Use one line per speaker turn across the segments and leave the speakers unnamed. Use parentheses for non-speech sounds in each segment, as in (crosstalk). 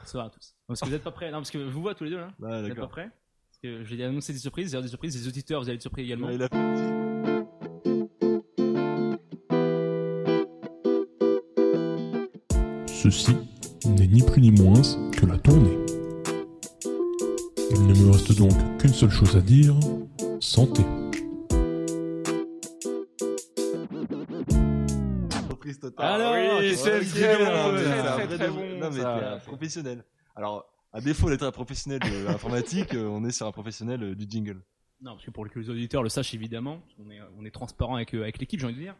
Bonsoir à tous. Non, parce que vous n'êtes pas prêts. Non, parce que je vous vois tous les deux là.
Ah,
Vous n'êtes pas
d'accord.
prêts Parce que j'ai annoncé des surprises, j'ai des surprises, les auditeurs, vous avez des surprises également.
Ouais, Ah, il a fait un petit-
Ceci n'est ni plus ni moins que la tournée. Il ne me reste donc qu'une seule chose à dire, santé.
surprise totale.
Alors,
Ouais,
qu'est-ce
ouais,
que Ah c'est
Ah c'est bien,
bon,
t'es
très,
un
très,
vrai
très
de-
bon,
Non, mais t'es
ça.
un professionnel. Alors, à défaut d'être un professionnel de l'informatique, euh, on est sur un professionnel euh, du jingle.
Non, parce que pour que les auditeurs le sachent évidemment, on est, on est transparent avec, euh, avec l'équipe, j'ai envie de dire.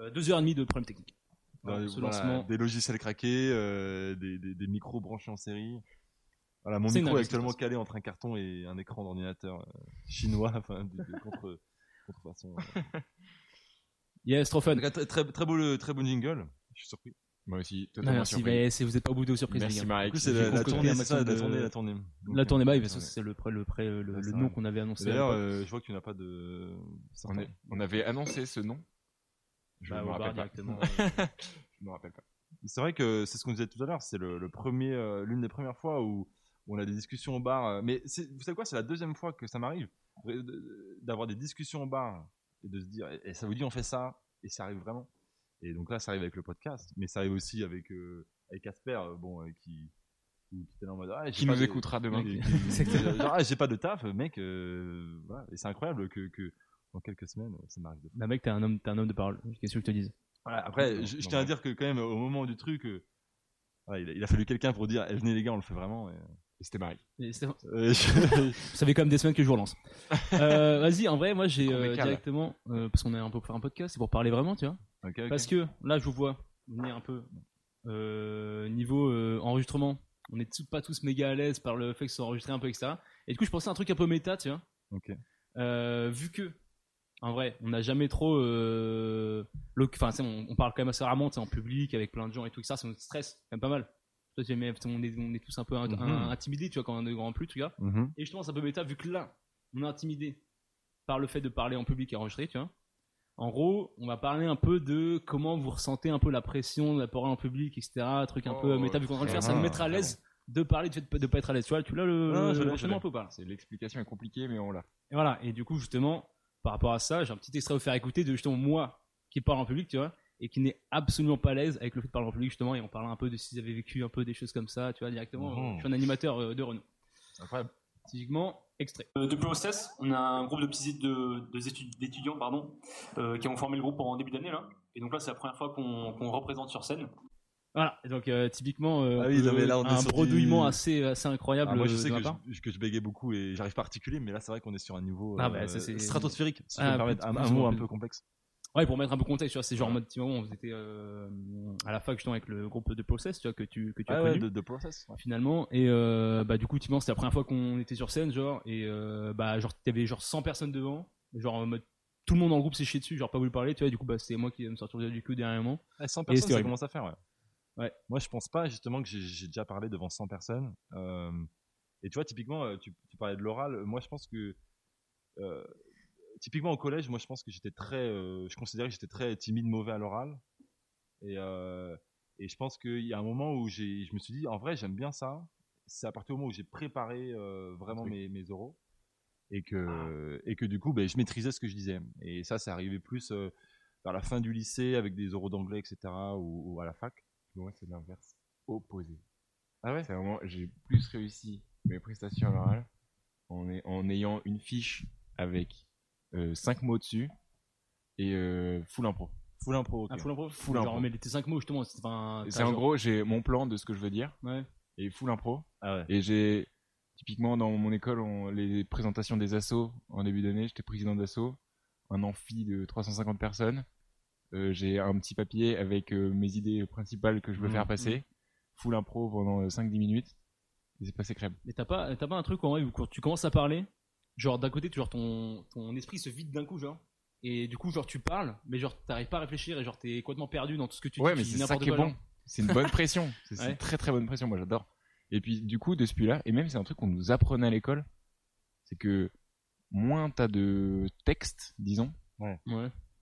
Euh, deux heures et demie de problèmes techniques. Voilà,
Dans-
ce
voilà,
lancement.
Des logiciels craqués, euh, des, des- des micros branchés en série. Voilà, mon
C'est
micro
une
est
injustice.
actuellement calé entre un carton et un écran d'ordinateur euh, chinois, (laughs) enfin, de, de contre, contrefaçon.
Yes, trop fun.
En tout cas, très, très, très beau, le- très beau jingle. Je suis surpris.
Moi aussi,
Non,
totalement
Ah, merci,
surpris.
mais c'est- vous n'êtes pas au bout de vos surprises, les
Merci
gars.
Du
Marek.
coup, c'est
j'ai
la, la
compris
tournée,
un
c'est ça,
maximum
la
de-
tournée, la tournée. Donc,
La tournée bah oui, parce
ouais.
que c'est le, pré- le, pré- le,
Ouais,
le
c'est
nom
vrai.
qu'on avait annoncé.
D'ailleurs,
à l'époque.
euh, je vois que tu n'as pas de.
On, est- on avait annoncé ce nom.
euh,
Je
Bah,
me
au bar
rappelle pas.
directement.
(laughs)
Je me rappelle pas.
C'est vrai que c'est ce qu'on disait tout à l'heure, c'est le, le premier, euh, l'une des premières fois où, où on a des discussions au bar. euh, mais c'est- vous savez quoi, c'est la deuxième fois que ça m'arrive euh, de- d'avoir des discussions au bar et de se dire, et, ça vous dit on fait ça, et ça arrive vraiment. Et donc là, ça arrive avec le podcast, mais ça arrive aussi avec euh, avec Asper, euh, bon, euh, qui qui était là en mode, Ah, j'ai
Qui
pas
nous
de-
écoutera demain
qui-
C'est
qui-
exactement.
genre, (laughs) Ah, j'ai pas de taf, mec. euh, voilà. Et c'est incroyable que, que dans quelques semaines, euh, ça m'arrive. de-
Bah, mec, t'es un homme, t'es un homme de parole. Qu'est-ce que je te dise
voilà, après, je, je tiens à dire que quand même, au moment du truc, euh, voilà, il, a, il a fallu quelqu'un pour dire, eh, venez les gars, on le fait vraiment. et,
Et C'était Marie.
Et c'est-
euh, (laughs) je-
Ça fait quand même des semaines que je vous
(laughs)
relance. Euh, Vas-y, en vrai, moi j'ai
Qu'on
euh,
décale.
directement, euh, parce qu'on est un peu pour faire un podcast, c'est pour parler vraiment, tu vois.
Ok, ok.
Parce que là, je vous vois venir un peu euh, niveau euh, enregistrement. On n'est tous- pas tous méga à l'aise par le fait que ce soit enregistré un peu, etc. Et du coup, je pensais à un truc un peu méta, tu vois.
Ok.
Euh, vu que, en vrai, on n'a jamais trop. euh, le- Enfin, tu sais, on, on parle quand même assez rarement, tu sais, en public, avec plein de gens et tout, ça, ça nous stresse quand même pas mal. Toi, tu sais, mais On est, on est tous un peu int-
Mhm.
un- intimidés, tu vois, quand on est grand plus, tu vois.
Mhm.
Et justement, c'est un peu méta, vu que là, on est intimidé par le fait de parler en public et enregistrer, tu vois. En gros, on va parler un peu de comment vous ressentez un peu la pression de la parole en public, etc. Un truc un peu
Oh,
méta, vu qu'on est en train de le faire, ça
ah,
nous mettra à l'aise de parler du fait de ne pas être à l'aise. Tu vois, tu l'as le,
Ah, je
le-
l'ai,
l'enchaînement
je l'ai.
un peu ou pas
C'est- L'explication est compliquée, mais on l'a.
Et voilà. Et du coup, justement, par rapport à ça, j'ai un petit extrait à vous faire écouter de justement moi qui parle en public, tu vois, et qui n'est absolument pas à l'aise avec le fait de parler en public, justement, et on parle un peu de si vous avez vécu un peu des choses comme ça, tu vois, directement.
Mhm.
Je suis un animateur euh, de Renault.
Incroyable.
Typiquement, extrait.
Euh, Depuis l'OSS, on a un groupe de petits de, de étud- d'étudiants pardon, euh, qui ont formé le groupe en début d'année. là. Et donc là, c'est la première fois qu'on qu'on représente sur scène.
Voilà, donc euh, typiquement euh,
Ah oui, non, mais là, on est
un
sur
bredouillement
du-
assez, assez incroyable.
Ah, moi, je
euh,
sais
de
que
ma part.
je, que je bégayais beaucoup et j'arrive pas à articuler, mais là, c'est vrai qu'on est sur un niveau euh,
Ah, bah, ça, c'est-
stratosphérique, si
Ah,
je peux me permettre,
plus-
un,
plus-
un mot un
plus- Ah,
peu complexe.
Ouais, pour mettre un peu contexte, tu vois, c'est genre en mode, tu vois, on était euh, à la fac justement avec le groupe de Process, tu vois, que tu, que tu as
Ah ouais,
connu.
de, de process. ouais.
Finalement, et euh, bah, du coup, typiquement, c'était la première fois qu'on était sur scène, genre, et euh, bah, genre, t'avais genre 100 personnes devant, genre en mode, tout le monde dans le groupe s'est chié dessus, genre pas voulu parler, tu vois, du coup, bah, c'est moi qui vais me sortir du cul dernièrement.
Ah, 100 personnes,
c'était
ça
horrible.
commence à faire, ouais.
Ouais.
Moi, je pense pas, justement, que j'ai- j'ai déjà parlé devant 100 personnes. Euh, et tu vois, typiquement, euh, tu, tu parlais de l'oral. Moi, je pense que. euh, typiquement, au collège, moi, je pense que j'étais très. euh, je considérais que j'étais très timide, mauvais à l'oral. Et, euh, et je pense qu'il y a un moment où j'ai- je me suis dit, en vrai, j'aime bien ça. C'est à partir du moment où j'ai préparé euh, vraiment
Oui.
mes, mes oraux. Et que, et que du coup, ben, je maîtrisais ce que je disais. Et ça, c'est arrivé plus. euh, vers la fin du lycée avec des euros d'anglais, etc. Ou, ou à la fac.
Moi, c'est l'inverse opposé.
Ah ouais
C'est vraiment, j'ai plus réussi mes prestations à l'oral en, ai- en ayant une fiche avec 5 mots dessus et euh, full impro.
Ah, Full impro. ok.
Un full impro
Full
Genre,
impro.
mais tes 5 mots justement, c'est enfin,
C'est
t'as
en
genre-
gros, j'ai mon plan de ce que je veux dire
Ouais.
et full impro.
Ah ouais.
Et j'ai typiquement dans mon école on- les présentations des assos en début d'année, j'étais président d'assaut, un amphi de 350 personnes. Euh, j'ai un petit papier avec euh, mes idées principales que je
Mmh,
veux
Mhm,
faire passer, full impro pendant euh, 5-10 minutes. Et c'est passé crème.
Mais t'as pas, t'as pas un truc en vrai où quand tu commences à parler, genre d'un côté, tu, genre ton, ton esprit se vide d'un coup, genre. Et du coup, genre tu parles, mais genre t'arrives pas à réfléchir et genre t'es complètement perdu dans tout ce que tu
ouais,
dis.
mais
tu dis
c'est ça
n'importe
qui est
quoi,
bon.
genre.
C'est une bonne
(laughs)
pression. C'est c'est
Ouais.
une très très bonne pression. Moi, j'adore. Et puis, du coup, de ce là et même c'est un truc qu'on nous apprenait à l'école, c'est que moins t'as de texte, disons,
Ouais.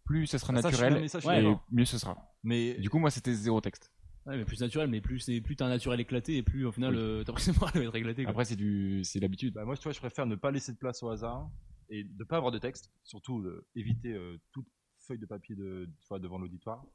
plus ça sera
Ah, ça, je suis-
naturel
mais ça, je suis
et
d'accord.
mieux ce sera.
Mais
Et du coup, moi, c'était zéro texte.
Ouais, mais plus naturel, mais plus c'est plus t'as un naturel éclaté et plus au final
Oui.
euh, t'as l'impression (laughs) de être éclaté. quoi.
Après, c'est du, c'est l'habitude.
Bah, moi, tu vois, je préfère ne pas laisser de place au hasard et de pas avoir de texte. Surtout, euh, éviter euh, toute feuille de papier de, tu vois, devant l'auditoire,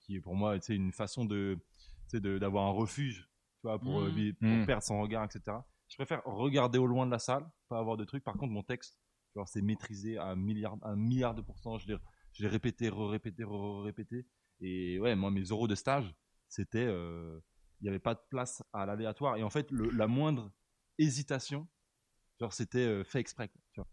qui est pour moi tu sais, une façon de, tu sais, de- d'avoir un refuge tu vois, pour, euh,
Mhm.
vi- pour
Mhm.
perdre son regard, etc. Je préfère regarder au loin de la salle, pas avoir de trucs. Par contre, mon texte, genre, c'est maîtrisé à un milliard, un milliard de pourcents. Je l'ai, je l'ai répété, re-répété, re-répété. Et ouais, moi, mes euros de stage, c'était. euh, il n'y avait pas de place à l'aléatoire. Et en fait, le- la moindre hésitation, genre c'était euh, fait exprès. quoi, tu vois.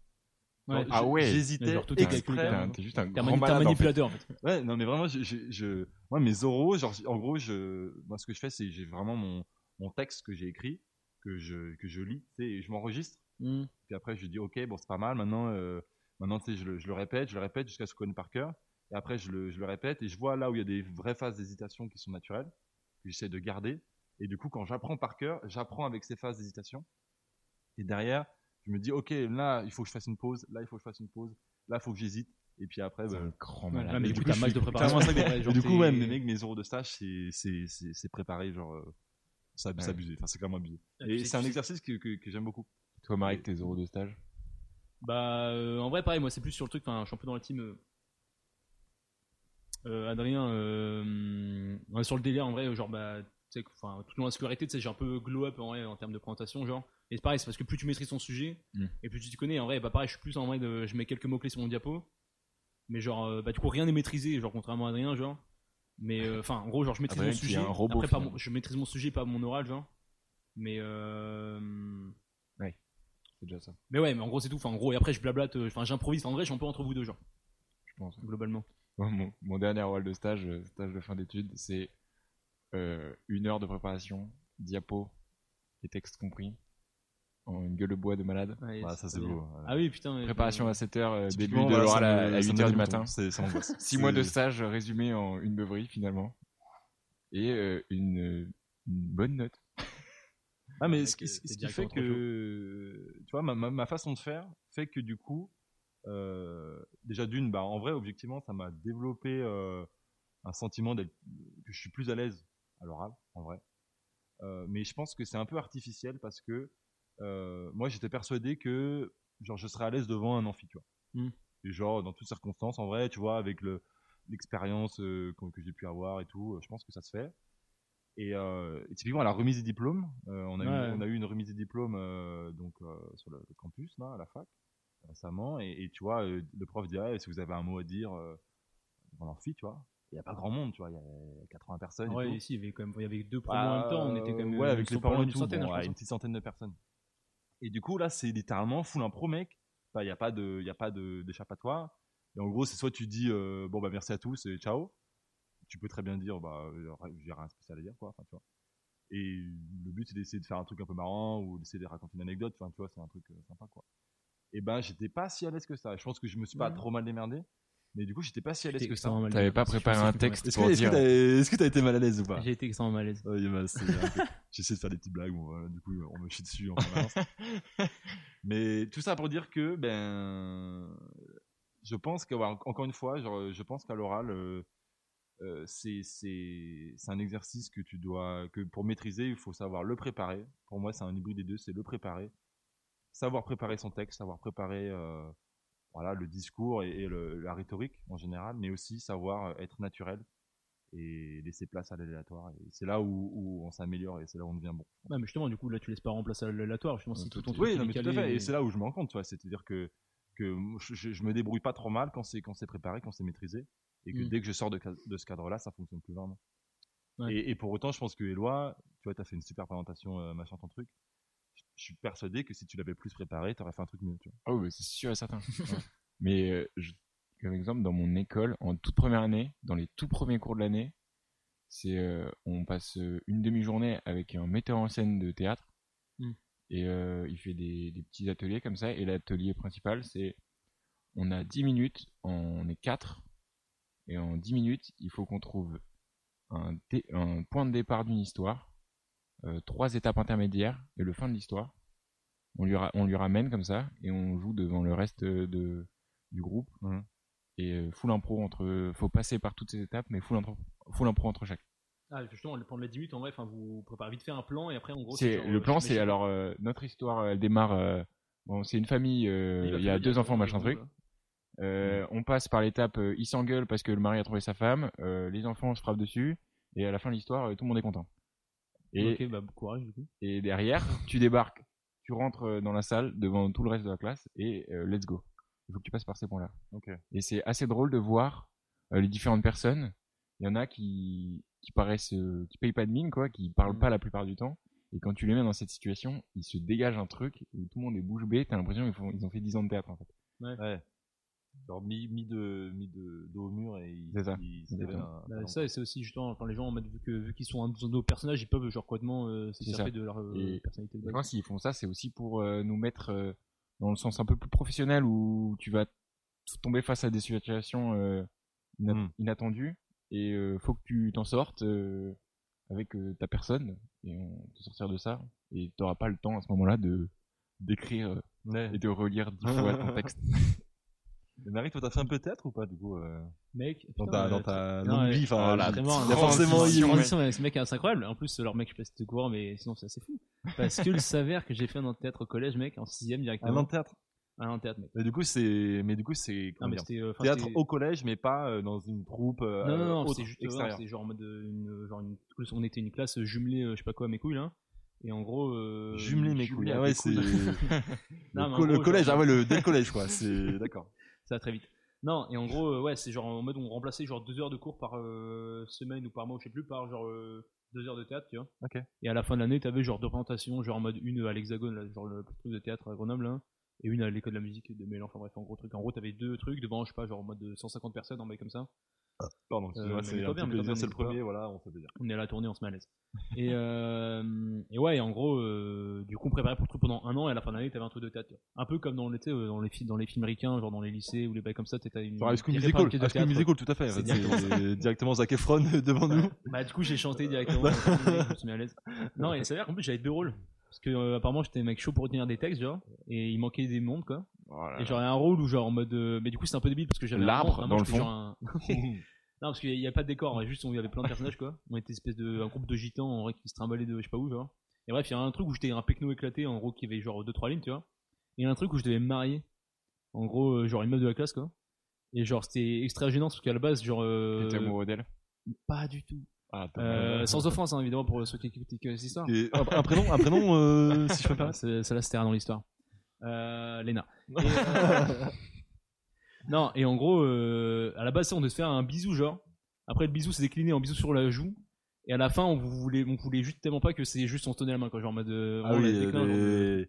Ouais.
Genre,
Ah
j-
ouais.
Mais
J'hésitais
genre, tout est
T'es un-
calculé,
t'es
exprès.
carrément.
un- T'es juste un
T'es un
grand
mani- t'es un
malade, en fait.
manipulateur en fait.
Ouais, non, mais vraiment, je, je, je- moi, mes oraux, genre, en gros, je, moi, ce que je fais, c'est j'ai vraiment mon, mon texte que j'ai écrit, que je, que je lis, tu sais, et je m'enregistre.
Mm.
Puis après, je dis, ok, bon, c'est pas mal. Maintenant, euh, maintenant, tu sais, je le, je le répète, je le répète jusqu'à ce qu'on connaisse par cœur. Et après, je le, je le répète et je vois là où il y a des vraies phases d'hésitation qui sont naturelles, que j'essaie de garder. Et du coup, quand j'apprends par cœur, j'apprends avec ces phases d'hésitation. Et derrière, je me dis, ok, là, il faut que je fasse une pause. Là, il faut que je fasse une pause. Là, il faut que j'hésite. Et puis après,
T'es
bah,
un grand
Ouais,
malade.
mais
du
du coup
coup,
t'as un
je
match
suis
de préparation.
clairement (laughs) cinq-
Ouais, genre,
du coup, ouais,
t'es-
mes mecs, mes euros de stage, c'est- c'est c'est- c'est préparé, genre, euh, c'est ab-
Ouais.
c'est abusé. Enfin, c'est clairement abusé.
Ah, tu
Et
sais-
c'est un
tu sais-
exercice que, que, que j'aime beaucoup.
Toi, Marek, tes euros de stage.
Bah, euh, en vrai, pareil, moi, c'est plus sur le truc. Enfin, je suis un peu dans la team. euh, euh, Adrien, euh, ouais, sur le délire, en vrai, genre, bah, tu sais, que, enfin, tout le long de la scolarité, tu sais, j'ai un peu glow up en, vrai, en termes de présentation, genre. Et c'est pareil, c'est parce que plus tu maîtrises ton sujet,
Mm.
et plus tu t'y connais, en vrai, bah, pareil, je suis plus en vrai, de- je mets quelques mots-clés sur mon diapo. Mais genre, euh, bah, du coup, rien n'est maîtrisé, genre, contrairement à Adrien, genre. Mais, euh, enfin, en gros, genre, je maîtrise
Adrien
mon
qui est
sujet.
un robot,
après, pas
finalement.
mon- je maîtrise mon sujet, pas mon oral, genre. Mais, euh,
C'est déjà ça,
mais ouais, mais en gros, c'est tout. Enfin, en gros, et après, je blablate, euh, enfin, j'improvise. En vrai, je suis un peu entre vous deux, genre,
je pense.
globalement.
Moi, Mon, mon dernier rôle de stage, euh, stage de fin d'études, c'est euh, une heure de préparation, diapo et texte compris, en une gueule de bois de malade.
Ouais,
Voilà, Bah, ça, c'est beau. ouais.
Ah oui, putain. ouais,
Préparation
putain.
à 7h, début
Typiquement,
de
voilà,
l'oral
ça
à,
me- ça me
8h
donne
du
le
matin.
ton. C'est- ça m'angoisse.
6 mois de
C'est-
stage résumé en une beuverie finalement. Et euh, une, une bonne note.
Ah, mais
Mec,
ce qui,
euh,
ce qui-
t'es
ce qui fait
directement
que, tu vois, ma, ma, ma façon de faire fait que du coup, euh, déjà d'une, bah, en vrai, objectivement, ça m'a développé euh, un sentiment d'être, que je suis plus à l'aise à l'oral, en vrai. Euh, mais je pense que c'est un peu artificiel parce que euh, moi, j'étais persuadé que genre, je serais à l'aise devant un amphi, tu vois.
Mm.
Et genre, dans toutes circonstances, en vrai, tu vois, avec le, l'expérience euh, qu'on- que j'ai pu avoir et tout, euh, je pense que ça se fait. Et, euh, et typiquement, à la remise des diplômes, euh, on, a eu,
Ouais.
on a eu une remise des diplômes euh, donc, euh, sur le, le campus, là, à la fac, récemment. Et, et tu vois, euh, le prof dit Ah, si vous avez un mot à dire euh, dans l'amphi, tu vois, il n'y a pas grand monde, tu vois, il y a 80 personnes. et
Ouais,
tout.
ici, il y avait quand même, il y avait deux promos
Bah,
en même temps. On était quand même.
ouais,
euh,
avec
ils
les
sont pas
parents
loin
et
d'une
tout,
centaine,
bon,
je
ouais,
pense.
une petite centaine de personnes. Et du coup, là, c'est littéralement full impro, mec. Il n'y a pas de, y a pas de- d'échappatoire. Et en gros, c'est soit tu dis, euh, bon, bah, merci à tous et ciao. Tu peux très bien dire, bah, euh, j'ai rien de spécial à dire, quoi. Enfin, tu vois. Et le but, c'est d'essayer de faire un truc un peu marrant ou d'essayer de raconter une anecdote. Enfin, tu vois, c'est un truc euh, sympa, quoi. Et ben, j'étais pas si à l'aise que ça. Je pense que je me suis pas
Mhm.
trop mal démerdé. Mais du coup, j'étais pas si à l'aise
J'étais
que ça.
extrêmement mal à
T'avais
l'aise.
pas
Je
préparé
pensais que
un
tu pourrais
texte
Est-ce
pour
que- est-ce que
dire.
t'as- est-ce que t'as été mal à l'aise ou pas
rester. J'ai été extrêmement mal à l'aise.
Ouais, bah, c'est un peu- J'essaie de faire des petites blagues, bon, voilà, du coup on me chie dessus en permanence. Mais tout ça pour dire que ben je pense que voilà, encore une fois, genre, je pense qu'à l'oral euh, euh, c'est c'est c'est un exercice que tu dois que pour maîtriser il faut savoir le préparer. Pour moi c'est un hybride des deux, c'est le préparer, savoir préparer son texte, savoir préparer euh, voilà le discours et, et le- la rhétorique en général, mais aussi savoir être naturel et laisser place à l'aléatoire. Et c'est là où, où on s'améliore et c'est là où on devient bon.
Ouais, mais justement, du coup, là, tu laisses pas remplacer à l'aléatoire. Justement, si tout ton truc
oui,
est
non, mais tout à
décalé,
fait.
mais-
Et c'est là où je me rends compte, tu vois. C'est-à-dire que, que je, je- je me débrouille pas trop mal quand c'est, quand c'est préparé, quand c'est maîtrisé. Et que
Mm.
dès que je sors de, ca- de ce cadre-là, ça fonctionne plus vraiment.
Ouais.
Et, et pour autant, je pense que Eloi, tu vois, t'as fait une super présentation, euh, machin, ton truc. Je- Je suis persuadé que si tu l'avais plus préparé, t'aurais fait un truc mieux, tu vois.
Oh, mais c'est sûr et certain. Ouais. Mais euh, je- comme exemple, dans mon école, en toute première année, dans les tout premiers cours de l'année, c'est euh, on passe euh, une demi-journée avec un metteur en scène de théâtre
Mm.
et euh, il fait des, des petits ateliers comme ça. Et l'atelier principal, c'est on a 10 minutes, on est 4 et en 10 minutes, il faut qu'on trouve un, dé- un point de départ d'une histoire, euh, trois étapes intermédiaires et le fin de l'histoire. On lui, ra- on lui ramène comme ça et on joue devant le reste euh, de, du groupe.
Mhm.
Et euh, full impro entre. Faut passer par toutes ces étapes, mais full impro, full impro entre chaque.
Ah, justement, le plan de la 10 minutes, en vrai, enfin, vous préparez vite fait un plan et après, en gros,
Oh, C'est-
genre, euh,
le plan, c'est
méchant.
alors euh, notre histoire, elle démarre. euh, bon, c'est une famille, euh,
va
il y a
falloir-
deux enfants, machin
des
truc.
groupes, quoi.
Euh, On passe par l'étape, euh, ils s'engueulent parce que le mari a trouvé sa femme, euh, les enfants se frappent dessus, et à la fin de l'histoire, euh, tout le monde est content. Et,
Ok, bah, bon courage, du coup.
et derrière, tu débarques, tu rentres euh, dans la salle devant tout le reste de la classe, et euh, let's go. Il faut que tu passes par ces points-là.
Ok.
Et c'est assez drôle de voir euh, les différentes personnes. Il y en a qui, qui paraissent, euh, qui payent pas de mine, quoi, qui parlent pas la plupart du temps. Et quand tu les mets dans cette situation, ils se dégagent un truc où tout le monde est bouche bée. T'as l'impression qu'ils font, ils ont fait 10 ans de théâtre, en fait.
Ouais. Genre mis, mis de mis de dos au mur et il,
C'est ça.
il se révèle un-
Bah,
un-
ça, et c'est aussi justement, quand les gens, en mode, vu que- vu qu'ils sont un de nos personnages, ils peuvent, genre, complètement euh, se
C'est ça.
servir de leur euh,
Et-
personnalité de
Je
base.
pense qu'ils font ça, c'est aussi pour euh, nous mettre euh, dans le sens un peu plus professionnel où tu vas t- tomber face à des situations euh, ina-
Hmm.
inattendues et euh, faut que tu t'en sortes euh, avec euh, ta personne et on te sortir de ça et t'auras pas le temps à ce moment-là de d'écrire euh,
Ouais.
et de relire dix fois
(laughs)
ton texte.
Et Marie, toi, t'as fait un peu de théâtre ou pas, du coup euh,
Mec,
Dans
putain,
ta, dans
ouais,
ta
Non,
longue
ouais. Ah,
vie, enfin,
Voilà.
j'ai-
Vraiment,
il y a forcément
une
eu-
transition avec ce mec est incroyable. En plus, leur mec, je sais pas si tu es au courant, mais sinon, c'est assez fou. Parce que le s'avère que j'ai fait un an de théâtre au collège, mec, en 6
un an
directement.
de théâtre.
Un an de théâtre, mec.
Mais du coup, c'est, mais du coup, c'est
Non,
comment
mais
dire,
c'était. euh, enfin,
Ah, théâtre
c'était-
au collège, mais pas euh, dans une troupe euh,
Non, non, non,
autre,
c'est juste
extérieure.
c'est genre en mode euh, une, genre une, on était une classe jumelée, euh, je sais pas quoi, à mes couilles, là. Et en gros. Euh,
Jumelé mes couilles.
à
Ah ouais,
mes couilles.
c'est
(laughs) Non, mais
le,
en
co- le
gros,
collège.
genre-
Ah ouais, le, dès le collège,
(laughs)
quoi. C'est d'accord.
Ça va très vite. Non, et en gros, euh, ouais, c'est genre en mode on remplaçait genre deux heures de cours par euh, semaine ou par mois, je sais plus, par genre euh, deux heures de théâtre, tu vois.
Ok.
Et à la fin de l'année, t'avais genre deux présentations, genre en mode une à l'Hexagone, là, genre le truc de théâtre à Grenoble, hein, et une à l'école de la musique de Mélan, enfin bref, en gros truc. En gros, t'avais deux trucs devant, je sais pas, genre en mode de 150 personnes, en mode comme ça.
Pardon, excuse-moi,
Euh, mais
c'est
pas bien,
un petit
mais
peu-
pas bien,
c'est le
mais pas-
premier, voilà, on fait plaisir.
On est à la tournée, on se met à l'aise. Et, euh, et ouais, et en gros, euh, du coup, on préparait pour le truc pendant un an, et à la fin de l'année, t'avais un truc de théâtre. tu vois. Un peu comme dans, les- tu sais, euh, dans, les, films- dans les films ricains, genre dans les lycées ou les bails comme ça, t'étais une.
High School
t'étais pas un
Musical,
pied de
High School
théâtre.
Musical, tout à fait.
C'est
C'est
directement
directement Zac Efron euh, devant nous.
(laughs) Bah du coup j'ai chanté directement, donc, je me suis mis à l'aise. Non et ça a l'air qu'en plus j'avais deux rôles. Parce que euh, apparemment j'étais un mec chaud pour retenir des textes genre et il manquait des mondes quoi. Et j'aurais un rôle où genre en mode euh, mais du coup c'était un peu débile parce que j'avais un
L'arbre,
monde, un
dans
monde,
le
c'était
fond.
genre un- (laughs) Non parce qu'il n'y a pas de décor, ouais, juste on y avait plein de personnages quoi. On était espèce de un groupe de gitans en vrai qui se trimballait de je sais pas où genre. Et bref, il y a un truc où j'étais un pecno éclaté en gros qui avait genre deux trois lignes, tu vois. Et un truc où je devais me marier. En gros euh, genre une meuf de la classe quoi. Et genre c'était extra gênant parce qu'à la base genre euh,
T'étais amoureux d'elle.
pas du tout.
Ah,
Euh, sans offense, hein, évidemment, pour ceux qui écoutent que cette histoire.
Et un, un prénom, un prénom, euh, si je peux
Ah,
me permettre.
c'est- Celle-là, c'était rien dans l'histoire. Euh, Léna. Et, euh, non, et en gros, euh, à la base, ça, on devait se faire un bisou, genre. Après, le bisou, c'est décliné en bisou sur la joue. Et à la fin, on voulait, on voulait juste tellement pas que c'est juste on se tenait la main, quoi. Genre en mode. euh,
Ah
on
oui,
la déclin, genre, de-
euh, les-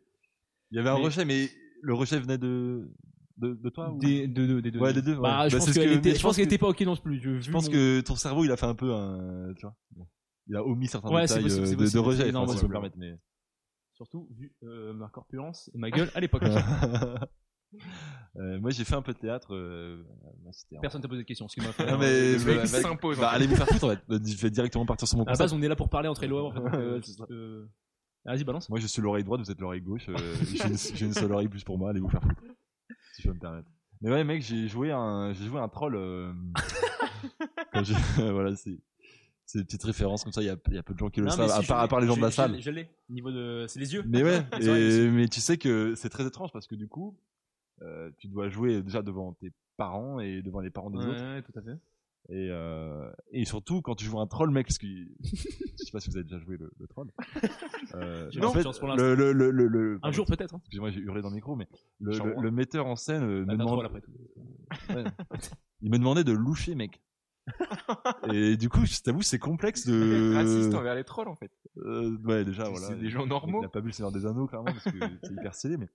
il y avait un
Mais-
rejet, mais le rejet venait de, de, de toi ou-
des, de, de- des deux.
Ouais, des deux. ouais.
Bah, je
Bah,
pense
c'est ce
qu'elle
que-
était,
mais
je pense qu'elle
que-
était pas ok non plus. Je,
Je pense que ton cerveau, il a fait un peu un. Tu vois bon. Il a omis certains
Ouais, c'est
détails
possible,
euh,
c'est
de, de
possible,
rejet,
c'est
enfin, si je peux me
normal.
permettre. Mais...
Surtout vu euh, ma corpulence et ma gueule à l'époque. (laughs)
Euh, moi, j'ai fait un peu de théâtre. euh, bah, c'était en-
Personne t'a posé de questions.
(laughs)
excuse-moi,
Non,
frère.
mais.
Le mec
bah, bah,
s'impose, en
bah,
fait.
allez
(laughs)
me faire foutre, en fait. Je vais directement partir sur mon
À la
concept.
base, on est là pour parler entre les lois. En fait, donc, euh,
(laughs) Ouais, c'est ça.
euh, Vas-y, balance.
Moi, je suis l'oreille droite, vous êtes l'oreille gauche. euh, j'ai, une, j'ai une seule oreille plus pour moi, allez vous faire foutre. Si je peux me permettre. Mais ouais, mec, j'ai joué un, j'ai joué un troll. euh, (laughs) quand j'ai- (laughs) voilà, c'est, c'est des petites références comme ça, il y a, il y a peu de gens qui le
Non, mais
savent,
si,
à,
je
part, à
l'ai.
part les gens
Je-
de la
je
salle.
l'ai, Je l'ai. Niveau de, (laughs) c'est les yeux.
Mais ouais,
Les oreilles
et-
aussi.
mais tu sais que c'est très étrange parce que du coup, euh, tu dois jouer déjà devant tes parents et devant les parents des
Ouais,
autres.
ouais, tout à fait.
Et, euh, et surtout, quand tu joues un troll, mec, parce que je sais pas si vous avez déjà joué le, le troll. Euh,
(laughs) J'ai
en fait,
confiance pour l'instant.
le, le, le, le, le-
Un jour peut-être. hein.
Excusez-moi, j'ai hurlé dans le micro, mais le,
Genre
le-
moi.
le metteur en scène euh,
Bah,
me,
t'as un
demande-
troll après tout.
il me demandait de loucher, mec.
(laughs)
et du coup, je t'avoue, c'est complexe de.
Euh... Raciste envers les trolls, en fait.
Euh, ouais, déjà,
C'est-
voilà.
c'est des gens
Il-
normaux.
Il a pas vu le Seigneur des Anneaux, clairement, parce que c'est hyper scellé, mais.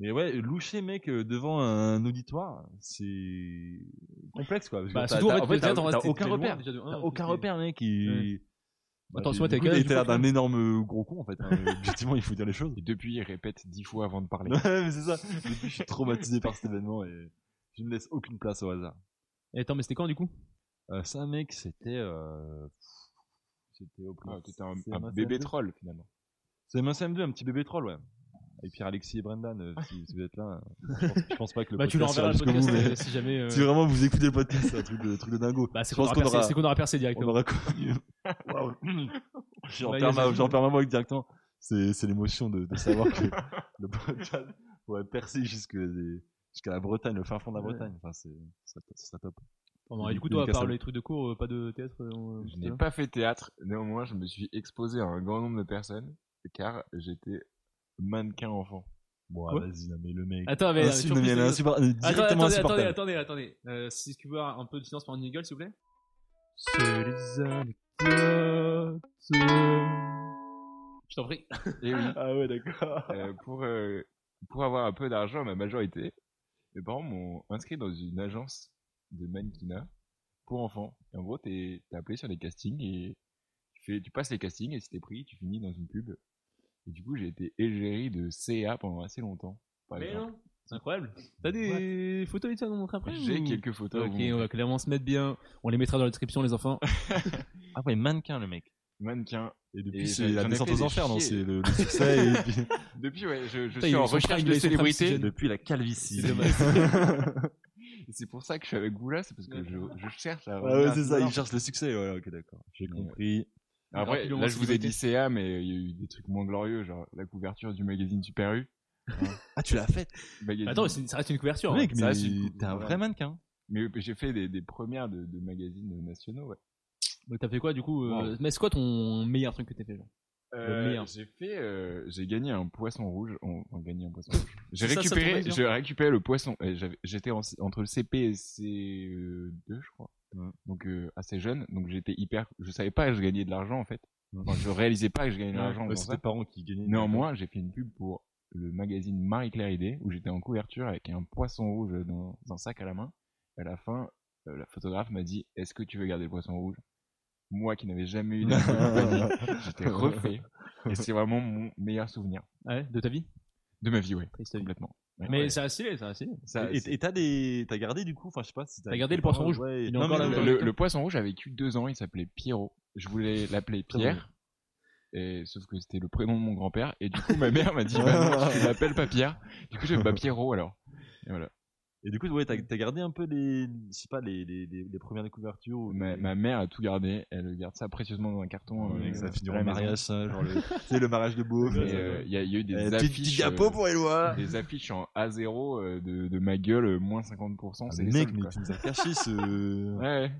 Mais ouais, loucher, mec, euh, devant un auditoire, c'est complexe, quoi. parce que
Bah,
t'as-
surtout
t'as-
en
en
fait,
fait,
peut-être, en
t'as
fait,
t'as aucun
t'es loin
repère.
déjà de-
T'as
Ah,
aucun
ok.
repère, mec. Et...
Attends,
et
soit
du
t'as
coup,
quel
il
âge,
était
du
l'air
coup,
d'un énorme gros con, en fait. hein. Objectivement, il faut dire
(laughs)
les choses.
Et depuis, il répète dix fois avant de parler.
Ouais, mais c'est ça. Depuis, (laughs) je suis traumatisé par cet événement et je ne laisse aucune place au hasard.
Et Attends, mais c'était quand du coup
Euh, ça, mec, c'était. Euh... C'était au plus.
Ah, T'étais un, un
CM1,
bébé
CM2.
troll, finalement.
C'est un CM2, un petit bébé troll, ouais. Et Pierre Alexis et Brendan, euh,
Ah.
si, si vous êtes là, euh, je pense, je pense pas que
(laughs)
le
Bah, tu leur
podcast
enverras le
ira
podcast
jusqu'au bout, mais
euh, si jamais. euh,
Si vraiment vous écoutez le podcast, c'est un truc de, truc de dingo.
Bah, c'est
Je
qu'on
pense
aura,
qu'on
percé-
aura-
c'est qu'on aura percé
On
directement.
aura connu. Waouh. J'en
Bah,
perds
il y a
ma-
ça.
j'en perds ma voix directement. C'est c'est l'émotion de, de
(laughs)
savoir que le podcast (laughs) pourrait percer jusque des- jusqu'à la Bretagne, le fin fond de la
Ouais.
Bretagne. Enfin, c'est ça serait- ça serait top.
Bon, et du coup,
Des-
toi, à
des
part
casseroles.
les trucs de cours, euh, pas de théâtre euh,
Je
tout à
n'ai
l'heure
pas fait théâtre, néanmoins je me suis exposé à un grand nombre de personnes car j'étais mannequin enfant.
Bon,
Quoi
vas-y, non, mais le mec.
Attends, mais. euh,
Insulte,
surprise,
mais elle est
euh,
insupportable,
Attends,
directement
attendez, attendez,
insupportable.
attendez, attendez. Euh, si tu peux avoir un peu de silence pour un jingle, s'il vous plaît. C'est les anecdotes. Je t'en prie.
Et oui,
Ah ouais, d'accord.
euh, pour, euh, pour avoir un peu d'argent, ma majorité, mes parents m'ont inscrit dans une agence de mannequinat pour enfants. Et en gros, t'es t'es appelé sur des castings et tu, fais, tu passes les castings et si t'es pris, tu finis dans une pub. Et du coup, j'ai été égérie de CA pendant assez longtemps. par
Mais
exemple.
non, c'est incroyable. T'as des photos et ça nous montrer après
J'ai
ou-
quelques photos. à
Ok,
vous
on va clairement se mettre bien. On les mettra dans la description, les (laughs) enfants.
Ah ouais, mannequin, le mec.
mannequin.
Et
Et
depuis,
j'en
c'est
ai
la
fait
descente aux
des
enfers, non
chiés.
C'est le, le
(laughs)
succès. et puis-
(laughs) Depuis, ouais, je, je
Putain,
suis
ils
en
sont
recherche
fringues,
de
ils sont fringues, ces
célébrité.
jeunes.
depuis la calvitie. (laughs)
C'est dommage.
Et C'est pour ça que je suis avec vous là, c'est parce que
Ouais.
je, je cherche à.
Ah ouais, c'est ça,
revenir.
il cherche le succès. Ouais, ok, d'accord. J'ai compris.
Après,
Rapidement,
là,
si
je
vous
vous ai
notez.
dit CA, mais il y a eu des trucs moins glorieux, genre la couverture du magazine Super U.
Ah, tu l'as fait
magazine-
Attends, mais c'est- ça reste une couverture.
Mec,
ça
mais
reste une-
t'es un vrai mannequin.
Mais j'ai fait des, des premières de, de magazines nationaux, ouais.
hein. Donc, t'as fait quoi du coup euh, Mais c'est quoi ton meilleur truc que t'as fait genre
Euh,
meilleur.
j'ai fait, euh, j'ai gagné un poisson rouge. On, on a gagné un poisson rouge. J'ai
C'est ça, ça, ton
récupéré,
plaisir
j'ai récupéré le poisson. et j'avais- J'étais en- entre le CP et CE2, je crois. Donc euh, assez jeune, donc j'étais hyper. Je savais pas que je gagnais de l'argent en fait. Enfin, je réalisais pas que je gagnais de l'argent.
Ouais,
dans
c'est
ça.
tes parents qui gagnaient.
Néanmoins, j'ai fait une pub pour le magazine Marie Claire Idée où j'étais en couverture avec un poisson rouge dans un sac à la main. À la fin, euh, la photographe m'a dit Est-ce que tu veux garder le poisson rouge Moi qui n'avais jamais eu d'argent de panier, j'étais refait. Et c'est vraiment mon meilleur souvenir
Ah Ouais, de ta vie
de ma vie, ouais,
Triste vie.
complètement. Ouais,
Mais
ouais.
ça a stylé, ça a stylé.
Ça-
Et
c'est-
et t'as des, t'as gardé du coup, enfin je sais pas si
T'as gardé le poisson rouge
Ouais.
Il est
Non,
encore
mais
là,
le-
toi.
le, le poisson rouge a vécu deux ans, il s'appelait Pierrot. Je voulais l'appeler Pierre, et, sauf que c'était le prénom de mon grand-père, et du coup ma mère m'a dit bah non, tu l'appelles pas Pierre. Du coup j'ai bah Pierrot alors. Et voilà.
Et du coup, ouais, t'as t'as gardé un peu les, je sais pas, les, les, les, les premières découvertures. ou-
Ma, ma mère a tout gardé, elle garde ça précieusement dans un carton.
Ouais,
euh,
que ça finit
à
en
la maison.
mariage, ça, genre
(laughs)
le, tu sais, le mariage de beauf.
Mais,
euh,
euh, Il y, a- il y a eu des
euh,
Eh,
petit- petit
affiches.
capot
euh,
pour Eloi.
des affiches en A0 euh, de, de ma gueule, euh, moins 50%.
Ah,
c'est
mais
les
mec,
soldes,
mais
quoi.
tu nous as caché
(laughs)
ce.
Ouais, ouais.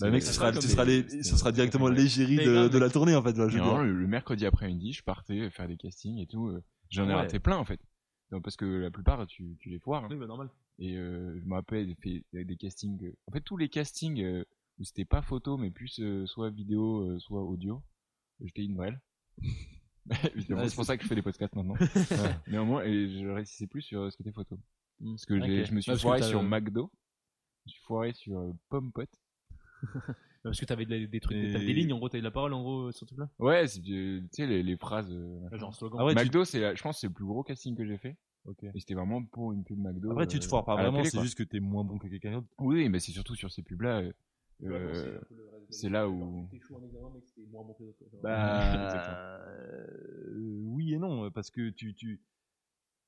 Bah, mec, ce
C'est-
sera,
comme
ce
des-
sera, les,
c'est-
ce sera directement
Ouais.
l'égérie
Mais
de,
grave,
de la
mec.
tournée en fait. Là, je
Et
veux dire.
vraiment, le, le mercredi après-midi, je partais faire des castings et tout. euh, J'en ai
Ah ouais.
raté plein en fait. Non, parce que la plupart, tu, tu les foires. hein.
Oui, bah normal.
Et euh, je me rappelle, j'ai fait des- des castings. euh, En fait, tous les castings euh, où c'était pas photo, mais plus euh, soit vidéo, euh, soit audio, j'étais une brêle. (laughs) Évidemment,
Ouais,
c'est pour ça que je fais des podcasts
(laughs)
maintenant. Néanmoins, et je réussissais plus sur euh, ce qui était photo.
Mm.
Parce que j'ai-
Ok.
je me suis
Parce que
foiré
t'as-
sur McDo, je me suis foiré sur euh, Pomme Pot.
Parce que t'avais des, des trucs,
Et-
t'avais des lignes en gros, t'avais de la parole en gros euh, sur tout là.
Ouais, c'est, euh, tu sais, les, les phrases. euh,
Genre slogan.
Ah ouais, tu-
McDo, c'est la- je pense que c'est le plus gros casting que j'ai fait.
Ok.
Et c'était vraiment pour une pub McDo.
Après, tu te
euh,
foires pas
à la
vraiment,
télé,
c'est
quoi.
juste que t'es moins bon que quelqu'un d'autre.
Oui, mais c'est surtout sur ces pubs-là. euh, euh, c'est là où-
(laughs) Bah, euh, oui et non, parce que tu, tu,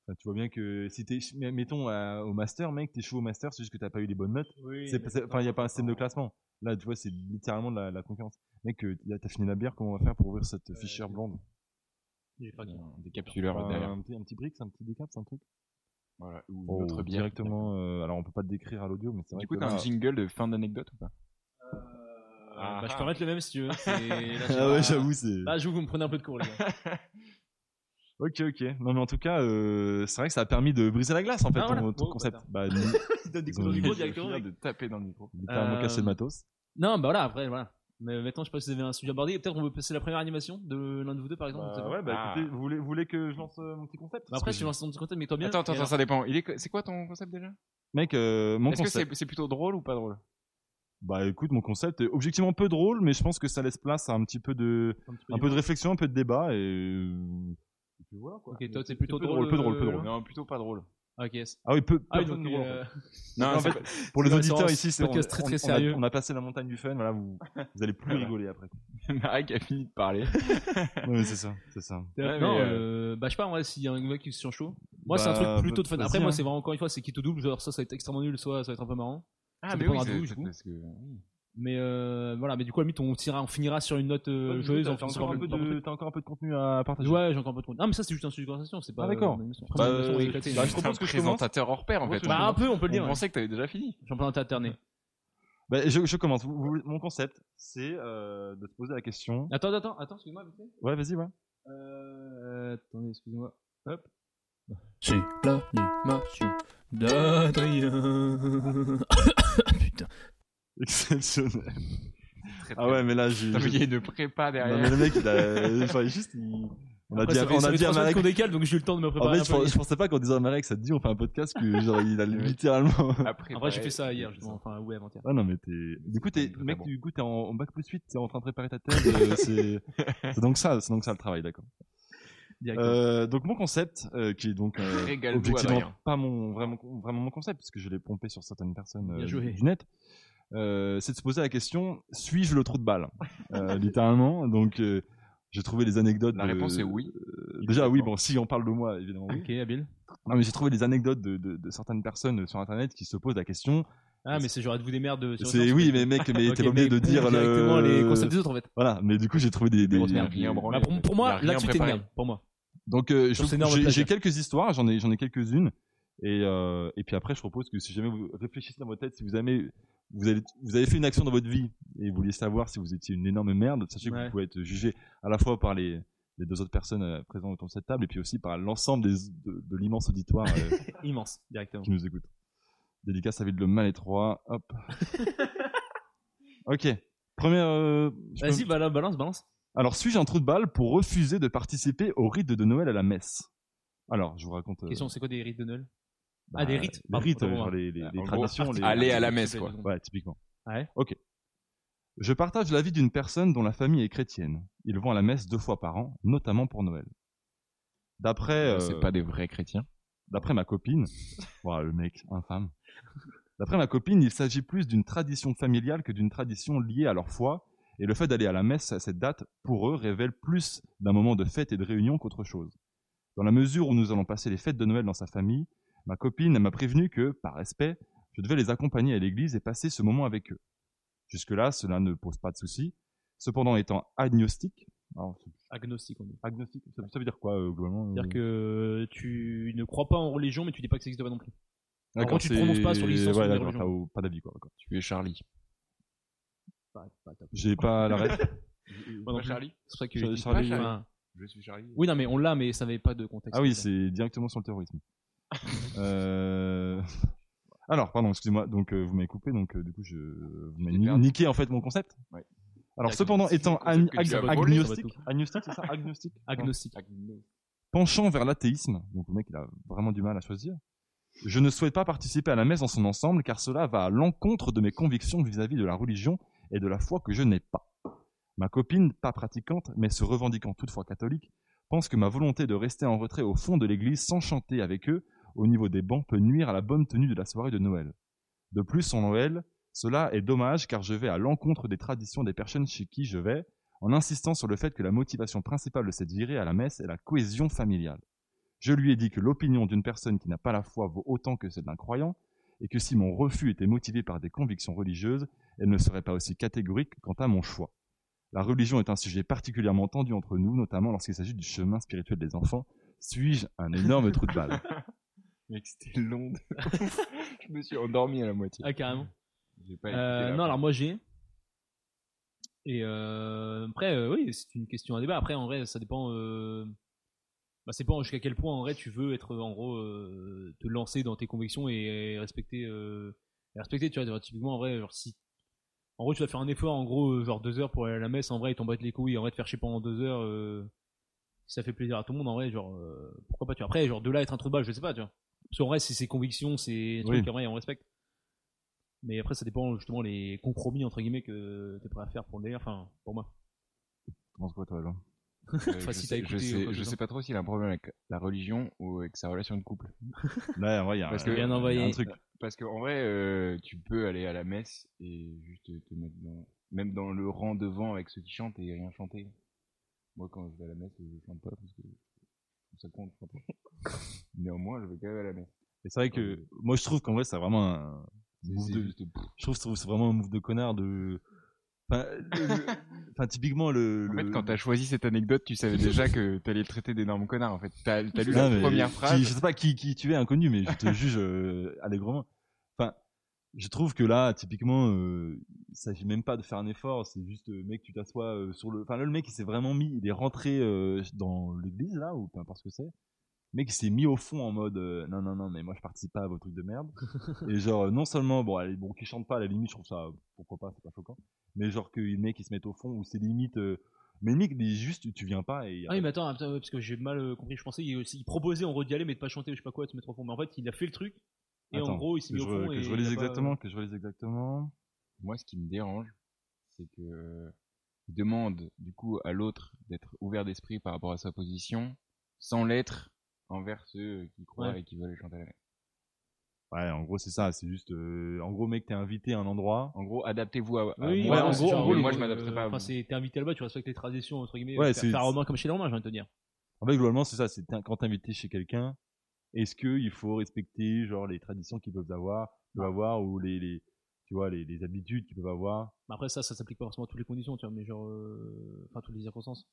enfin, tu vois bien que si t'es, mais- mettons à- au master, mec, t'es chaud au master, c'est juste que t'as pas eu les bonnes notes. C'est pas- c'est- Enfin, il n'y a pas un système de classement. Là, tu vois, c'est littéralement de la, la concurrence. Mec, euh, y a- t'as fini la bière, comment on va faire pour ouvrir cette fichière blonde
un décapsuleur
Enfin,
derrière.
un, petit, un petit brick, un petit décap, c'est un truc
Voilà, ou une autre
Oh,
bière.
Directement, euh, alors on peut pas te décrire à l'audio, mais c'est vrai
Du coup,
que
t'as
là- (laughs)
un jingle de fin d'anecdote ou pas
Ah, bah, je peux mettre le même si tu veux. C'est- là, je sais
Ah ouais,
pas.
j'avoue, c'est.
Là, je vous vous me prenez un peu de hein. cours, les gars.
Ok, ok. Non, mais en tout cas, euh, c'est vrai que ça a permis de briser la glace en fait,
Ah,
ton,
voilà.
ton
Oh,
concept.
bâtard.
Bah, nous-
Ils donnent des
coups dans le micro
Je viens de taper dans le micro.
littéralement
Euh,
caché le matos.
Non, bah voilà, après, voilà. Mais maintenant, je sais pas si vous avez un sujet abordé. Peut-être on peut passer la première animation de l'un de vous deux, par exemple. on sait pas.
bah, écoutez,
vous voulez, que je lance euh, mon petit concept
Bah, après, je te lance ton petit contact, mais toi bien.
Attends, attends,
Et
attends, ça dépend. Il est... co- C'est quoi ton concept déjà
Mec, euh, mon
Est-ce que
concept.
c'est c'est plutôt drôle ou pas drôle
Bah écoute, mon concept est objectivement peu drôle, mais je pense que ça laisse place à un petit peu de,
alors, petit
un peu de réflexion, un peu de débat et. euh, et puis voilà quoi.
Ok, toi, c'est plutôt
peu drôle, peu drôle, peu
euh,
drôle.
Non, plutôt pas drôle.
Ah, ok. yes.
Ah oui, peu,
Ah, oui,
personne
donc,
ne voit, en fait.
euh,
Non,
Non,
en
c'est
fait, pour les
une
auditeurs
référence,
ici, c'est
podcast
on-
très,
on-
très
on a-
sérieux. Ah,
On a, passé la montagne du fun, voilà, vous, vous allez plus
Voilà.
(laughs)
rigoler après.
pas Marek qui a fini de parler.
Oui, mais c'est ça, c'est ça.
Ouais,
non,
mais,
euh, bah je sais pas, ouais, s'il y a un mec qui se sent chaud. Moi, c'est un
Bah,
truc plutôt de fun.
vas-y,
Après, moi,
hein.
c'est vraiment encore une fois, c'est qui tout double. Genre, ça, ça va être extrêmement nul, soit ça va être un peu marrant.
Ah,
Ça
mais oui,
dépendra
c'est-
d'où,
c'est
du coup.
parce que-
Mais euh, voilà, mais du coup, à la limite, on, tirera, on finira sur une note euh,
Ouais,
joyeuse.
t'as-
On
t'as
finira
encore,
sur
un peu
par- par-
de- t'as encore un peu de contenu à partager.
Ouais, j'ai encore un peu de compte. Ah, mais ça, c'est juste un sujet de conversation, c'est pas.
Ah, d'accord.
euh, une émission.
Bah,
Après, une émission, on va
euh,
éclater.
bah,
Bah,
je
je
propose que je
présentateur hors pair en fait.
Bah, un peu, on peut
on
le dire. ouais.
pensait que t'avais déjà fini.
J'en parle alterné.
Bah, je, je commence. Vous- vous- mon concept, c'est euh, de se poser la question.
Attends, attends, attends, excuse-moi, vite fait.
Ouais, vas-y, ouais. (laughs)
Euh, attendez, excusez-moi. Hop.
C'est l'animation d'Adrien. Putain.
Exceptionnel. Ah ouais, mais là, j'ai.
T'as vu, il y
j'ai-
a une prépa
Non,
derrière.
mais le mec, il a. enfin, juste, il- On a
Après,
dit,
ça
à-
fait-
on
ça
a
fait
dit à
trois semaines
Marek.
qu'on décale, donc j'ai eu le temps de me
En
préparer.
fait,
un
je,
peu.
pense- je pensais pas qu'en disant à Marek, ça te dit, on fait un podcast que genre, il (laughs) a littéralement.
Après,
En vrai, j'ai fait ça hier, justement. Enfin, ouais, avant-hier.
Ah non, mais t'es. Du coup, t'es.
Très
Mec,
bon.
du coup, t'es en, en bac plus 8, t'es en train de préparer ta
(laughs)
thèse. euh, c'est c'est donc ça, c'est donc ça le travail, d'accord.
Direct.
Euh, donc mon concept, euh, qui est donc euh,
Régale-vous,
objectivement
Adrien.
pas mon vraiment vraiment mon concept, puisque je l'ai pompé sur certaines personnes
Bien
euh,
joué.
du net, euh, c'est de se poser la question suis-je le trou de balle
(laughs)
Euh, Littéralement. Donc euh, j'ai trouvé les anecdotes.
La
de-
réponse est oui.
euh, déjà oui, bon, si on parle de moi, évidemment. oui.
Ok, habile.
Non, mais j'ai trouvé les anecdotes de, de- de certaines personnes sur internet qui se posent la question.
Ah, mais c'est genre, vous des merdes. sur
C'est
Internet,
oui,
en fait.
mais mec,
(laughs)
mais
Ok,
t'es pas obligé
mais
de
pour
dire le-
directement les concepts des autres, en fait.
Voilà, mais du coup j'ai trouvé des. des-
Mais on a rien branlé.
Bah, pour, pour
Il a
moi,
rien
là-dessus, t'es une
préparé.
merde. Pour moi.
Donc euh,
Sur
je-
ces normes de
j'ai j'ai
plagiat.
quelques histoires, j'en ai, j'en ai quelques-unes. Et, euh, et puis après, je propose que si jamais vous réfléchissez dans votre tête, si vous avez, vous avez, vous avez fait une action dans votre vie et vous vouliez savoir si vous étiez une énorme merde, sachez que
Ouais.
vous pouvez être jugé à la fois par les, les deux autres personnes euh, présentes autour de cette table et puis aussi par l'ensemble des- de, de l'immense auditoire euh,
(laughs) Immense, directement.
qui nous écoute. Dédicace à Ville de Mal et Troyes,
(laughs)
Hop. ok. Première. euh, je peux-
Vas-y, bah, là, balance, balance.
alors, suis-je un trou de balle pour refuser de participer au rite de Noël à la messe Alors, je vous raconte. euh,
Question, c'est quoi des rites de Noël
bah,
ah, des rites
Des
Pardon,
rites, euh,
autant pour
genre
moi. Ah,
les, les-
En
les
gros,
traditions. les-
aller à la messe, quoi.
Ouais, typiquement.
Ouais.
Ok. Je partage l'avis d'une personne dont la famille est chrétienne. Ils vont à la messe deux fois par an, notamment pour Noël. D'après euh,
Ah,
C'est pas des vrais chrétiens.
d'après ma copine, Ouah, le mec infâme. D'après ma copine, il s'agit plus d'une tradition familiale que d'une tradition liée à leur foi, et le fait d'aller à la messe à cette date, pour eux, révèle plus d'un moment de fête et de réunion qu'autre chose. Dans la mesure où nous allons passer les fêtes de Noël dans sa famille, ma copine m'a prévenu que, par respect, je devais les accompagner à l'église et passer ce moment avec eux. Jusque-là, cela ne pose pas de souci. Cependant, étant agnostique, alors,
Agnostique, on dit.
agnostique, ça, ça veut dire quoi, euh, globalement euh,
C'est-à-dire que tu ne crois pas en religion, mais tu dis pas que ça existe pas non plus.
D'accord,
gros, tu te
c'est-
prononces pas sur l'existence
ouais,
de la
d'accord,
religion.
t'as- Pas d'avis, quoi. d'accord.
Tu es Charlie.
Pas, pas top.
J'ai pas la ref.
Moi non plus. C'est pour ça que.
Charlie-
Enfin,
Charlie-
Je suis Charlie.
Oui, non, mais on l'a, mais ça n'avait pas de contexte.
Ah oui, c'est directement sur le terrorisme. (laughs) Euh, Alors, pardon, excusez-moi. Donc, euh, vous m'avez coupé, donc euh, du coup, je vous m'avez
t'es
ni-
perdu.
niqué en fait mon concept.
Ouais.
Alors,
D'accord.
cependant,
C'est
étant
le concept que
ag-
tu as
ag-
ça
volé,
va
agnostique,
tout.
agnostique, c'est ça, agnostique,
Euh, Agnostique.
penchant vers l'athéisme. Donc, le mec, il a vraiment du mal à choisir. Je ne souhaite pas participer à la messe dans son ensemble, car cela va à l'encontre de mes convictions vis-à-vis de la religion et de la foi que je n'ai pas. Ma copine, pas pratiquante, mais se revendiquant toutefois catholique, pense que ma volonté de rester en retrait au fond de l'église sans chanter avec eux au niveau des bancs peut nuire à la bonne tenue de la soirée de Noël. De plus, en Noël, cela est dommage car je vais à l'encontre des traditions des personnes chez qui je vais, en insistant sur le fait que la motivation principale de cette virée à la messe est la cohésion familiale. Je lui ai dit que l'opinion d'une personne qui n'a pas la foi vaut autant que celle d'un croyant, et que si mon refus était motivé par des convictions religieuses, elle ne serait pas aussi catégorique quant à mon choix. La religion est un sujet particulièrement tendu entre nous, notamment lorsqu'il s'agit du chemin spirituel des enfants. Suis-je un énorme trou de (laughs) balle
Mec, c'était long. de (laughs) ouf. je me suis endormi à la moitié.
Ah, carrément.
J'ai pas
Euh,
écouté la
non,
fin.
alors moi j'ai. Et euh, après, euh, oui, c'est une question à débat. Après, en vrai, ça dépend. euh, Bah, c'est pas jusqu'à quel point en vrai tu veux être en gros euh, te lancer dans tes convictions et respecter. euh, et respecter, tu vois, genre, typiquement en vrai, genre si. En gros, tu vas faire un effort, en gros, euh, genre deux heures pour aller à la messe, en vrai, ils t'en battent les couilles, et en vrai, te faire chier pendant deux heures, euh, si ça fait plaisir à tout le monde, en vrai, genre, euh, pourquoi pas, tu vois. Après, genre, de là à être un trou de balle, je sais pas, tu vois. Parce qu'en vrai, c'est ses convictions, c'est
Oui.
trucs, en vrai, on respecte. Mais après, ça dépend justement les compromis entre guillemets que t'es prêt à faire pour le délire. Enfin, pour moi.
Tu penses quoi, toi, Jean
Euh, je,
Facile à
sais, je,
écouter,
sais,
quoi que
je
ce
sais pas trop s'il a un problème avec la religion ou avec sa relation de couple.
Là, en vrai, il Bah, y a un-
Parce que-
il y a
Bien envoyé.
un truc.
Parce que en vrai, euh, tu peux aller à la messe et juste te mettre dans, même dans le rang devant avec ceux qui chantent et rien chanter. Moi, quand je vais à la messe, je chante pas parce que ça compte. je chante
(laughs)
pas. Néanmoins, je vais quand même à la messe.
Et c'est vrai que moi, je trouve qu'en vrai, c'est vraiment un
C'est-
move
c'est
de-
juste- pff.
Je trouve que c'est vraiment un move de connard de. Enfin, le- le- enfin, typiquement, le.
En
le-
fait, quand t'as choisi cette anecdote, tu
(laughs)
savais déjà que t'allais le traiter d'énorme connard. En fait, t'as t'as lu
Non,
la
mais
première
qui-
phrase.
je sais pas qui, qui tu es, inconnu, mais je
(laughs)
te juge euh, allègrement. Enfin, je trouve que là, typiquement, euh, il s'agit même pas de faire un effort. C'est juste, euh, mec, tu t'assois euh, sur le. Enfin, là, le mec, il s'est vraiment mis. Il est rentré euh, dans l'église, là, ou peu importe ce que c'est. Le Mec, il s'est mis au fond en mode euh, non, non, non, mais moi, je participe pas à vos trucs de merde.
(laughs)
Et genre, euh, non seulement, bon, allez, bon, qu'il chante pas, à la limite, je trouve ça, pourquoi pas, c'est pas choquant. Mais genre, que les mecs, ils se mettent au fond, ou c'est limite. euh, mais le mec, il est juste, tu viens pas et. y a
Ah oui, mais attends, ah, putain, ouais, parce que j'ai mal euh, compris. Je pensais qu'il il proposait en redit aller, mais de pas chanter, ou je sais pas quoi, de se mettre au fond. Mais en fait, il a fait le truc. Et en
Attends,
gros, il s'est
que
mis
je,
au fond.
que
et
je
il
relise
a pas-
exactement, que je relise exactement.
Moi, ce qui me dérange, c'est que euh, il demande du coup à l'autre d'être ouvert d'esprit par rapport à sa position, sans l'être envers ceux qui croient
Ouais.
et qui veulent chanter à la messe.
Ouais, en gros, c'est ça, c'est juste, euh, en gros, mec, t'es invité à un endroit.
En gros, adaptez-vous à, à
Oui,
moi.
ouais, Ah, en
parce
gros,
que
en gros,
moi,
le-
je m'adapterai pas. à
Enfin,
vous.
c'est- t'es invité là-bas, tu respectes les traditions, entre guillemets. euh,
Ouais,
faire
c'est-
faire romain comme chez les romains, j'ai envie de te dire.
En fait, globalement, c'est ça, c'est t'in- quand t'es invité chez quelqu'un, est-ce que il faut respecter, genre, les traditions qu'ils peuvent avoir, qu'ils
Ah.
peuvent avoir, ou les, les, tu vois, les, les habitudes qu'ils peuvent avoir.
Mais après, ça, ça s'applique pas forcément à toutes les conditions, tu vois, mais genre. euh, Enfin, toutes les circonstances.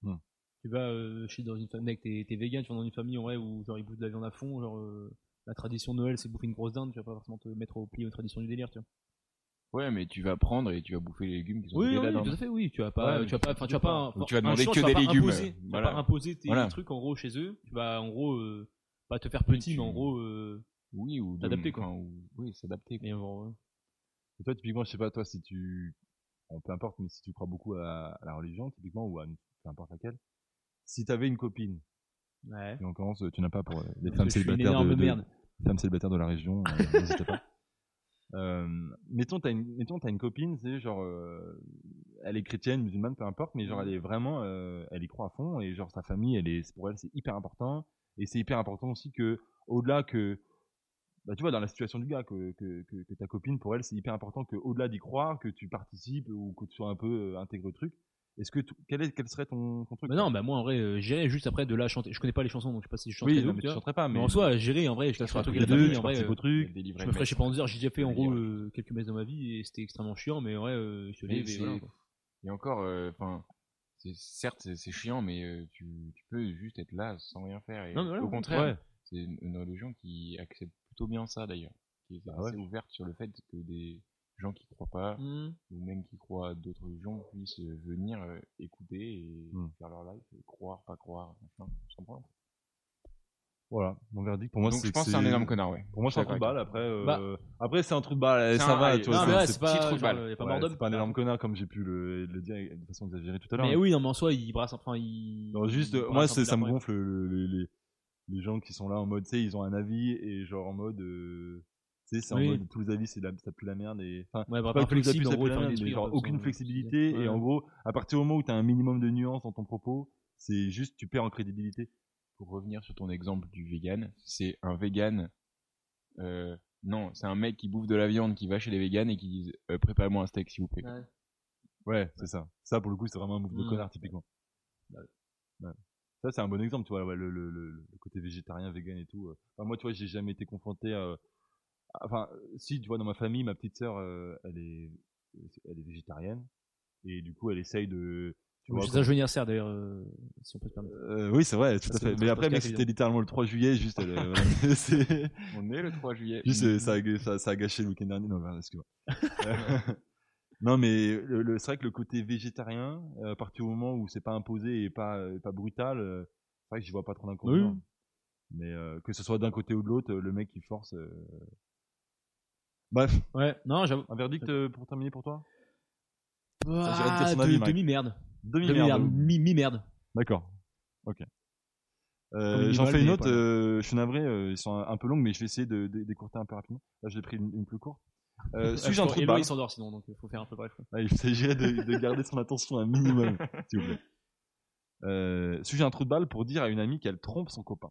Hmm.
Tu vas euh, chez dans une famille, mec, t'es t'es vegan, tu vas dans une famille en vrai où genre ils bouffent de la viande à fond, genre euh, la tradition de Noël c'est bouffer une grosse dinde, tu vas pas forcément te mettre au pli aux traditions du délire, tu vois.
Ouais, mais tu vas prendre et tu vas bouffer les légumes qui sont
Oui,
coupés
oui,
de la dinde.
tout à fait, oui. Tu vas pas,
Ouais,
tu vas pas, enfin, tu vas pas, un-
Ou tu vas
un
demander
choix,
que
tu vas
des
pas
légumes.
imposer- tu vas
Voilà.
pas imposer tes
Voilà.
trucs en gros chez eux. Tu vas en gros euh, pas te faire
Oui,
petit,
tu-
mais en gros. euh,
Oui, ou de-
Adapter, quoi.
enfin, ou- Oui, s'adapter. quoi.
mais bon, ouais.
Et toi, typiquement, je sais pas, toi, si tu, bon, peu importe, mais si tu crois beaucoup à, à la religion, typiquement, ou à une- peu importe laquelle, si t'avais une copine,
Ouais.
et en commence, tu n'as pas pour euh,
Parce
les
que
femmes
je suis une
célibataires de,
énorme
de,
merde.
femme célibataire de la région,
(laughs)
euh, n'hésitez pas. Euh, mettons, t'as une, mettons, t'as une copine, c'est genre, euh, elle est chrétienne, musulmane, peu importe, mais
Mm.
genre, elle est vraiment, euh, elle y croit à fond, et genre, sa famille, elle est, pour elle, c'est hyper important, et c'est hyper important aussi que, au-delà que, bah, tu vois, dans la situation du gars, que, que, que, que ta copine, pour elle, c'est hyper important que, au-delà d'y croire, que tu participes, ou que tu sois un peu euh, intégré au truc. Est-ce que, tu- quel, est, quel serait ton, ton truc
Bah non, bah moi en vrai, euh, j'irais juste après de la chanter. Je connais pas les chansons, donc je sais pas si je chante.
oui, non, mais tu chanterais pas,
mais en soi, j'irais en vrai. Je
Ça
kifferais un
sera
truc
tous
à la
les deux,
famille,
tu
en vrai.
participes
euh,
au truc,
Des livrets
Je
de
me ferais,
messe.
je sais pas, en dire, j'ai déjà fait en
Des
gros
livrets.
euh, quelques messes dans ma vie et c'était extrêmement chiant, mais ouais, euh, je te
Mais
lève et
c'est-
voilà, quoi.
Et encore, euh, enfin, c'est certes c'est- c'est chiant, mais euh, tu, tu peux juste être là sans rien faire. Et
Non, mais voilà,
au
ouais.
contraire,
Ouais.
c'est une, une religion qui accepte plutôt bien ça d'ailleurs, qui est
Ah ouais.
assez ouverte sur le fait que des gens qui croient pas
Hmm.
ou même qui croient à d'autres religions puissent euh, venir euh, écouter et
Hmm.
faire leur live, et croire, pas croire, machin. Tu comprends
Voilà, mon verdict pour moi
Donc
c'est
je pense que c'est un énorme connard, ouais.
Pour moi c'est un trou de
D'accord.
balle après euh,
Bah.
après c'est un trou de balle,
C'est
ça
un-
va,
allez,
tu vois,
Non,
c'est
mais
un
ouais,
petit
c'est pas,
trou de
genre,
balle.
y a pas
ouais,
mort d'homme.
c'est pas un énorme connard comme j'ai pu le, le dire de façon exagérée tout à l'heure.
Mais oui, non, mais en soi, il brasse, enfin, il.
Non, juste
il
euh,
brasse un
moi
peu
c'est ça me
d'argent.
gonfle le- le- les, les gens qui sont là en mode tu sais ils ont un avis et genre en mode euh, tu sais c'est
Oui.
en mode tous les avis c'est la ça pue la merde et enfin
Ouais, bah,
pas
pas
que ça pue,
flexible,
ça
en
pue
gros,
la
enfin,
merde,
des
mais
trucs,
genre
euh,
aucune
sont-
flexibilité
Ouais.
et en gros à partir du moment où tu as un minimum de nuance dans ton propos, c'est juste tu perds en crédibilité.
pour revenir sur ton exemple du vegan, c'est un vegan. euh, non, c'est un mec qui bouffe de la viande, qui va chez les vegans et qui dit euh, Préparez-moi un steak, s'il vous plaît.
Ouais.
Ouais, c'est ça. Ça, pour le coup, c'est vraiment un move de
Mm.
connard, typiquement. Ouais. Ça, c'est un bon exemple, tu vois, ouais, le, le, le, le côté végétarien, vegan et tout. euh. Enfin, moi, tu vois, j'ai jamais été confronté à... à- Enfin, euh, si, tu vois, dans ma famille, ma petite sœur, euh, elle est elle est végétarienne. Et du coup, elle essaye de... Tu
Je
vois,
suis un joyeux anniversaire d'ailleurs, euh, si on peut se permettre.
Euh, oui, c'est vrai, tout
Ça,
à
c'est
fait.
notre
Mais après,
podcast,
mec, c'était
évidemment.
littéralement le 3 juillet, juste... elle, euh, voilà. (laughs) C'est-
On est le 3 juillet.
Juste, euh,
Mm.
ça, a- ça, ça a gâché le week-end dernier. Non, pardon, excuse-moi. Euh,
(laughs)
(laughs) non, mais le, le- c'est vrai que le côté végétarien, euh, à partir du moment où c'est pas imposé et pas, euh, pas brutal, euh, c'est vrai que j'y vois pas trop d'inconvénients.
Oui.
Mais euh, que ce soit d'un côté ou de l'autre, euh, le mec qui force. euh, Bref,
Ouais, non, j'avoue.
un verdict euh, pour terminer pour toi j'irais te dire
Ah,
son avis, Mike.
demi-merde.
Demi-merde.
Demi-merde. Mi-merde.
D'accord. Ok. Euh,
Comme une
J'en
balle,
fais une
mais
autre.
pas là.
euh, je suis navré, euh, ils sont un, un peu longues, mais je vais essayer de de- décourter un peu rapidement. Là, j'ai pris une, une plus courte.
(laughs) Ah,
Euh, Suis-je un trou de
Eloi,
balle
il s'endort
Ah,
sinon, donc il faut faire un peu bref.
Ouais, il s'agirait de, de garder son attention un minimum, s'il vous plaît. Euh, sujet un trou de balle pour dire à une amie qu'elle trompe son copain.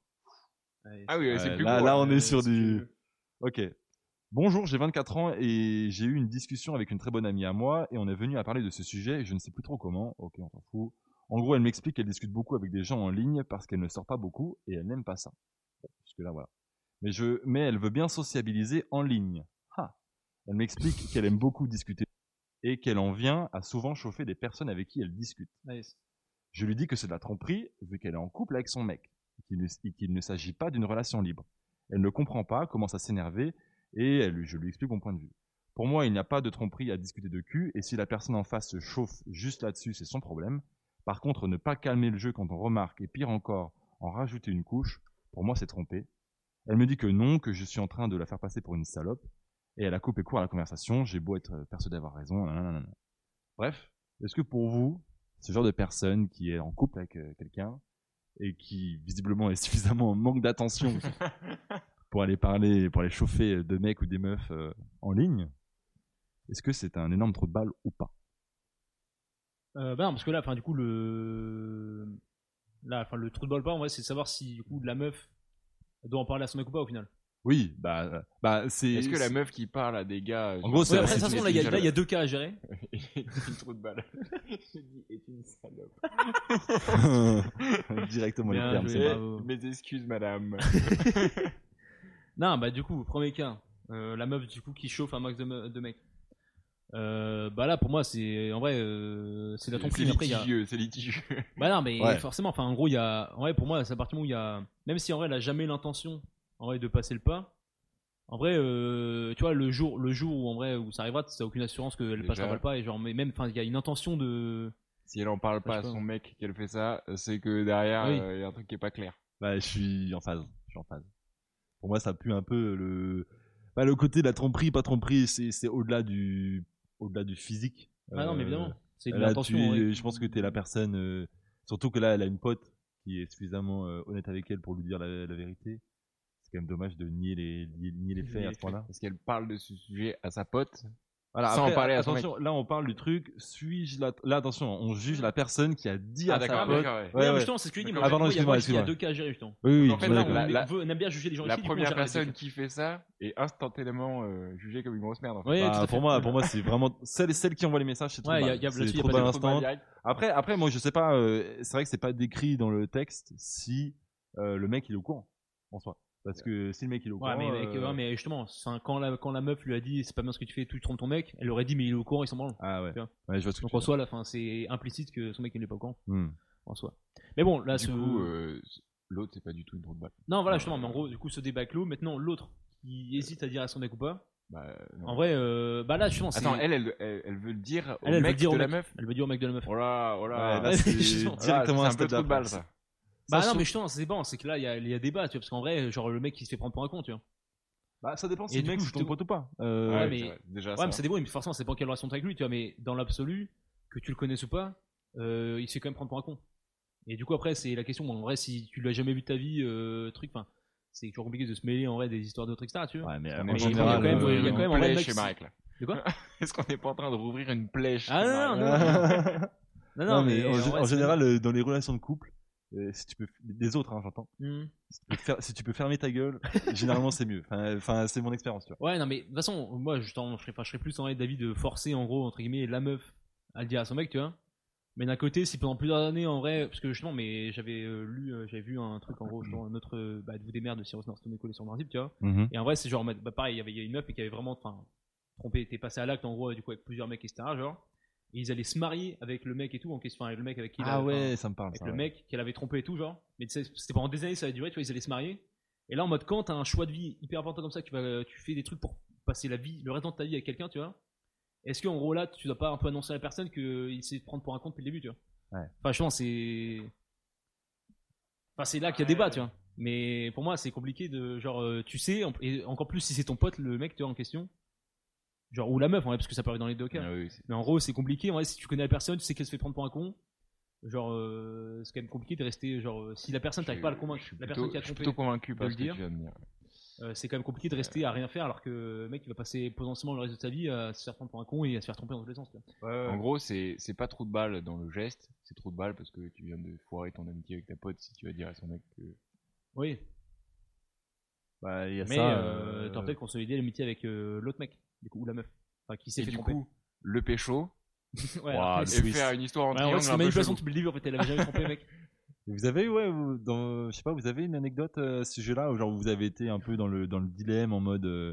Ah oui,
Ouais,
c'est plus
là,
court,
là,
hein.
on
Euh,
est sur du. Ok. Bonjour, j'ai 24 ans et j'ai eu une discussion avec une très bonne amie à moi et on est venu à parler de ce sujet et je ne sais plus trop comment. Ok, on s'en fout. En gros, elle m'explique qu'elle discute beaucoup avec des gens en ligne parce qu'elle ne sort pas beaucoup et elle n'aime pas ça. Bon, Jusque là, voilà. Mais, je... Mais elle veut bien sociabiliser en ligne. Ah. Elle m'explique qu'elle aime beaucoup discuter et qu'elle en vient à souvent chauffer des personnes avec qui elle discute. Je lui dis que c'est de la tromperie vu qu'elle est en couple avec son mec et qu'il ne, et qu'il ne s'agit pas d'une relation libre. Elle ne comprend pas, commence à s'énerver et elle- je lui explique mon point de vue. Pour moi, il n'y a pas de tromperie à discuter de cul et si la personne en face se chauffe juste là-dessus, c'est son problème. Par contre, ne pas calmer le jeu quand on remarque et pire encore, en rajouter une couche, pour moi, c'est tromper. Elle me dit que non, que je suis en train de la faire passer pour une salope et elle a coupé court à la conversation. J'ai beau être persuadé d'avoir raison. nanana. Bref, est-ce que pour vous, ce genre de personne qui est en couple avec euh, quelqu'un et qui visiblement est (laughs) suffisamment en manque d'attention
(laughs)
pour aller parler, pour aller chauffer de mecs ou des meufs euh, en ligne, est-ce que c'est un énorme trou de balle ou pas
Euh, bah non, parce que là, enfin, du coup, le. Là, enfin, le trou de balle pas, en vrai, c'est de savoir si, du coup, la meuf doit en parler à son mec ou pas au final.
Oui, bah, euh, bah c'est.
Est-ce que la meuf qui parle à des gars.
En gros,
Ouais,
c'est.
après, de toute
c'est-
façon, là, il y, a- là, (laughs) il y a deux cas à gérer.
est une trou
(laughs)
de balle. J'ai dit, est une salope.
(laughs) Directement les
Bien
termes.
joué.
c'est
Et-
bon.
bravo.
Mes excuses, madame.
Non, bah, du coup, premier cas, euh, la meuf, du coup, qui chauffe un max de, me- de mecs. Euh, bah là, pour moi, c'est. En vrai, euh, c'est de la
C'est
tromperie. mais Après, il y a.
litigieux,
(laughs)
c'est litigieux.
Bah non, mais
Ouais.
forcément, enfin, en gros, il y a. En vrai, pour moi, c'est à partir du moment où il y a. Même si en vrai, elle a jamais l'intention, en vrai, de passer le pas. En vrai, euh, tu vois, le jour, le jour où en vrai où ça arrivera, t'as aucune assurance qu'elle
Déjà.
passera pas le pas et genre, mais même, enfin, il y a une intention de.
Si elle en parle
Ah,
pas
je
à
sais pas.
son mec qu'elle fait ça, c'est que derrière, euh,
Oui.
il y a un truc qui est pas clair.
Bah, je suis en phase. Je suis en phase. Pour moi, ça pue un peu le. Bah, le côté de la tromperie, pas tromperie, c'est c'est au-delà du, au-delà du physique.
Ah non, mais
Euh,
évidemment, c'est de
Là,
l'intention.
tu-
en vrai.
je pense que t'es la personne. euh, surtout que là, elle a une pote qui est suffisamment euh, honnête avec elle pour lui dire la, la vérité. C'est quand même dommage de nier les, nier, nier les faits à
les
ce point-là.
Parce qu'elle parle de ce sujet à sa pote.
Voilà,
Sans en parler à son
attention, là, on parle du truc. Suis-je la... Là, attention, on juge la personne qui a dit à sa pote.
Ah, d'accord. ouais.
Mais non,
Ouais,
mais
ouais.
justement, c'est ce que je dis. moi,
Ah,
il y
pardon,
a-
excuse-moi,
Il y a
excuse-moi.
deux cas à gérer, justement.
Oui, oui,
En fait,
je suis
là,
d'accord.
la-
on
la-
veut- on aime bien juger les gens
La
ici, du coup, on
première
gère les deux
personne
cas.
qui fait ça est instantanément euh, jugée comme une grosse merde. en fait.
Ouais,
Bah,
tout à fait.
pour moi, pour moi, c'est vraiment celle, celle qui envoie les messages, c'est trop
Ouais, y a-
mal.
y a- là-dessus,
C'est
y a
trop
pas
mal
de-
Trop de
instant.
direct.
Après, après, moi, je sais pas. euh, c'est vrai que c'est pas décrit dans le texte si euh, le mec il est au courant en soi. Parce que si le mec il est au
Ouais,
courant.
mais, mec,
euh,
ouais, mais justement, enfin, quand, la, quand la meuf lui a dit c'est pas bien ce que tu fais, tu trompes ton mec, elle aurait dit mais il est au courant, il s'en branle.
Ah ouais.
Tu vois.
Ouais, je vois ce que
Donc
tu
en
veux
soi, là, enfin, c'est implicite que son mec il n'est pas au courant
dire. Hmm.
en soi. Mais bon, là,
du
ce...
coup, euh, l'autre, c'est pas du tout une trou de balle.
non, voilà, justement, mais en gros, du coup, ce débat est clos. Maintenant, l'autre qui hésite à dire à son mec ou pas,
Bah, euh, non.
en vrai, euh, bah là, justement, c'est-
Attends, elle, elle, elle, elle veut le dire au
Elle, elle veut
mec
le dire
de
au
la
mec.
meuf
elle veut dire au mec de la meuf.
Oh là, oh là.
Ouais, là, c'est
(laughs)
justement.
Ah,
directement un
c'est un peu
step
trop de
d'après.
balle, ça.
Bah
Ça,
non,
je
mais justement, c'est bon, c'est que là, il y a, il y a débat, tu vois, parce qu'en vrai, genre, le mec qui se fait prendre pour un con, tu vois.
Bah, ça dépend
Et
si le
du
mec
coup,
c'est ton
justement-
pote ou pas. Euh,
Ouais,
Ouais,
mais-
c'est vrai. déjà
Ouais,
ça.
mais c'est des mais forcément, c'est pas quelle relation t'as avec lui, tu vois, mais dans l'absolu, que tu le connaisses ou pas, euh, il se fait quand même prendre pour un con. Et du coup, après, c'est la question, bon, en vrai, si tu l'as jamais vu de ta vie, euh, truc, enfin, c'est toujours compliqué de se mêler en vrai des histoires d'autres, etc., tu vois.
Ouais, mais en
On est
mais
pas
il y
en
a
train
général,
quand même-
d'ouvrir
il y a
euh,
quand même
une
un mec
plèche
qui-
chez Marek, là.
De quoi
(laughs) Est-ce qu'on n'est pas en train de rouvrir une plèche
Ah,
chez
non,
Marek
non, non.
(laughs)
Non,
Non, mais en,
en
gé-
vrai,
en
c'est-
général, euh, dans les relations de couple, euh, si tu peux, des autres, hein, j'entends,
Hmm.
si tu peux fer- si tu peux fermer
(laughs)
ta gueule, généralement c'est mieux. Enfin, Enfin, c'est mon expérience, tu vois.
Ouais, non, mais de toute façon, moi, je, t'en- je serais, enfin, je serais plus en d'avis de forcer, en gros, entre guillemets, la meuf à le dire à son mec, tu vois. Mais d'un côté, si pendant plusieurs années, en vrai, parce que justement, mais j'avais euh, lu, euh, j'avais vu un truc, en gros, dans notre euh, bah, de vous des merdes de Cyrus Norton et collé sur Marzip, tu vois. Et en vrai, c'est genre, en mode, bah, pareil, il y avait il y a une meuf mais qui avait vraiment, enfin, trompé, était passée à l'acte, en gros, du coup, avec plusieurs mecs, etc., genre. Et ils allaient se marier avec le mec et tout, en question, avec le mec avec qui il
Ah
avait-
ouais, ça me parle.
avec
ça,
le
ouais.
mec qu'elle avait trompé et tout, genre. Mais tu sais, c'était pendant des années, ça a duré, tu vois, ils allaient se marier. Et là, en mode, quand t'as un choix de vie hyper important comme ça, que tu, vas, tu fais des trucs pour passer la vie, le reste de ta vie avec quelqu'un, tu vois. Est-ce qu'en gros là, tu dois pas un peu annoncer à la personne qu'il s'est prendre pour un compte depuis le début, tu vois
Ouais.
Enfin, je pense c'est. Enfin, c'est là qu'il y a débat, tu vois. Mais pour moi, c'est compliqué de. Genre, euh, tu sais, en- et encore plus si c'est ton pote, le mec, tu vois, en question. Genre, ou la meuf, en vrai, parce que ça peut arriver dans les deux cas.
Ah oui, c'est-
Mais en gros, c'est compliqué. En vrai, si tu connais la personne, tu sais qu'elle se fait prendre pour un con. Genre, euh, c'est quand même compliqué de rester. Genre, euh, si la personne t'arrive pas à le
je
convaincre,
suis
la
plutôt-
personne qui a
Je suis
trompé.
plutôt convaincu par
le
ce que
dire.
tu viens de dire.
euh, c'est quand même compliqué de rester à rien faire alors que le mec il va passer potentiellement le reste de sa vie à se faire prendre pour un con et à se faire tromper dans tous les sens. tu vois.
En gros, c'est c'est pas trop de balle dans le geste, c'est trop de balle parce que tu viens de foirer ton amitié avec ta pote si tu vas dire à son mec que.
Oui,
Bah, il y a
mais
ça.
euh,
euh,
t'aurais peut-être consolidé l'amitié avec euh, l'autre mec, du coup, ou la meuf, enfin, qui s'est
Et
fait
du
tromper.
coup, le pécho
(laughs) Ouais,
Ouah,
après,
le
et
c'est-
Suisse.
faire une histoire en
Ouais, en fait,
triangle
c'est
un
une
peu
manipulation,
chelou.
tu peux le livres, en fait, elle avait jamais trompé,
(laughs)
mec.
Vous avez, ouais, vous- dans, je sais pas, vous avez une anecdote euh, à ce sujet-là, où genre vous avez été un peu dans le, dans le dilemme en mode euh,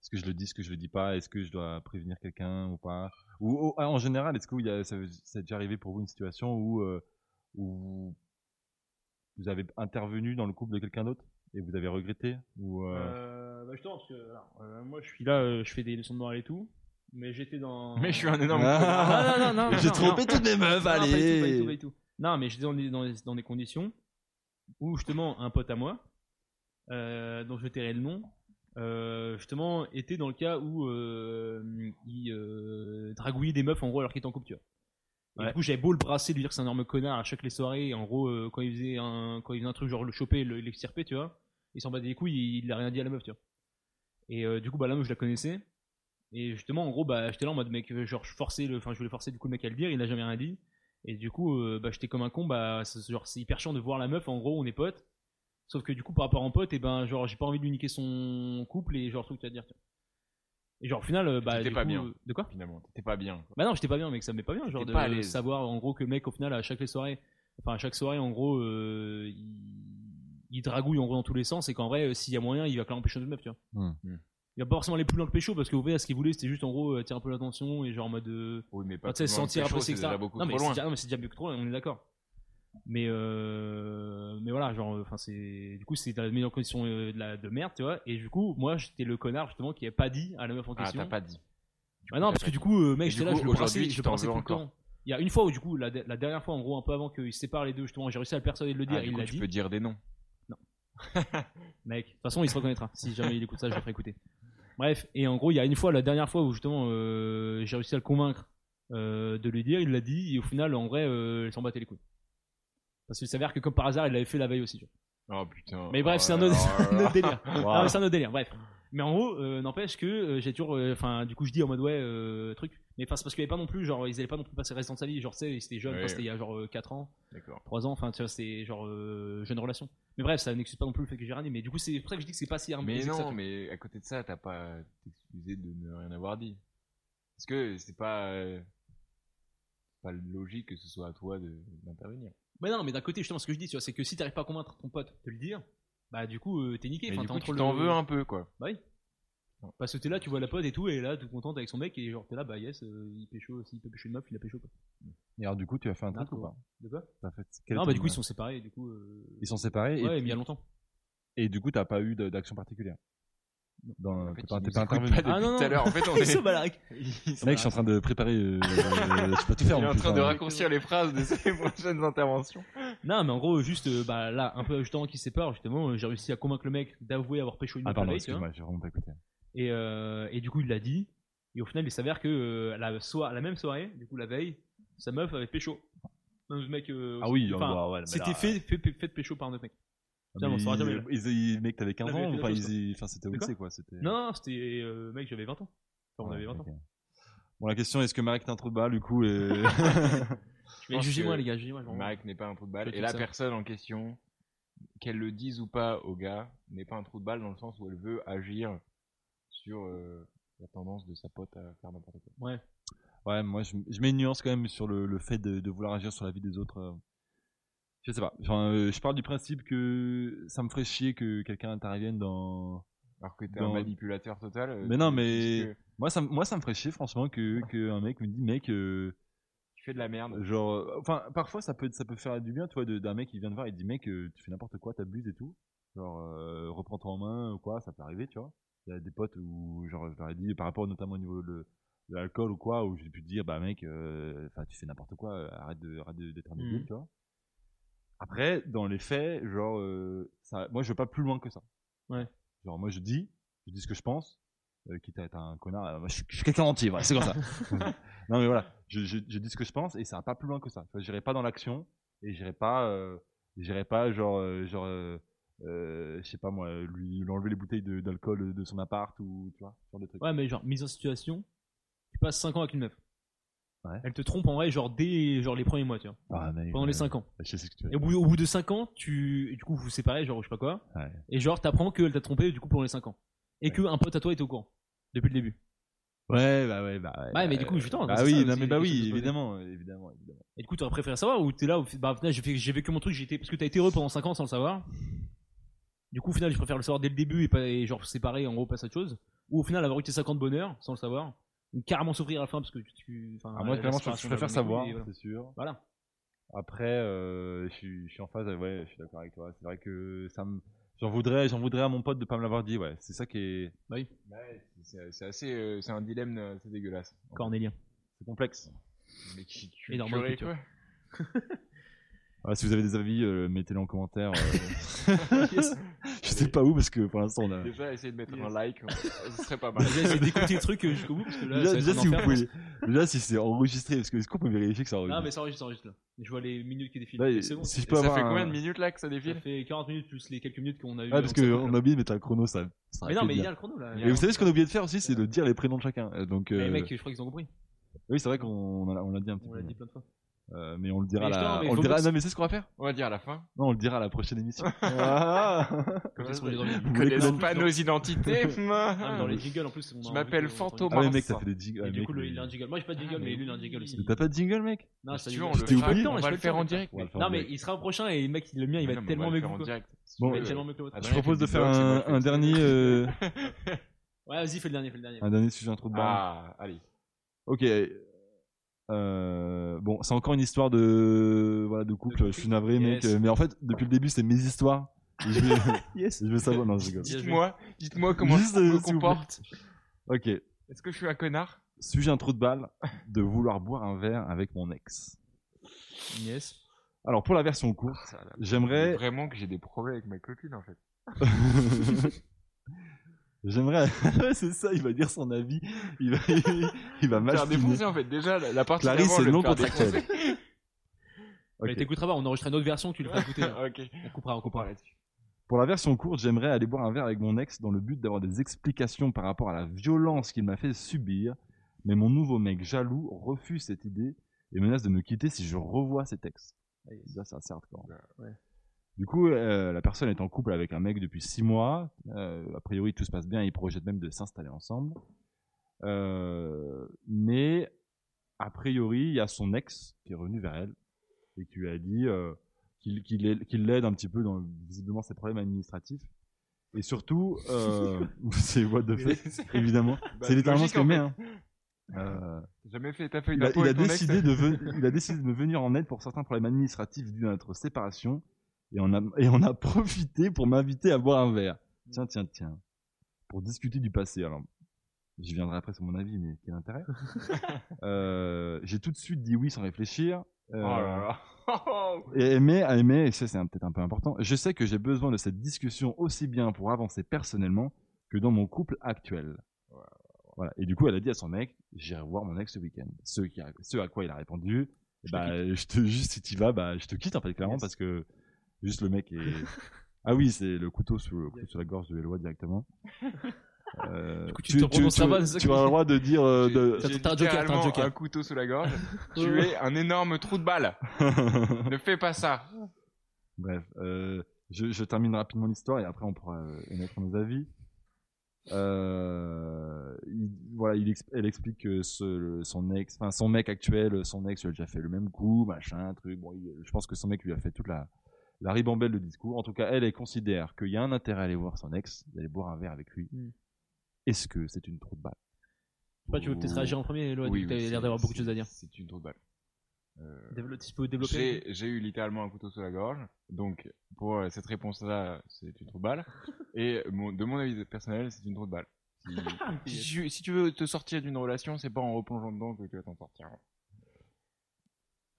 est-ce que je le dis, est-ce que je le dis pas, est-ce que je dois prévenir quelqu'un ou pas Ou ou, ah, en général, est-ce que vous- il y a, ça, ça est déjà arrivé pour vous une situation où, euh, où vous, vous avez intervenu dans le couple de quelqu'un d'autre et vous avez regretté ou, euh,
Euh, bah justement, parce que alors, euh, moi je suis là, euh, je fais des leçons de morale et tout, mais j'étais dans.
Mais je suis un énorme.
Ah,
Ah, non, non, non, non,
J'ai
non,
trompé toutes mes meufs,
Non,
allez
pas du tout, pas du tout, pas du tout. Non, mais j'étais dans des, dans, des, dans des conditions où justement un pote à moi, euh, dont je tairai le nom, euh, justement était dans le cas où euh, il euh, dragouillait des meufs en gros alors qu'il était en couple, tu vois. Et
Ouais.
du coup, j'avais beau le brasser, lui dire que c'est un énorme connard à chaque les soirées, et en gros, euh, quand, il faisait un, quand il faisait un truc genre le choper, le- l'extirper, tu vois, il s'en battait les couilles, il, il a rien dit à la meuf, tu vois. Et euh, du coup, bah, la meuf, je la connaissais. Et justement, en gros, bah, j'étais là en mode mec, euh, genre, je forçais le, enfin, je voulais forcer du coup le mec à le dire, il n'a jamais rien dit. Et du coup, euh, bah, j'étais comme un con, bah, c'est, genre, c'est hyper chiant de voir la meuf, en gros, on est potes. Sauf que du coup, par rapport en pote, et ben, genre, j'ai pas envie de lui niquer son couple et genre, truc à dire, tu vois. Et genre, au final, euh, bah.
T'étais
du
pas
coup,
bien.
euh, De quoi
Finalement, t'étais pas bien.
Bah non, j'étais pas bien, mec, ça me met pas bien, genre,
T'étais
de
pas à l'aise.
savoir, en gros, que le mec, au final, à chaque les soirées, enfin, à chaque soirée, en gros, euh, il, il dragouille, en gros, dans tous les sens, et qu'en vrai, euh, s'il y a moyen, il va clairement pécho de meuf, tu vois
Hmm.
il va pas forcément aller plus loin que Pécho parce que vous voyez, ce qu'il voulait, c'était juste en gros euh, attirer un peu l'attention et genre en mode. euh,
Oui, mais
Enfin,
pas
tu sais,
tout le monde
sentir
pécho,
apprécié,
c'est
etc.
déjà beaucoup
non, mais
trop
c'est
loin.
déjà- non, mais c'est déjà beaucoup trop loin, on est d'accord. Mais euh, mais voilà, genre, enfin c'est du coup c'est dans les meilleures conditions euh, de, la, de merde, tu vois. Et du coup, moi j'étais le connard justement qui avait pas dit à la meuf en
Ah,
question.
t'as pas dit.
Ah non, parce que du coup, euh, mec,
Et
j'étais
du
là,
coup,
je le
aujourd'hui,
brassais,
tu
je le
t'en
brassais
veux
tout le
encore.
temps. Il y a une fois où du coup, la, la dernière fois en gros, un peu avant qu'ils se séparent les deux, justement, j'ai réussi à le persuader de le dire,
Ah, du
il
coup,
l'a
tu
dit.
peux dire des noms.
Mec, de toute façon, il se reconnaîtra. si jamais il écoute ça, je le ferai écouter. Bref, et en gros, il y a une fois, la dernière fois où justement euh, j'ai réussi à le convaincre euh, de lui dire, il l'a dit, et au final, en vrai, euh, il s'en battait les couilles. Parce qu'il s'avère que comme par hasard, il l'avait fait la veille aussi. tu vois.
Oh putain.
Mais bref, c'est un
Oh là
autre, (laughs)
là.
un autre délire. Non, mais c'est un autre délire, bref. Mais en gros, euh, n'empêche que euh, j'ai toujours. euh, Enfin, du coup, je dis en mode ouais, euh, truc. Mais enfin, c'est parce qu'il n'y avait pas non plus, genre, ils n'allaient pas non plus passer le reste de sa vie. Genre, tu sais, c'était jeune,
Ouais.
enfin, c'était il y a genre 4 ans
D'accord.
3 ans, enfin tu vois, c'est genre euh, jeune relation. Mais bref, ça n'excuse pas non plus le fait que j'ai rien dit, mais du coup, c'est pour ça que je dis que c'est pas si
Mais
harmonisé que ça,
non,
tu
mais à côté de ça, t'as pas t'excusé de ne rien avoir dit. Parce que c'est pas euh, pas logique que ce soit à toi de- d'intervenir.
vois. Mais non, mais d'un côté, justement, ce que je dis, tu vois, c'est que si t'arrives pas à convaincre ton pote de le dire, bah du coup, euh, t'es niqué.
Mais
enfin,
du
t'es
coup,
entre
tu
le-
t'en veux hein. un peu, quoi.
Bah oui. Parce que t'es là, tu vois la pote et tout, et là, tout contente avec son mec, et genre t'es là, bah yes, euh, il pécho, s'il peut pécho une meuf, il a pécho quoi.
Et alors, du coup, tu as fait un truc
Narco.
ou pas
De quoi
T'as fait- quel
Non,
est
bah
ton-
du coup, ils sont séparés, du coup. euh,
ils sont séparés
Ouais, mais
et,
il y a longtemps.
et du coup, t'as pas eu de- d'action particulière. Dans,
En fait,
t'es pas,
ils
t'es pas
nous écoutent
intervenu.
pas
Ah, non,
depuis tout
non.
à l'heure.
(laughs)
En fait, on
(laughs) Ils
est,
(laughs)
sont balaraques.
Mec, je suis en train de
(laughs)
préparer. euh, euh, je peux tout
il est
faire en
en
plus,
train de
hein.
raccourcir les phrases de ses
(laughs)
(laughs) prochaines interventions.
Non, mais en gros, juste euh, bah là, un peu justement qui sépare, justement, euh, j'ai réussi à convaincre le mec d'avouer avoir pécho une meuf
Ah,
la
pardon,
veille, tu vois.
excuse-moi, j'ai vraiment pas écouté.
Et, euh, et du coup, il l'a dit. Et au final, il s'avère que euh, la, soir- la même soirée, du coup, la veille, sa meuf avait pécho. Un autre mec. euh,
Ah oui,
enfin,
bah, ouais, mais
c'était
là,
fait, fait, fait, fait pécho par un autre mec.
mais
Putain, on saura
ils-
jamais, là.
ils- ils- Mec, t'avais 15
Là,
ans
mais
ou pas
la chose,
ils- Enfin, c'était au
De quoi
lycée quoi. c'était-
Non, non, c'était. euh, mec, j'avais 20 ans. Enfin, on
Ouais,
avait 20
ok.
ans.
Bon, la question est-ce que Marek t'es un trou de balle du
(laughs)
coup et...
Mais
pense
jugez-moi,
que
les gars, jugez-moi. genre.
Marek n'est pas un trou de balle.
Peut-être
Et la
ça.
personne en question, qu'elle le dise ou pas au gars, n'est pas un trou de balle dans le sens où elle veut agir sur euh, la tendance de sa pote à faire n'importe quoi.
(laughs) Ouais, moi je, je mets une nuance quand même sur le, le fait de, de vouloir agir sur la vie des autres. euh. Je sais pas. Enfin, euh, je parle du principe que ça me ferait chier que quelqu'un intervienne dans.
Alors que t'es
Dans-
un manipulateur total. euh,
Mais non,
tu-
mais-
tu dis que
Moi, ça, me- moi, ça me ferait chier franchement que qu'un mec me dise mec. euh,
Tu fais de la merde.
Genre, euh, enfin, parfois ça peut, ça peut faire du bien, tu vois, de- d'un mec qui vient de voir et te dit mec, euh, tu fais n'importe quoi, t'abuses et tout. Genre, euh, reprends-toi en main ou quoi, ça peut arriver, tu vois. Il y a des potes où, genre, je leur ai dit, par rapport notamment au niveau de, de l'alcool ou quoi, où j'ai pu dire, bah mec, euh, enfin, tu fais n'importe quoi, euh, arrête de, arrête de- d'être un débile,
Mhm.
tu vois. Après, dans les faits, genre, euh, ça, moi je vais pas plus loin que ça.
Ouais.
Genre, moi je dis, je dis ce que je pense, euh, quitte à être un connard, euh, moi, je suis, je suis quelqu'un d'entier, voilà, c'est
(laughs)
comme ça. non mais voilà, je, je- je dis ce que je pense et ça va pas plus loin que ça. Tu vois, J'irai pas dans l'action et j'irai pas, euh, j'irai pas genre, euh, genre, euh, euh, je sais pas moi, lui, lui enlever les bouteilles de- d'alcool de, son appart ou tu vois, ce genre de trucs.
Ouais, mais genre, mise en situation, tu passes 5 ans avec une meuf.
Ouais.
Elle te trompe en vrai, genre dès genre, les premiers mois, tu vois.
Ah, mais,
Pendant les
euh,
5 ans.
Je sais ce que tu veux
Et au bout, au bout de 5 ans, tu, du coup, vous vous séparez, genre, je sais pas quoi.
Ouais.
Et genre, t'apprends qu'elle t'a trompé, du coup, pendant les 5 ans. Et que un pote à toi était au courant. Depuis le début.
Ouais, bah ouais, bah ouais.
Ouais, mais du coup, justement,
Bah
c'est
oui,
ça
non,
aussi,
mais bah
les choses
oui,
se posent.
évidemment, évidemment, évidemment.
Et du coup, t'aurais préféré savoir ou t'es là, au fi- bah, au final, j'ai fait- j'ai vécu mon truc, j'étais, parce que t'as été heureux pendant 5 ans sans le savoir. Du coup, au final, je préfère le savoir dès le début et, pas, et genre séparer, en gros, passer à autre chose. Ou au final, avoir eu tes 5 ans de bonheur sans le savoir. Ou carrément souffrir à la fin parce que tu- tu. enfin,
Ah, moi,
la
clairement, je,
séparation
je préfère
de la bonne
savoir,
écoute, et voilà.
c'est sûr.
Voilà.
Après, euh, je, suis, je suis en phase, avec- ouais, je suis d'accord avec toi. C'est vrai que ça me. J'en voudrais, j'en voudrais à mon pote de pas me l'avoir dit, ouais. C'est ça qui est.
Ouais, c'est c'est assez, euh, c'est un dilemme euh, assez dégueulasse.
Cornélien.
C'est complexe.
Mais qui tu
Énorme
curé,
culture.
quoi.
Ah, si vous avez des avis, euh, mettez-les en
(laughs)
commentaire. euh. (laughs) je sais pas où parce que pour l'instant, on a.
(laughs) Déjà, essayer de mettre
Yes.
un like, euh, ce
(laughs)
serait pas mal.
Déjà, essayez d'écouter le truc euh, jusqu'au bout parce que là, ça
Déjà,
va être
déjà,
un
si vous
enfer, je pense.
pouvez. Déjà, si c'est enregistré, parce que est-ce qu'on peut vérifier que ça
Non,
enregistre
mais ça enregistre, ça enregistre là. Je vois les minutes qui défilent.
Là,
C'est bon.
si je peux
Ça
avoir
fait
un-
combien de minutes là que ça
Ça
défile
fait 40 minutes plus les quelques minutes qu'on a eu.
Ah, parce qu'on a oublié de mettre un chrono, ça. ça
Mais
aurait
non,
été
mais il y
bien.
a le chrono là.
Et vous savez ce qu'on a oublié de faire aussi, c'est de dire les prénoms de chacun. Euh, Donc,
Mais
euh,
Les mecs, je crois qu'ils ont compris.
oui, c'est vrai qu'on a- on l'a dit un petit
On
peu,
l'a dit plein de fois.
Euh, mais on le dira. à
Mais
la-
justement, mais
on le
faut
dira.
pas-
Non, mais c'est ce qu'on va faire.
On va dire à la fin.
Non, on le dira à la
(laughs)
prochaine émission. Ah.
Comme ça,
Ouais,
sur les
ouais.
ordi.
Vous
Ils connaissent
Non,
pas
non.
nos
(laughs)
identités.
Ah, mais
moi.
Dans les jingles en plus. on a
Je
envie
m'appelle
de-
Fantomas.
Ah ouais, mec, t'as fait des jingles.
Et
Ah,
du
mec,
coup, le-
mais-
il a un jingle. Moi, j'ai pas de jingle, mais lui, il a un jingle aussi.
Mais T'as pas de jingle, mec
Non,
Si
ça
tu
lui-
veux, on
je
le
t'ai
fera.
oublié.
fait.
oublié.
On va le faire en direct.
On va le faire
Non,
en
mais
direct.
il sera prochain et le mec, le mien, il va
Non,
être
mais
tellement
on
mieux
le
que
faire en
vous, quoi.
direct.
Il
Bon, euh,
va
Ouais,
être tellement mieux que le vôtre.
Je
Adrien,
propose
tu
de
me
faire
boxes, moi,
un,
je fais
un
le
dernier, euh, (laughs)
Ouais, vas-y, fais le dernier, fais le dernier.
un dernier sujet, un trou de balle.
Ah, allez.
Ok. Euh, bon, c'est encore une histoire de voilà de couple. Je suis navré, mec.
Yes.
euh, Mais en fait, depuis le début, c'est mes histoires. Et (laughs) Je vais,
(laughs) Yes.
je vais savoir. Non, je rigole.
Bien joué.
Dites-moi, dites-moi comment
Juste,
je me
euh, s'il vous plaît.
comporte.
Ok.
Est-ce que je suis un connard
Sujet un trou de balle de vouloir boire un verre avec mon ex.
Yes.
Alors pour la version courte,
Ça, là,
j'aimerais
Vraiment que j'ai des problèmes avec ma copine en fait.
j'aimerais (laughs) c'est ça, il va dire son avis, il va (laughs) il va mal
Faire
finir.
défoncer en fait. Déjà, la la partie
Clarisse,
d'avant, je
c'est
vais me
non
faire
contractuel.
défoncer.
(laughs)
Mais
Ok.
t'écouteras pas, on enregistrera une autre version, tu le feras écouter. là.
Ah, Ok.
On coupera, on
On
coupera.
parle là-dessus.
Pour la version courte, j'aimerais aller boire un verre avec mon ex dans le but d'avoir des explications par rapport à la violence qu'il m'a fait subir, mais mon nouveau mec jaloux refuse cette idée et menace de me quitter si je revois cet ex. Ouais, Ça, c'est assez hardcore.
ouais.
Du coup, euh, la personne est en couple avec un mec depuis 6 mois. Euh, a priori, tout se passe bien. Ils projettent même de s'installer ensemble. Euh, mais, a priori, il y a son ex qui est revenu vers elle et qui lui a dit euh, qu'il qu'il l'aide- qu'il l'aide un petit peu dans visiblement ses problèmes administratifs. Et surtout, euh, (laughs) c'est what the
(laughs)
fuck, évidemment. c'est littéralement ce
Bah, logique, en
qu'elle met. (laughs) Hein. Euh,
T'as jamais fait ta feuille
il a,
d'impôt
il a
avec ton ex,
décidé de (laughs) ven- il a décidé de me venir en aide pour certains problèmes administratifs dus à notre séparation et on a, et on a (laughs) profité pour m'inviter à boire un verre. Tiens, tiens, tiens. Pour discuter du passé. Alors, j'y viendrai après sur mon avis, mais quel
(laughs)
intérêt Euh, J'ai tout de suite dit oui sans réfléchir. Euh,
Oh là là.
et aimer, à aimer, et ça c'est un- peut-être un peu important, je sais que j'ai besoin de cette discussion aussi bien pour avancer personnellement que dans mon couple actuel. Voilà. Et du coup, elle a dit à son mec, j'irai voir mon ex ce week-end. Ce, qui a- ce à quoi il a répondu, bah, je te, juste si tu vas, bah, je te quitte en fait clairement
Yes.
parce que juste
(laughs)
le mec est... ah oui, c'est le couteau sous, le couteau sous la gorge de Eloi
(laughs)
directement. Euh,
Du coup, tu te prononceras pas, c'est ça
tu
que-
auras le droit de dire... euh,
(laughs) T'as-
(laughs) de-
J'ai- j'ai
t'as un joker, t'as un
littéralement
joker. Oh.
un couteau sous la gorge. tu es un énorme trou
(laughs)
de balle. ne fais pas ça.
Bref, euh, je, je termine rapidement l'histoire et après on pourra euh, émettre nos avis. Euh, il- voilà, il ex- elle explique que ce- le- son ex, enfin son mec actuel, son ex lui a déjà fait le même coup, machin, truc. Bon, il- je pense que son mec lui a fait toute la, la ribambelle de discours. En tout cas, elle, elle considère qu'il y a un intérêt à aller voir son ex, d'aller boire un verre avec lui.
Mm.
Est-ce que c'est une trou de balle
Toi, tu veux peut-être réagir en premier, Eloi,
Oui,
t'as
oui,
l'air
c'est-
d'avoir beaucoup de
c'est-
choses à dire.
C'est une trou de balle. Euh,
Développe- Tu peux développer.
J'ai j'ai eu littéralement un couteau sous la gorge. Donc, pour euh, cette réponse-là, c'est une trou de balle. Et mon- de mon avis personnel, c'est une trou de balle. Si, si tu, si tu veux te sortir d'une relation, c'est pas en replongeant dedans que tu vas t'en sortir.
Ah,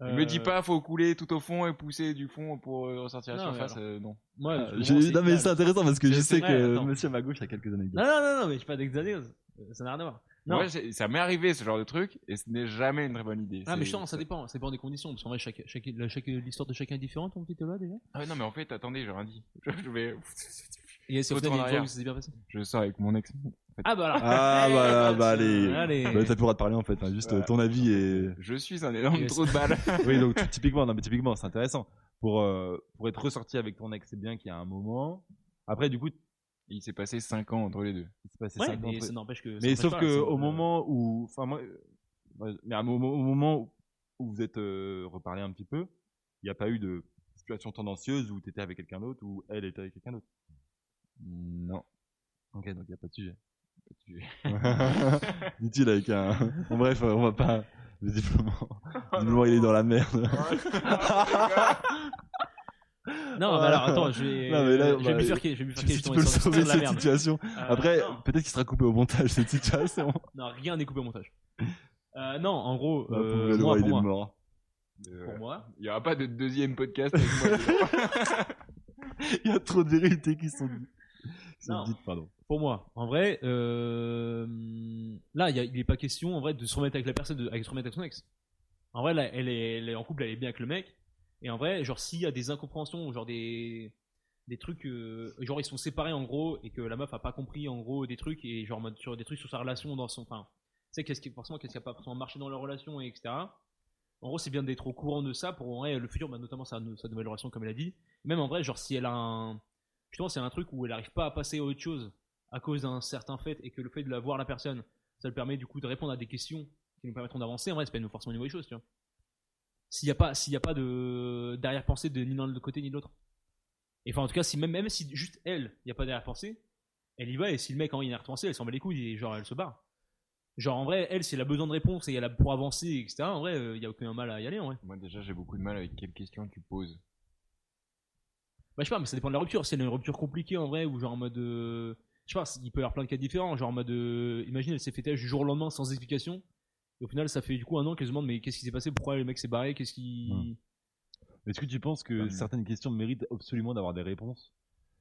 Euh.
Ne Me dis pas, faut couler tout au fond et pousser du fond pour euh, ressortir à la
Non, mais
surface.
alors-
euh, non.
Moi, je
Ah, J'ai-
commence,
Non mais
égal.
c'est intéressant parce que je
C'est-
sais
c'est vrai,
que
attends.
monsieur à ma gauche a quelques anecdotes.
Non, non, non, non, mais je suis pas d'exagérer, Euh, ça n'a rien à voir.
Mais ouais, c'est- ça m'est arrivé ce genre de truc et ce n'est jamais une très bonne idée.
Ah, mais
C'est-
je sens, ça dépend, ça dépend des conditions. Parce qu'en vrai, chaque, chaque, la- chaque- l'histoire de chacun est différente, ton petit là déjà.
Ah, non, mais en fait, attendez, j'ai rien dit. (laughs) Je, je vais.
Et c'est au
Retour
final, il y a une fois
en arrière.
où ça s'est bien passé.
Je sors avec mon ex.
Ah, bah alors.
Ah, voilà, bah allez.
Allez.
Bah, T'as plus le droit de parler en fait, hein, juste
Voilà.
euh, ton avis et.
Je suis un énorme
Yes.
trou de
(laughs)
balle.
oui, donc ty- typiquement, non, mais typiquement, c'est intéressant. Pour, euh, pour être ressorti avec ton ex, c'est bien qu'il y a un moment. Après, du coup,
Il s'est passé 5 ans entre les deux.
il s'est passé
Ouais,
cinq ans
mais
entre-
ça n'empêche que. ça
Mais
n'empêche
sauf
pas,
que
ça-
au moment où, enfin moi, euh, ouais, mais à mo- au, moment où- où vous êtes euh, reparlé un petit peu, il n'y a pas eu de situation tendancieuse où tu étais avec quelqu'un d'autre ou elle était avec quelqu'un d'autre.
Non.
Ok, donc il n'y a pas de sujet. (laughs)
Dit-il avec un. Bon, bref, euh, on va pas.
(laughs)
Visiblement.
Oh
Visiblement, il est dans la merde.
Non, mais alors attends, je vais.
Non, mais là,
je vais
bah,
bifurquer, je vais
Tu, tu
bifurquer. justement,
peux le
histoire de
sauver
sortir de
cette
la merde.
situation.
Ah,
Euh,
Après,
non.
peut-être qu'il sera coupé au montage cette (laughs) situation.
Non, rien n'est coupé au montage. Euh, non, en gros,
Bah,
euh,
Paul
moi,
Valois, il
pour,
est
moi,
(laughs)
mort.
pour moi,
(laughs) Il n'y aura pas de deuxième podcast avec moi.
Il y a trop de vérités qui sont dites. Qui sont
Non.
dites, pardon.
pour moi, en vrai, euh, là, il y a- il n'est pas question en vrai de se remettre avec la personne, de, avec se remettre avec son ex. En vrai, là, elle est, elle est en couple, elle est bien avec le mec. Et en vrai, genre, s'il y a des incompréhensions, ou genre des, des trucs, euh, genre ils sont séparés en gros, et que la meuf a pas compris en gros des trucs, et genre en mode sur des trucs sur sa relation dans son, enfin, tu sais qu'est-ce qui forcément qu'est-ce qui a pas forcément marché dans leur relation et etc. En gros, c'est bien d'être au courant de ça pour en vrai, le futur, bah, notamment sa, sa nouvelle relation comme elle a dit. Même en vrai, genre si elle a un, justement, c'est un truc où elle arrive pas à passer à autre chose à cause d'un certain fait et que le fait de la voir la personne, ça lui permet du coup de répondre à des questions qui nous permettront d'avancer. En vrai, c'est pas forcément une mauvaise chose, tu vois. S'il n'y a pas, s'il y a pas de d'arrière-pensée de ni l'un de côté ni de l'autre. Et enfin, en tout cas, si même, même si juste elle, il n'y a pas d'arrière-pensée, elle y va et si le mec en a une arrière-pensée, elle s'en bat les couilles et genre elle se barre. Genre en vrai, elle, si elle a besoin de réponse et elle a pour avancer, etc., en vrai, euh, il n'y a aucun mal à y aller en vrai.
moi, déjà, j'ai beaucoup de mal avec quelles questions tu poses.
Bah, je sais pas, mais ça dépend de la rupture. C'est une rupture compliquée en vrai, ou genre en mode. euh, je sais pas, il peut y avoir plein de cas différents. Genre en mode. euh, imagine, elle s'est fait têche du jour au lendemain sans explication. Et au final, ça fait du coup un an qu'elle se demande, mais qu'est-ce qui s'est passé Pourquoi le mec s'est barré Qu'est-ce qui.
Ouais. Est-ce que tu penses que
Hum.
certaines questions méritent absolument d'avoir des réponses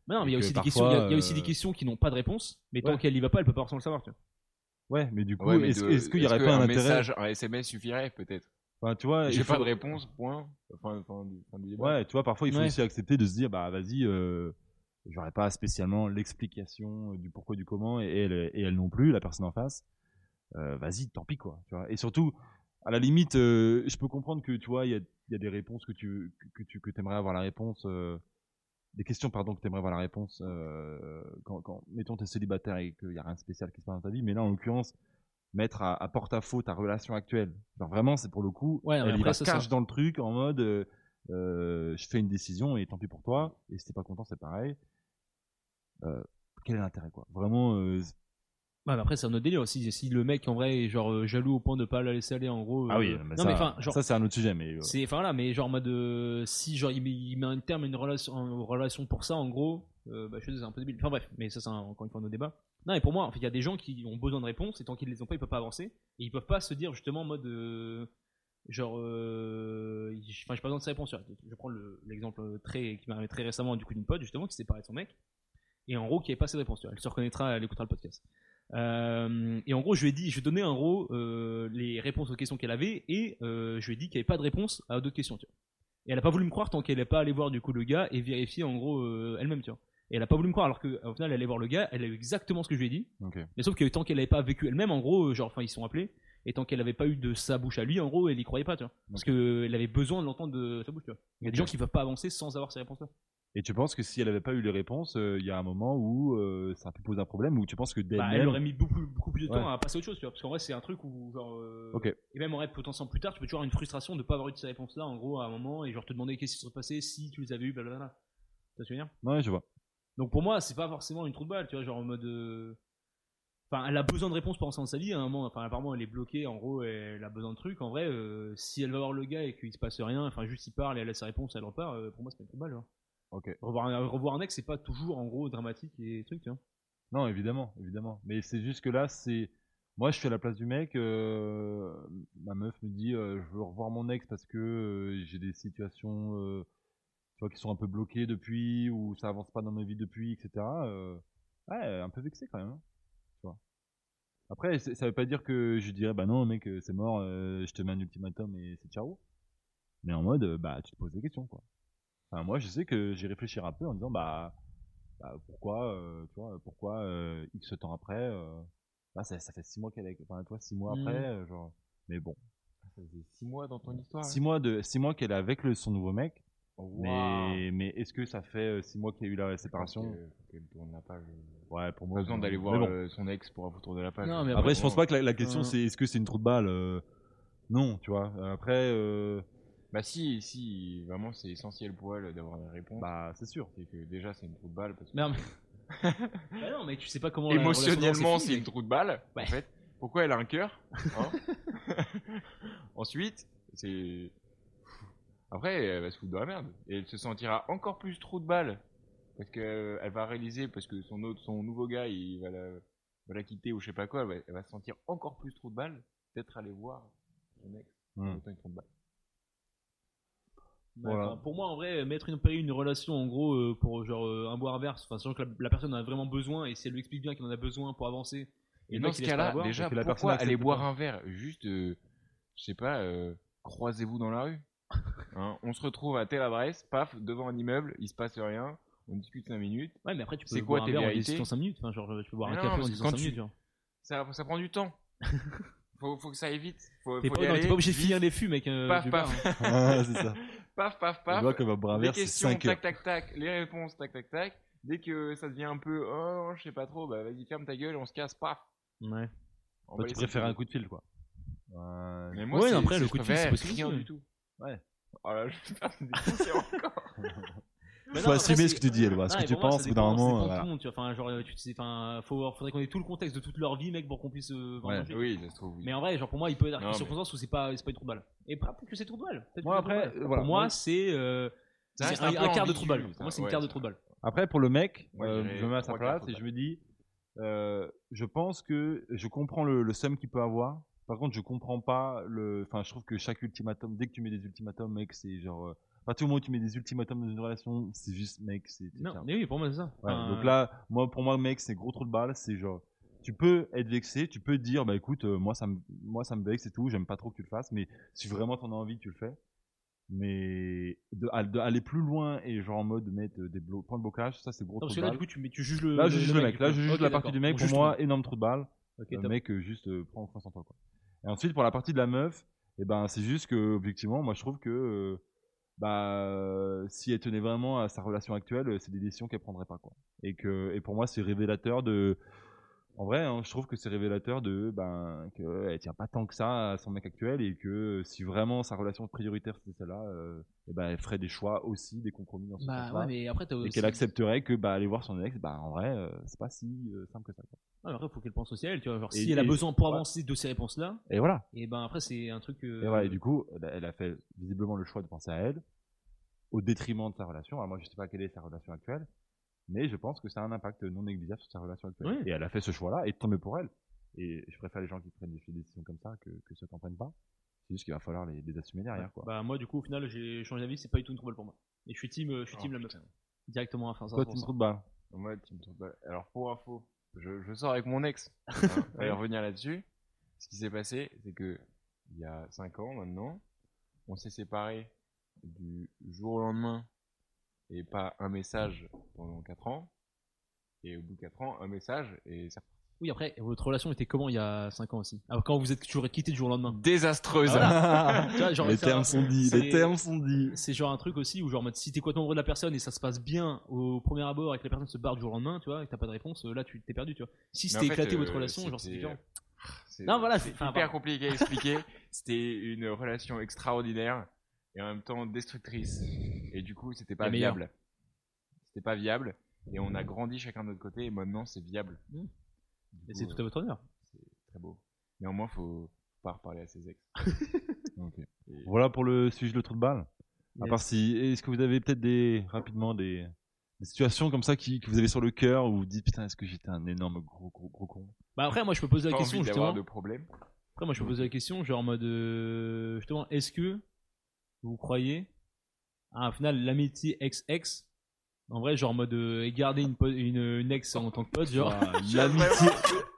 Bah non, mais il y a
Et
aussi
que
des questions, il y a- il y a
parfois,
aussi des
euh,
questions qui n'ont pas de réponse, mais tant
ouais.
qu'elle y va pas, elle peut pas forcément le savoir, tu vois.
Ouais, mais du coup,
Ah Ouais, mais
est-ce
de-
est-ce qu'il n'y
est-ce
aurait pas un,
qu'un
intérêt
message, un SMS suffirait peut-être
Enfin, tu vois,
J'ai
il faut-
pas de réponse, point. Fin, fin du, fin du débat.
Ouais, tu vois, parfois il faut
Ouais.
aussi accepter de se dire, bah vas-y, euh, j'aurais pas spécialement l'explication euh, du pourquoi, du comment, et elle, et elle non plus, la personne en face. Euh, vas-y, tant pis quoi. Tu vois. Et surtout, à la limite, euh, je peux comprendre que tu vois, il y a, il y a des réponses que tu que tu que t'aimerais avoir la réponse, euh, des questions pardon que t'aimerais avoir la réponse euh, quand, quand mettons t'es célibataire et qu'il y a rien de spécial qui se passe dans ta vie, mais là en l'occurrence mettre à, à porte-à-faux ta relation actuelle. Genre vraiment, c'est pour le coup,
Ouais, mais
elle y
après,
va
ça,
cache
ça-
dans le truc en mode. euh, euh, je fais une décision et tant pis pour toi. Et si t'es pas content, c'est pareil. Euh, quel est l'intérêt, quoi Vraiment, euh,
Ouais, mais après, c'est un autre délire aussi. Si le mec en vrai est genre euh, jaloux au point de pas la laisser aller, en gros. euh,
Ah mais
non,
ça,
mais enfin, genre,
ça c'est un autre sujet, mais euh,
C'est enfin là, mais genre en mode euh, si genre il met, il met un terme à une relation, une relation pour ça en gros, euh, bah, je suis désolé, c'est un peu débile. Enfin bref, mais ça c'est un- encore une fois nos débats. Non et pour moi, en fait, il y a des gens qui ont besoin de réponses et tant qu'ils les ont pas, ils peuvent pas avancer et ils peuvent pas se dire justement en mode euh, genre euh, j- enfin j'ai pas besoin de sa réponse. Je prends le- l'exemple très qui m'est arrivé très récemment du coup d'une pote justement qui s'est séparée de son mec et en gros qui avait pas ses réponses. tu vois. Elle se reconnaîtra, elle écoutera le podcast. Euh, et en gros, je lui ai dit, je lui ai donné en gros euh, les réponses aux questions qu'elle avait et euh, je lui ai dit qu'il n'y avait pas de réponse à d'autres questions. Tu vois. Et elle a pas voulu me croire tant qu'elle n'est pas allée voir du coup le gars et vérifier en gros euh, elle-même. Tu vois. Et elle a pas voulu me croire alors qu'au final, elle allait voir le gars, elle a eu exactement ce que je lui ai dit.
Ok.
Mais sauf que tant qu'elle n'avait pas vécu elle-même, en gros, euh, genre, enfin, ils se sont appelés. Et tant qu'elle n'avait pas eu de sa bouche à lui, en gros, elle y croyait pas, tu vois. Parce qu'elle avait besoin de l'entendre de sa bouche, tu vois. Il y a des gens qui ne peuvent pas avancer sans avoir ces réponses-là.
Et tu penses que si elle avait pas eu les réponses, euh, il y a un moment où euh, ça a pu poser un problème, où tu penses que
Bah, elle
d'elle-même.
aurait mis beaucoup, beaucoup plus de temps
Ouais.
à passer à autre chose, tu vois, parce qu'en vrai, c'est un truc où, genre, euh,
Ok.
et même en vrai, potentiellement plus tard, tu peux toujours avoir une frustration de pas avoir eu de ces réponses-là, en gros, à un moment, et genre te demander qu'est-ce qui se serait passé si tu les avais eu, blablabla. Tu vois ce que je veux dire
Ouais, je vois.
Donc pour moi, c'est pas forcément une trou de balle, tu vois, genre en mode. euh, Enfin, elle a besoin de réponses pour ensemble sa vie, à un moment, enfin, apparemment, elle est bloquée, en gros, elle a besoin de trucs, en vrai, euh, si elle va voir le gars et qu'il se passe rien, enfin, juste il parle et elle a sa réponse, elle repart, euh, pour moi, c'est pas une trou de balle, genre.
Ok.
Revoir un, revoir un ex, c'est pas toujours, en gros, dramatique et truc, tu vois.
Non, évidemment, évidemment. Mais c'est juste que là, c'est. Moi, je suis à la place du mec. euh, Ma meuf me dit euh, Je veux revoir mon ex parce que euh, j'ai des situations euh, tu vois, qui sont un peu bloquées depuis, ou ça avance pas dans ma vie depuis, etc. Euh, Ouais, un peu vexé quand même. hein. Tu vois. Après, c'est- ça veut pas dire que je dirais, bah non, mec, euh, c'est mort, euh, je te mets un ultimatum et c'est ciao. Mais en mode, euh, bah, tu te poses des questions, quoi. Enfin, moi, je sais que j'y réfléchir un peu en disant, bah, bah, pourquoi, euh, tu vois, pourquoi euh, X temps après, euh, bah, ça, ça fait 6 mois qu'elle est, enfin, toi, 6 mois
Mhm.
après, euh, genre, mais bon.
Ça faisait 6 mois dans ton histoire.
6 mois de, six mois qu'elle est avec le, son nouveau mec,
Mais
mais, mais est-ce que ça fait 6 mois qu'il y a eu la séparation?
Qu'elle tourne la page. euh,
Ouais, pour
Pas
moi.
besoin
non.
d'aller voir
Mais bon.
euh, son ex pour tourner la page.
Non, mais
Après, je pense pas
vraiment.
que la, la question
Euh.
c'est est-ce que c'est une trou de balle euh, Non, tu vois. Après, euh,
Bah si, si, vraiment c'est essentiel pour elle d'avoir une réponse.
bah c'est (laughs) sûr.
C'est que déjà c'est une trou de balle parce que
Non, mais... Bah non, mais tu sais pas comment. la relation
émotionnellement
d'avant s'est
c'est une
finie,
trou de balle en
Ouais.
fait. Pourquoi elle a un cœur
(laughs)
hein (laughs) Ensuite, c'est après elle va se foutre dans la merde et elle se sentira encore plus trou de balle parce que euh, elle va réaliser parce que son autre son nouveau gars il va la, va la quitter ou je sais pas quoi, elle va, elle va se sentir encore plus trou de balle, peut-être aller voir son ex.
Hmm.
autant une trou de balle.
mais,
Voilà.
Ben, enfin, Pour moi, en vrai, mettre une péril une relation, en gros, euh, pour genre euh, un boire un verre, enfin, sachant que la, la personne en a vraiment besoin et si elle lui explique bien qu'elle en a besoin pour avancer.
Et
le
dans
mec,
ce
il laisse pas
cas-là,
l'avoir,
déjà,
parce que la personne
pourquoi aller
accepte
boire
pas.
un verre Juste, euh, je sais pas, euh, croisez-vous dans
(laughs)
la rue. Hein, on se retrouve à telle adresse, paf, devant un immeuble, il se passe rien, on discute 5 minutes.
Ouais, mais après, tu
C'est
peux
quoi
boire un
tes
verre en
vérités
discutant 5 minutes. Enfin, genre, tu peux boire
Mais
un
non,
café en
parce que
discutant
quand
5
tu-
minutes. genre.
Ça, ça prend
(laughs)
du temps. faut, faut que ça aille vite. Faut,
T'es
faut
pas,
y
non, t'es
aller.
pas obligé de
vite.
finir les fûts, mec. euh,
Paf,
du bar,
paf.
hein.
Ah, c'est ça.
(laughs) Paf, paf,
Je
paf.
vois que ma
Des
bravière c'est
questions,
5 heures.
tac, tac, tac. Les réponses, tac, tac, tac. Dès que ça devient un peu, oh, je sais pas trop, bah vas-y, ferme ta gueule, on se casse, paf.
Ouais.
On
Toi,
va
tu
laisser
préfères
tomber.
un coup de fil, quoi. Ouais.
Mais moi,
Ouais,
c'est-
après,
c'est-
le
je
coup de fil, c'est
préfère
possible
rien
aussi, ouais.
du tout.
Ouais.
Oh là, (laughs) je vais faire des
(laughs)
conseils encore.
Mais
Faut
non,
assumer
après,
ce que tu dis, Eloi,
Ah,
ce que
et
tu
pour moi,
penses,
ça
au bout d'un
dépend- ça
moment.
dépend de
voilà.
tout le monde, tu vois. Enfin, genre, tu sais, enfin, faut, faudrait qu'on ait tout le contexte de toute leur vie, mec, pour qu'on puisse. euh, vraiment
Ouais.
juger.
Oui, ça se trouve. oui.
Mais en vrai, genre pour moi, il peut y avoir
Non,
une
mais-
circonstance où c'est pas, c'est pas une trou de balle. Et pas- peut-être que c'est trou de balle. Peut-être
Moi,
que c'est
après,
trou de balle.
euh, voilà,
pour moi,
moi-
c'est euh,
Ça
c'est
reste
un,
peu
un quart de
ambigu,
trou de balle.
ça.
Pour moi, c'est une
Ouais,
quart de
ça.
trou de balle.
Après, pour le mec,
Moi,
euh,
j'irais
je me mets à sa
trois quarts
place
au
et
bac.
je me dis, euh, je pense que je comprends le, le seum qu'il peut avoir. Par contre, je comprends pas le. Enfin, je trouve que chaque ultimatum, dès que tu mets des ultimatums, mec, c'est genre. euh, À partir du moment où tu mets des ultimatums dans une relation, c'est juste, mec, c'est.
Non, mais oui, pour moi, c'est ça.
Ouais,
Enfin, euh,
donc là, moi, pour moi, mec, c'est gros trou de balle. C'est genre, tu peux être vexé, tu peux dire, bah écoute, euh, moi, ça me, moi, ça me vexe et tout, j'aime pas trop que tu le fasses, mais si vraiment t'en as envie, tu le fais. Mais de, à- de- aller plus loin et genre en mode mettre euh, des blo points de blocage, ça, c'est gros
non, parce
trou
que
de
là,
balle.
du coup, tu, mets- tu juges le.
Là, je juge le mec. Là, je juge
Ok,
la partie
d'accord.
du mec.
On
Pour
juge
moi,
tout.
énorme trou de balle.
Ok,
Le
top.
mec, euh, juste, euh, prends confiance en toi. Quoi. Et ensuite, pour la partie de la meuf, et ben, c'est juste que, objectivement, moi, je trouve que euh, bah, euh, si elle tenait vraiment à sa relation actuelle, euh, c'est des décisions qu'elle prendrait pas. Quoi. Et, que, et pour moi, c'est révélateur de. En vrai, hein, je trouve que c'est révélateur de ben, qu'elle tient pas tant que ça à son mec actuel et que euh, si vraiment sa relation prioritaire c'était celle-là, euh, eh ben, elle ferait des choix aussi, des compromis dans ce
Bah
sens-là.
ouais, mais après, t'as
Et
aussi-
qu'elle accepterait que bah, aller voir son ex, bah, en vrai, euh, c'est pas si euh, simple que ça. quoi.
Ouais, mais après, faut qu'elle pense aussi à elle, tu vois. Genre,
Et-
si elle a
et-
besoin pour
ouais.
avancer de ces réponses-là,
Et voilà.
et ben après, c'est un truc. euh,
Et voilà, et du coup, elle a, elle a fait visiblement le choix de penser à elle, au détriment de sa relation. Alors moi, je sais pas quelle est sa relation actuelle, mais je pense que ça a un impact non négligeable sur sa relation actuelle.
Oui.
Et elle a fait ce choix-là, et tant mieux pour elle. Et je préfère les gens qui prennent des décisions comme ça que, que ceux qui n'en prennent pas. C'est juste qu'il va falloir les, les assumer derrière, quoi.
Bah, moi, du coup, au final, j'ai changé d'avis, c'est pas du tout une trou de balle pour moi. Et je suis team, euh, je suis
Oh,
team la meuf. Directement à fin, ça.
Toi, tu me trouves pas
Moi, tu me trouves pas- Alors, pour info, je, je sors avec mon (laughs) ex. hein. On va y revenir là-dessus. Ce qui s'est passé, c'est que il y a 5 ans maintenant, on s'est séparés du jour au lendemain et pas un message pendant 4 ans. Et au bout de 4 ans, un message et ça
Oui, après, votre relation était comment il y a 5 ans aussi Alors, quand vous êtes toujours quitté du jour au
(laughs)
lendemain
désastreuse.
Ah, Tu vois, genre,
les
ça-
termes sont dits,
c'est-
les termes sont dits.
c'est genre un truc aussi où genre en mode, si t'es quoi nombreux de la personne et ça se passe bien au premier abord et que la personne se barre du jour au lendemain tu vois et que t'as pas de réponse euh, là tu t'es perdu tu vois si
Mais
c'était
en fait,
éclaté votre
euh,
relation genre c'est
c'était-
différent
(sighs) C'est-
Non, voilà,
c'est
c'est- enfin,
hyper
Ah, pardon.
compliqué à expliquer. (laughs) C'était une relation extraordinaire et en même temps destructrice. Et du coup, c'était pas
La meilleure.
viable. C'était pas viable. Et on a grandi chacun de notre côté et maintenant c'est viable.
Mmh.
Du
et
coup,
c'est tout à votre honneur
euh, c'est très beau. Néanmoins, faut pas reparler à ses ex.
Voilà pour le sujet le trou de balle. À
Yes.
part si, est-ce que vous avez peut-être des rapidement des, des situations comme ça qui, que vous avez sur le cœur où vous dites putain est-ce que j'étais un énorme gros gros gros con
bah après moi je peux poser la
pas
question
envie d'avoir
justement
de problème.
après moi je peux poser la question genre en mode euh, justement est-ce que vous croyez à un final l'amitié ex ex En vrai, genre, en mode euh, garder une, po- une, une ex en tant que pote, genre. (laughs)
L'amitié,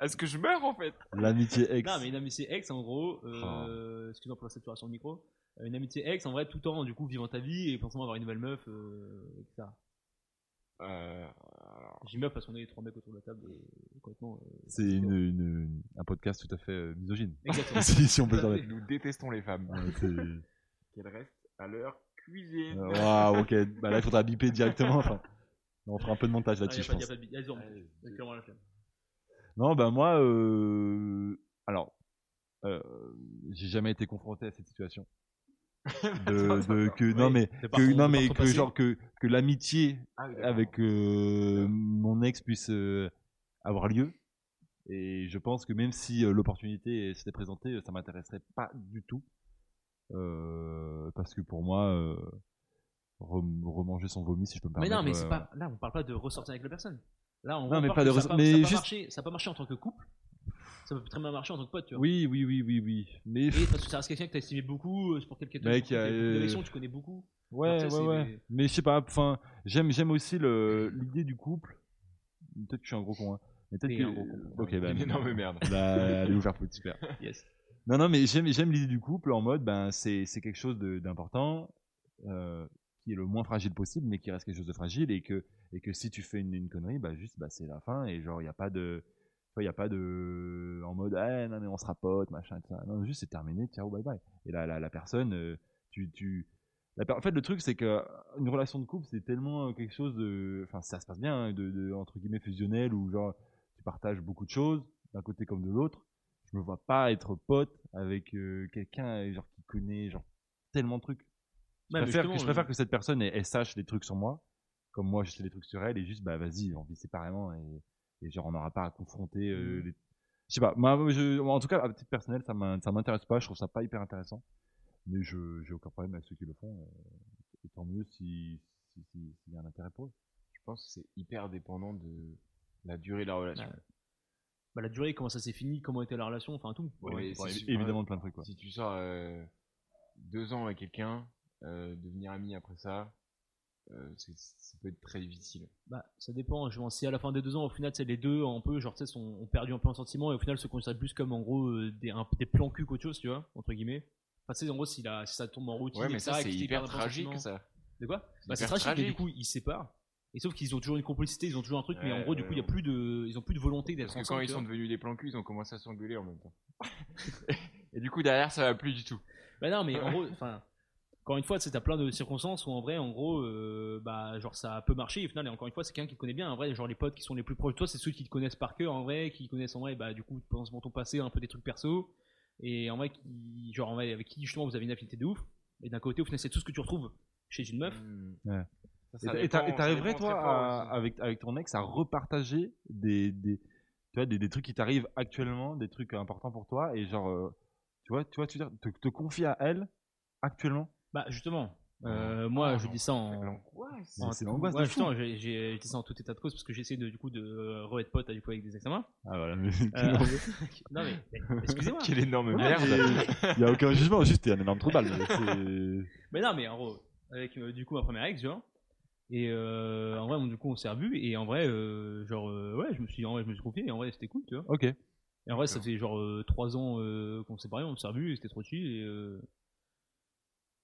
Est-ce que je meurs en fait
l'amitié ex.
Non, mais une amitié ex, en gros, euh,
Ah.
excuse-moi pour la saturation de micro, Euh, une amitié ex, en vrai, tout le temps, du coup, vivant ta vie et forcément avoir une nouvelle meuf, euh, etc.
Euh,
J'ai meuf parce qu'on est trois mecs autour de la table et complètement. euh,
C'est une, une- un podcast tout à fait euh, misogyne.
(laughs)
(laughs)
Exactement.
si, si on peut
(laughs)
le permettre.
Nous détestons les femmes.
Ouais, c'est-
Qu'elles restent à leur cuisine.
euh, Waouh, ok. Bah là, il faudra biper directement. Enfin, on fera un peu de montage
Ah, y
là-dessus,
a
je
pas-
pense.
y a pas de bi- y a zéro montage. C'est clairement la flemme.
Non, bah moi, euh... alors, euh, j'ai jamais été confronté à cette situation. De, de- que non mais
De par
que
son-
non
de par
mais
son
que
passé.
genre que que l'amitié
Ah oui, d'accord.
avec euh, mon ex puisse euh, avoir lieu et je pense que même si euh, l'opportunité s'était présentée ça m'intéresserait pas du tout Euh, parce que pour moi euh, rem- remanger son vomi si je peux me
Mais
permettre
non, mais
euh,
c'est pas. Là, on parle pas de ressortir avec la personne. Là, on
Non,
voit
mais
par
pas
que
de
ça
ressort-
a ça
mais
a pas
juste-
marché- Ça a pas marché en tant que couple. Ça peut très bien marcher en tant que pote, tu vois.
oui oui oui oui oui mais
Et parce que ça reste quelqu'un que t'as estimé beaucoup, euh, c'est pour quelqu'un que t'as
Mec,
beaucoup,
il y a,
t'as beaucoup
euh,
d'élections, tu connais beaucoup.
(laughs) Ouais,
Alors, tu
ouais,
sais,
ouais.
c'est des-
Mais je sais pas, enfin, j'aime, j'aime aussi le, l'idée du couple. Peut-être que je suis un gros con, hein. Mais peut-être
T'es
que.
un gros con.
Ok, bah,
Mais non, mais merde.
bah, allez vous faire foutre, super.
Yes.
Non, non, mais j'aime, j'aime l'idée du couple en mode, ben, c'est, c'est quelque chose de- d'important, euh, qui est le moins fragile possible, mais qui reste quelque chose de fragile, et que, et que si tu fais une, une connerie, bah, juste, bah, c'est la fin, et genre, il n'y a pas de. Il n'y a pas de. En mode, ah, non, mais on se rapote, machin, etc. Non, juste, c'est terminé, ciao, bye bye. Et là, la, la personne, euh, tu. tu la per- en fait, le truc, c'est que une relation de couple, c'est tellement euh, quelque chose de. Enfin, ça se passe bien, hein, de, de- entre guillemets, fusionnel, où genre, tu partages beaucoup de choses, d'un côté comme de l'autre. Je me vois pas être pote avec euh, quelqu'un, euh, genre, qui connaît, genre, tellement de trucs. Je,
Ouais, mais
préfère, que,
justement,
je
euh,
préfère que cette personne, elle, elle sache les trucs sur moi, comme moi, je sais les trucs sur elle, et juste, bah, vas-y, on vit séparément, et, et genre, on n'aura pas à confronter euh, les. Je sais pas, moi, je- en tout cas, à titre personnel, ça m'in- ça m'intéresse pas, je trouve ça pas hyper intéressant. Mais je j'ai aucun problème avec ceux qui le font. euh, et tant mieux si si- si- s'il y a un intérêt pour eux.
Je pense que c'est hyper dépendant de la durée de la relation.
Ouais. Bah, la durée, comment ça s'est fini, comment était la relation, enfin tout.
Ouais, mais
Bon,
si
évi-
tu-
évidemment, plein de trucs. Quoi.
Si tu sors euh, deux ans avec quelqu'un, euh, devenir ami après ça, euh, c'est- ça peut être très difficile.
Bah, ça dépend. Je pense, si à la fin des deux ans, au final, c'est les deux, un peu, genre, tu sais, sont- ont perdu un peu un sentiment et au final, se considèrent plus comme, en gros, euh, des, un- des plans cul qu'autre chose, tu vois, entre guillemets. Enfin, tu sais, en gros, si, la- si ça tombe en routine,
Ouais, mais
etc.,
ça,
et que
c'est
tu
hyper
perds un peu
tragique,
sentiment-
ça.
De quoi Bah, c'est
hyper
tragique, mais du
tragique.
coup, ils se séparent. Et sauf qu'ils ont toujours une complicité, ils ont toujours un truc, mais en
Ouais,
gros, du
ouais,
coup, il y a
ouais.
plus de, ils ont plus de volonté d'être
Parce que quand
ensemble.
ils
tu
sont
vois.
devenus des plans cul, ils ont commencé à s'engueuler en même temps. (laughs) Et du coup, derrière, ça va plus du tout.
Bah non, mais en gros, enfin, encore une fois, c'est t'as plein de circonstances où en vrai, en gros, euh, bah genre ça peut marcher. Et au final, et encore une fois, c'est quelqu'un qui te connaît bien. En vrai, genre les potes qui sont les plus proches de toi, c'est ceux qui te connaissent par cœur, en vrai, qui connaissent en vrai, bah du coup, pendant ton passé, un peu des trucs perso, et en vrai, qui, genre en vrai, avec qui justement vous avez une affinité de ouf. Et d'un côté, au final, c'est tout ce que tu retrouves chez une
Mm.
meuf.
Ouais.
Hmm. Ça, ça
Et t'a-
dépend-
et
ça
t'arriverais,
dépend
toi,
très fort
à-
aussi.
avec, avec ton ex, à repartager des, des, tu vois, des, des trucs qui t'arrivent actuellement, des trucs importants pour toi, et genre, euh, tu vois, tu vois, tu veux dire, te, te confier à elle actuellement
Bah justement, euh, moi,
Ah,
je
non,
dis ça en,
(laughs) L'angoisse.
C'est-
en
c'est
tout-
l'angoisse de
ouais,
fou.
justement, j'ai- j'ai dit ça en tout état de cause parce que j'essaie de du coup de euh, re-être pote du coup, avec des examens.
Ah voilà, mais
Euh, (laughs) non mais, mais excusez-moi.
Quelle énorme
Ouais, (laughs)
merde.
mais- il y a aucun jugement, juste t'es un énorme trou de balle. mais c'est-
Mais non, mais en gros, avec euh, du coup ma première ex, genre. Et euh, en vrai, on- du coup, on s'est revus. Et en vrai, euh, genre, euh, ouais, je me suis, en vrai, je me suis confié. Et en vrai, c'était cool, tu vois.
Ok.
Et en vrai, ça fait genre 3 ans euh, qu'on s'est séparés, on s'est revus, et c'était trop chill. Et, euh,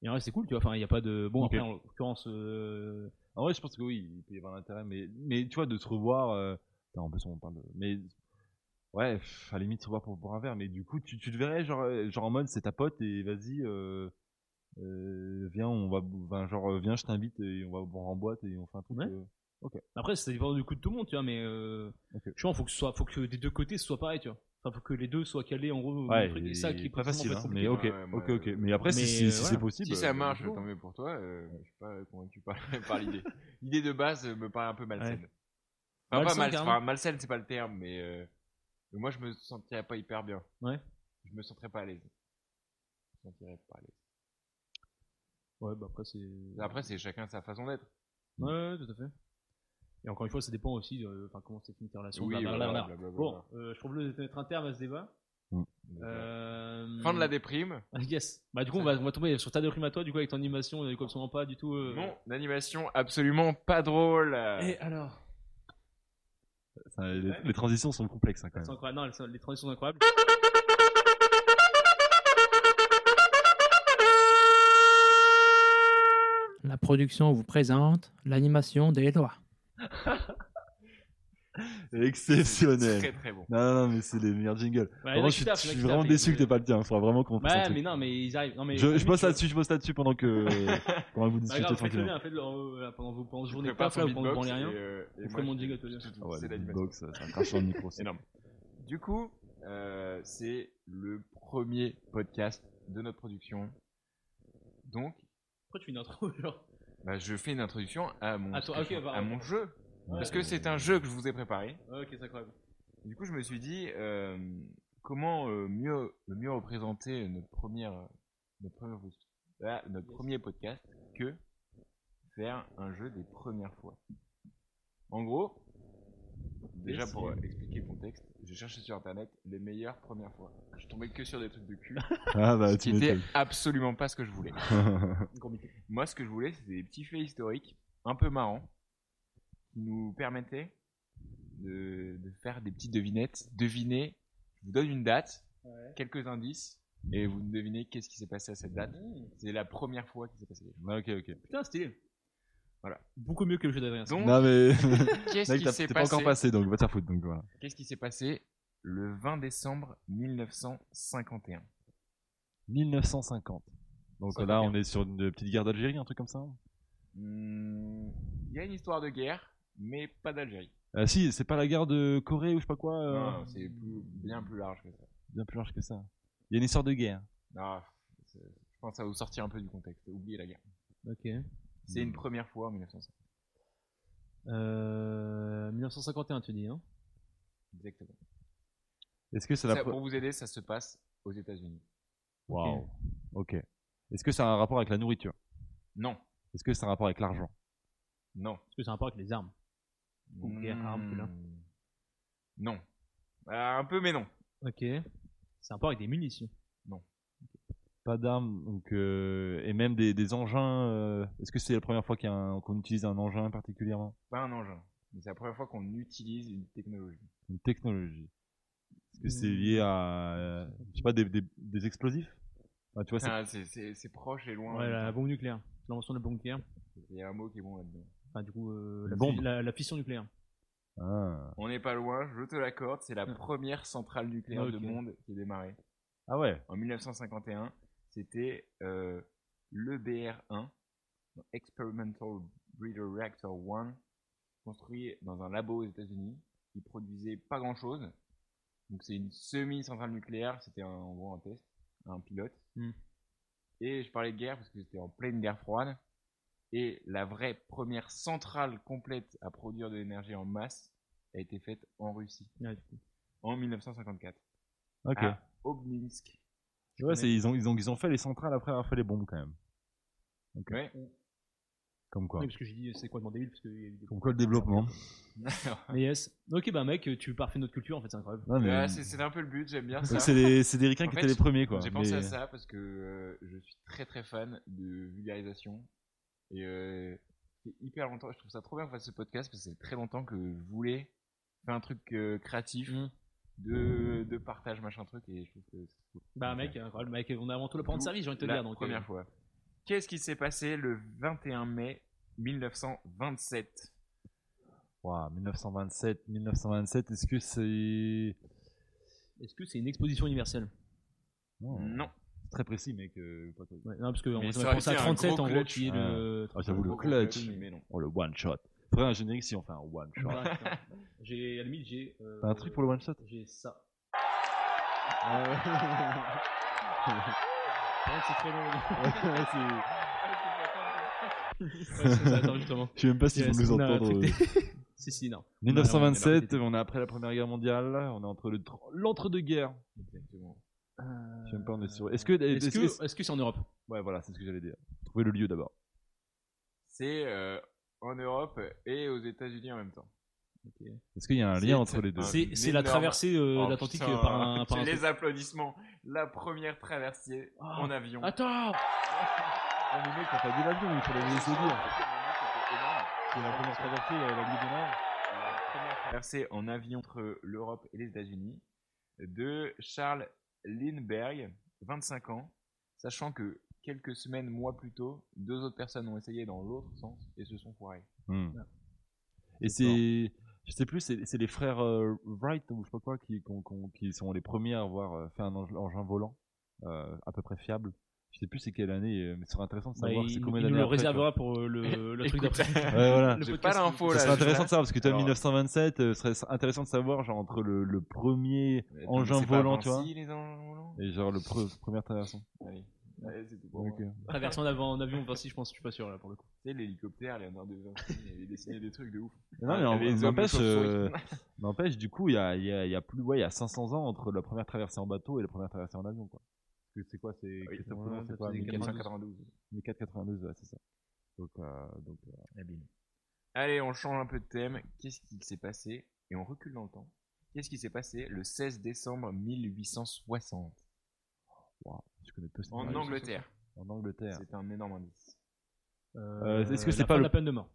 et en vrai, c'est cool, tu vois. Enfin, il n'y a pas de. Bon,
Ok.
après, en l'occurrence. euh,
En vrai, je pense que oui, il peut y avoir un intérêt, mais, mais tu vois, de se revoir. Euh... putain, en plus, on parle de. Mais. Ouais, pff, à la limite, se revoir pour boire un verre, mais du coup, tu, tu te verrais, genre, euh, genre en mode, c'est ta pote et vas-y, euh, euh, viens, on va. bou- ben, genre, euh, viens, je t'invite et on va boire en boîte et on fait un truc.
Ouais.
euh.
Après, ça dépend du coup de tout le monde, tu vois. Mais euh,
Ok.
je pense faut que ce soit, faut que des deux côtés ce soit pareil, tu vois. Enfin, faut que les deux soient calés en gros. au
Ouais,
même truc, et ça qui est
pas
forcément
facile,
pas
hein,
compliqué.
mais ok,
Ouais, ouais, moi,
ok, ok. Mais après, si,
mais,
si,
euh,
si
voilà.
c'est possible.
Si ça
euh,
marche,
go.
tant mieux pour toi. euh, je suis pas convaincu par, (laughs) par l'idée. L'idée de base euh, me paraît un peu malsaine. Enfin,
Malsaine,
pas mal,
carrément.
enfin, malsaine, c'est pas le terme, mais euh, mais moi je me sentirais pas hyper bien.
Ouais.
Je me sentirais pas à l'aise. Je me sentirais pas à l'aise.
Ouais, bah après, c'est.
Après, c'est chacun sa façon d'être.
Ouais, ouais, tout à fait. Et encore une fois, ça dépend aussi de euh, enfin, comment c'est fini ta relation.
Oui,
blablabla.
blablabla, blablabla.
Bon, euh, je trouve le de mettre un terme à ce débat.
Mm.
Euh,
Fin de la déprime.
Ah, (laughs) Yes. Bah, du coup, on va, on va tomber sur ta déprime à toi, du coup, avec ton animation, euh, du coup, absolument pas du tout. euh,
Non, d'animation absolument pas drôle.
Et alors
Ça, les, les transitions sont complexes hein, quand
C'est
même.
incroyable. Non, elles sont- les transitions sont
(laughs)
incroyables. Bah,
La production vous présente l'animation des lois.
(laughs)
Exceptionnel.
Très très bon.
Non, non, non, mais c'est les meilleurs jingles.
Bah, il y en a
Vraiment,
qui
je suis,
tapent,
je
il y en a qui
suis vraiment
tapent,
déçu
mais-
que t'aies pas le tien. Faudra vraiment qu'on fasse un
euh, Ouais,
truc.
mais non, mais ils arrivent. Non, mais
je, je
limite,
bosse
tu-
là-dessus, je bosse là-dessus
(laughs)
pendant que pendant que vous
Bah
discutez
grave, faites-le
tranquillement.
bien, faites-le euh, voilà, pendant vos pendant vos
Je
journées de
prépare
taf, là,
son
où vous
beatbox
comprenez rien.
et, euh, et
On fait
moi,
mon
je-
jingle, toi,
tout-
bien.
tout-
Ah ouais,
C'est
le
l'animation.
beatbox, ça crache sur le
(laughs)
micro. c'est-
Énorme. Du coup, euh, c'est le premier podcast de notre production. Donc,
Pourquoi tu fais une intro (laughs) genre
bah, je fais une introduction à mon,
À toi, ok, bah,
à mon jeu.
Ouais.
Parce que c'est un jeu que je vous ai préparé.
Ouais, Ok, c'est incroyable.
Du coup, je me suis dit euh, comment euh, mieux, le mieux représenter notre première, euh, notre première, voilà, notre premier podcast que faire un jeu des premières fois. En gros, déjà
Yes.
pour euh, expliquer le contexte, j'ai cherché sur internet les meilleures premières fois. Je tombais que sur des trucs de cul,
Ah bah
ce
tu
qui était
m'étonnes.
absolument pas ce que je voulais.
(laughs)
Moi, ce que je voulais, c'était des petits faits historiques un peu marrants qui nous permettaient de, de faire des petites devinettes. Devinez, je vous donne une date, quelques indices, et vous devinez qu'est-ce qui s'est passé à cette date. C'est la première fois qu'il s'est passé. quelque chose.
Ouais, ok, ok.
Putain, stylé.
Voilà.
Beaucoup mieux que le jeu d'Adrien. ça.
Donc,
Non mais
qu'est-ce
(laughs) mec,
qui
t'as-
s'est
t'es pas
passé,
encore passé donc va te faire foutre donc voilà.
Qu'est-ce qui s'est passé le 20 décembre 1951
1950. Donc là on est sur une petite guerre d'Algérie, un truc comme ça. hein
Hmm, Il y a une histoire de guerre, mais pas d'Algérie.
Ah si, c'est pas la guerre de Corée ou je sais pas quoi. euh,
Non, c'est plus- bien plus large que ça.
Bien plus large que ça. Il y a une histoire de hein. guerre.
Ah, c'est- je pense à vous sortir un peu du contexte. Oubliez la guerre.
Ok.
C'est une première fois en 1905.
Euh, 1951, tu dis, hein
Exactement.
Est-ce que c'est la
Ça,
pro-
pour vous aider, ça se passe aux États-Unis.
Waouh. Ok. Est-ce que ça a un rapport avec la nourriture
Non.
Est-ce que ça a un rapport avec l'argent
Non.
Parce que c'est un rapport avec les armes. Ou guerre, arme, poulain.
Hmm. Non. Ah, un peu, mais non.
Ok. C'est un rapport avec des munitions.
Pas d'armes donc euh, et même des, des engins. euh, Est-ce que c'est la première fois qu'il y a un- qu'on utilise un engin particulièrement
Pas un engin. Mais c'est la première fois qu'on utilise une technologie.
Une technologie. Est-ce que
Hmm.
c'est lié à, euh, je sais pas, des, des, des explosifs Ah, Tu vois, c'est
Ah, c'est- c'est c'est proche et loin. en
Ouais,
même
la
temps.
bombe nucléaire. L'invention de la bombe nucléaire.
Il y a un mot qui est bon là-dedans.
Enfin, du coup, euh, la,
Bombe.
fi- la- la fission nucléaire.
ah.
On n'est pas loin, je te l'accorde. C'est la
Ah.
première centrale nucléaire
Ah, ok.
de monde qui est démarrée.
Ah ouais.
en 1951, c'était euh, l'EBR1, donc Experimental Breeder Reactor 1, construit dans un labo aux États-Unis, qui produisait pas grand-chose. Donc c'est une semi-centrale nucléaire, c'était un- en gros un test, un pilote.
Hmm.
Et je parlais de guerre parce que c'était en pleine guerre froide. Et la vraie première centrale complète à produire de l'énergie en masse a été faite en Russie,
Ouais, du coup.
en 1954,
Ok.
à Obninsk.
ouais, c'est- ils ont, ils ont, ils ont fait les centrales après avoir fait les bombes quand même. Ok.
Ouais.
Comme quoi.
Oui, parce que j'ai dit, c'est Bah. quoi de mon débile parce que... il y a eu des-
Comme quoi le développement.
Mais yes. Ok, bah mec, tu parfais notre culture, en fait, c'est incroyable.
Non, mais-
Ouais, c'est c'est un peu le but, j'aime bien ça.
Donc, c'est des, c'est des ricains
En
qui
fait,
étaient les premiers quoi.
J'ai pensé
Mais-
à ça parce que euh, je suis très très fan de vulgarisation. Et euh, c'est hyper longtemps, je trouve ça trop bien qu'on fasse ce podcast parce que c'est très longtemps que je voulais faire un truc euh, créatif
Mm.
de, de partage, machin truc. Et je trouve que c'est cool.
Bah
Donc,
mec,
euh,
incroyable, mec, on a avant tout le point de
D'où
service, j'ai envie de te
la
dire. Donc,
première
euh,
fois. Qu'est-ce qui s'est passé le 21 mai 1927
Ouah, 1927, 1927, est-ce que c'est.
euh, Est-ce que c'est une exposition universelle
Non,
Non.
c'est Très précis, mec. euh, pas très-
Ouais, non, parce qu'on
Mais
on
ça
va
aurait
penser à
été un
37
gros
en gros
clutch.
qui est le.
Ah, j'avoue, le
Gros
clutch.
mais non.
Oh, le one shot. Faudrait un générique si on fait un one shot.
Ouais, putain. j'ai, à la limite, j'ai. euh,
T'as un truc pour le one (laughs) shot
J'ai ça. Ah (laughs) c'est très long. (laughs) attends, justement.
Je sais même pas si
Yes,
vous nous
on a
entendre.
un
euh.
truc (laughs) Si, si, non.
1927, on est après la première guerre mondiale, on est entre le tr- l'entre-deux-guerres.
Exactement.
Je sais même pas, on est sur. Est-ce que. est-ce
Est-ce que,
que-
est-ce que c'est en Europe
Ouais, voilà, c'est ce que j'allais dire. Trouver le lieu d'abord.
C'est euh, en Europe et aux États-Unis en même temps.
Est-ce qu'il y a un
C'est-
lien entre
c'est-
les deux
C'est c'est la
énorme.
traversée euh,
Oh,
de l'Atlantique euh, par un. par un
Oh, (laughs) les
truc.
applaudissements. La première traversée
Ah.
en avion.
Attends
Ah, mais mec, t'as pas dit l'avion, il fallait le laisser dire. C'est la première traversée, la,
Bah,
la nuit de Noël.
Traversée en avion entre l'Europe et les États-Unis de Charles Lindbergh, 25 ans, sachant que quelques semaines, mois plus tôt, deux autres personnes ont essayé dans l'autre sens et se sont foirées.
Hmm. Et c'est. Je sais plus, c'est c'est les frères euh, Wright ou je sais pas quoi qui, qu'on- qu'on- qui sont les premiers à avoir euh, fait un engin, engin volant euh, à peu près fiable. Je sais plus c'est quelle année, euh, mais ce serait intéressant de
Bah,
savoir
il
c'est
il
combien
nous
d'années.
le
après, quoi.
réservera pour euh, le, le truc d'après.
(laughs) Ouais, voilà.
Le
J'ai pas
podcast.
l'info
Ça
là.
serait intéressant de savoir parce que toi,
Alors-
1927, euh, ce serait intéressant de savoir genre entre le, le premier
Euh,
engin volant, tu vois,
les engins volants
et genre le pre- première traversée.
Allez, Allez, c'est tout pour moi.
Ok.
Traversant en avant en avion, enfin si je pense, je suis pas sûr là pour le coup.
Tu sais, l'hélicoptère, Léonard de Vinci, il avait dessiné des trucs de ouf.
Non, mais en-
Les (laughs) hommes
n'empêche,
chauves-souris.
euh, n'empêche, du coup, il y a, il y, a, il y a plus, ouais, il y a 500 ans entre la première traversée en bateau et la première traversée en avion, quoi. Parce que C'est quoi, c'est
Ah Oui,
Christophe Colomb, c'est quoi, 1492,
1492.
1492, ouais, c'est ça. Donc, euh, donc, euh,
Allez, on change un peu de thème. Qu'est-ce qui s'est passé Et on recule dans le temps. Qu'est-ce qui s'est passé le 16 décembre 1860
waouh, je connais peu cette
en
période.
Angleterre
En Angleterre.
C'est un énorme indice.
Euh, est-ce que c'est
la
pas
fin de
le-
la peine de mort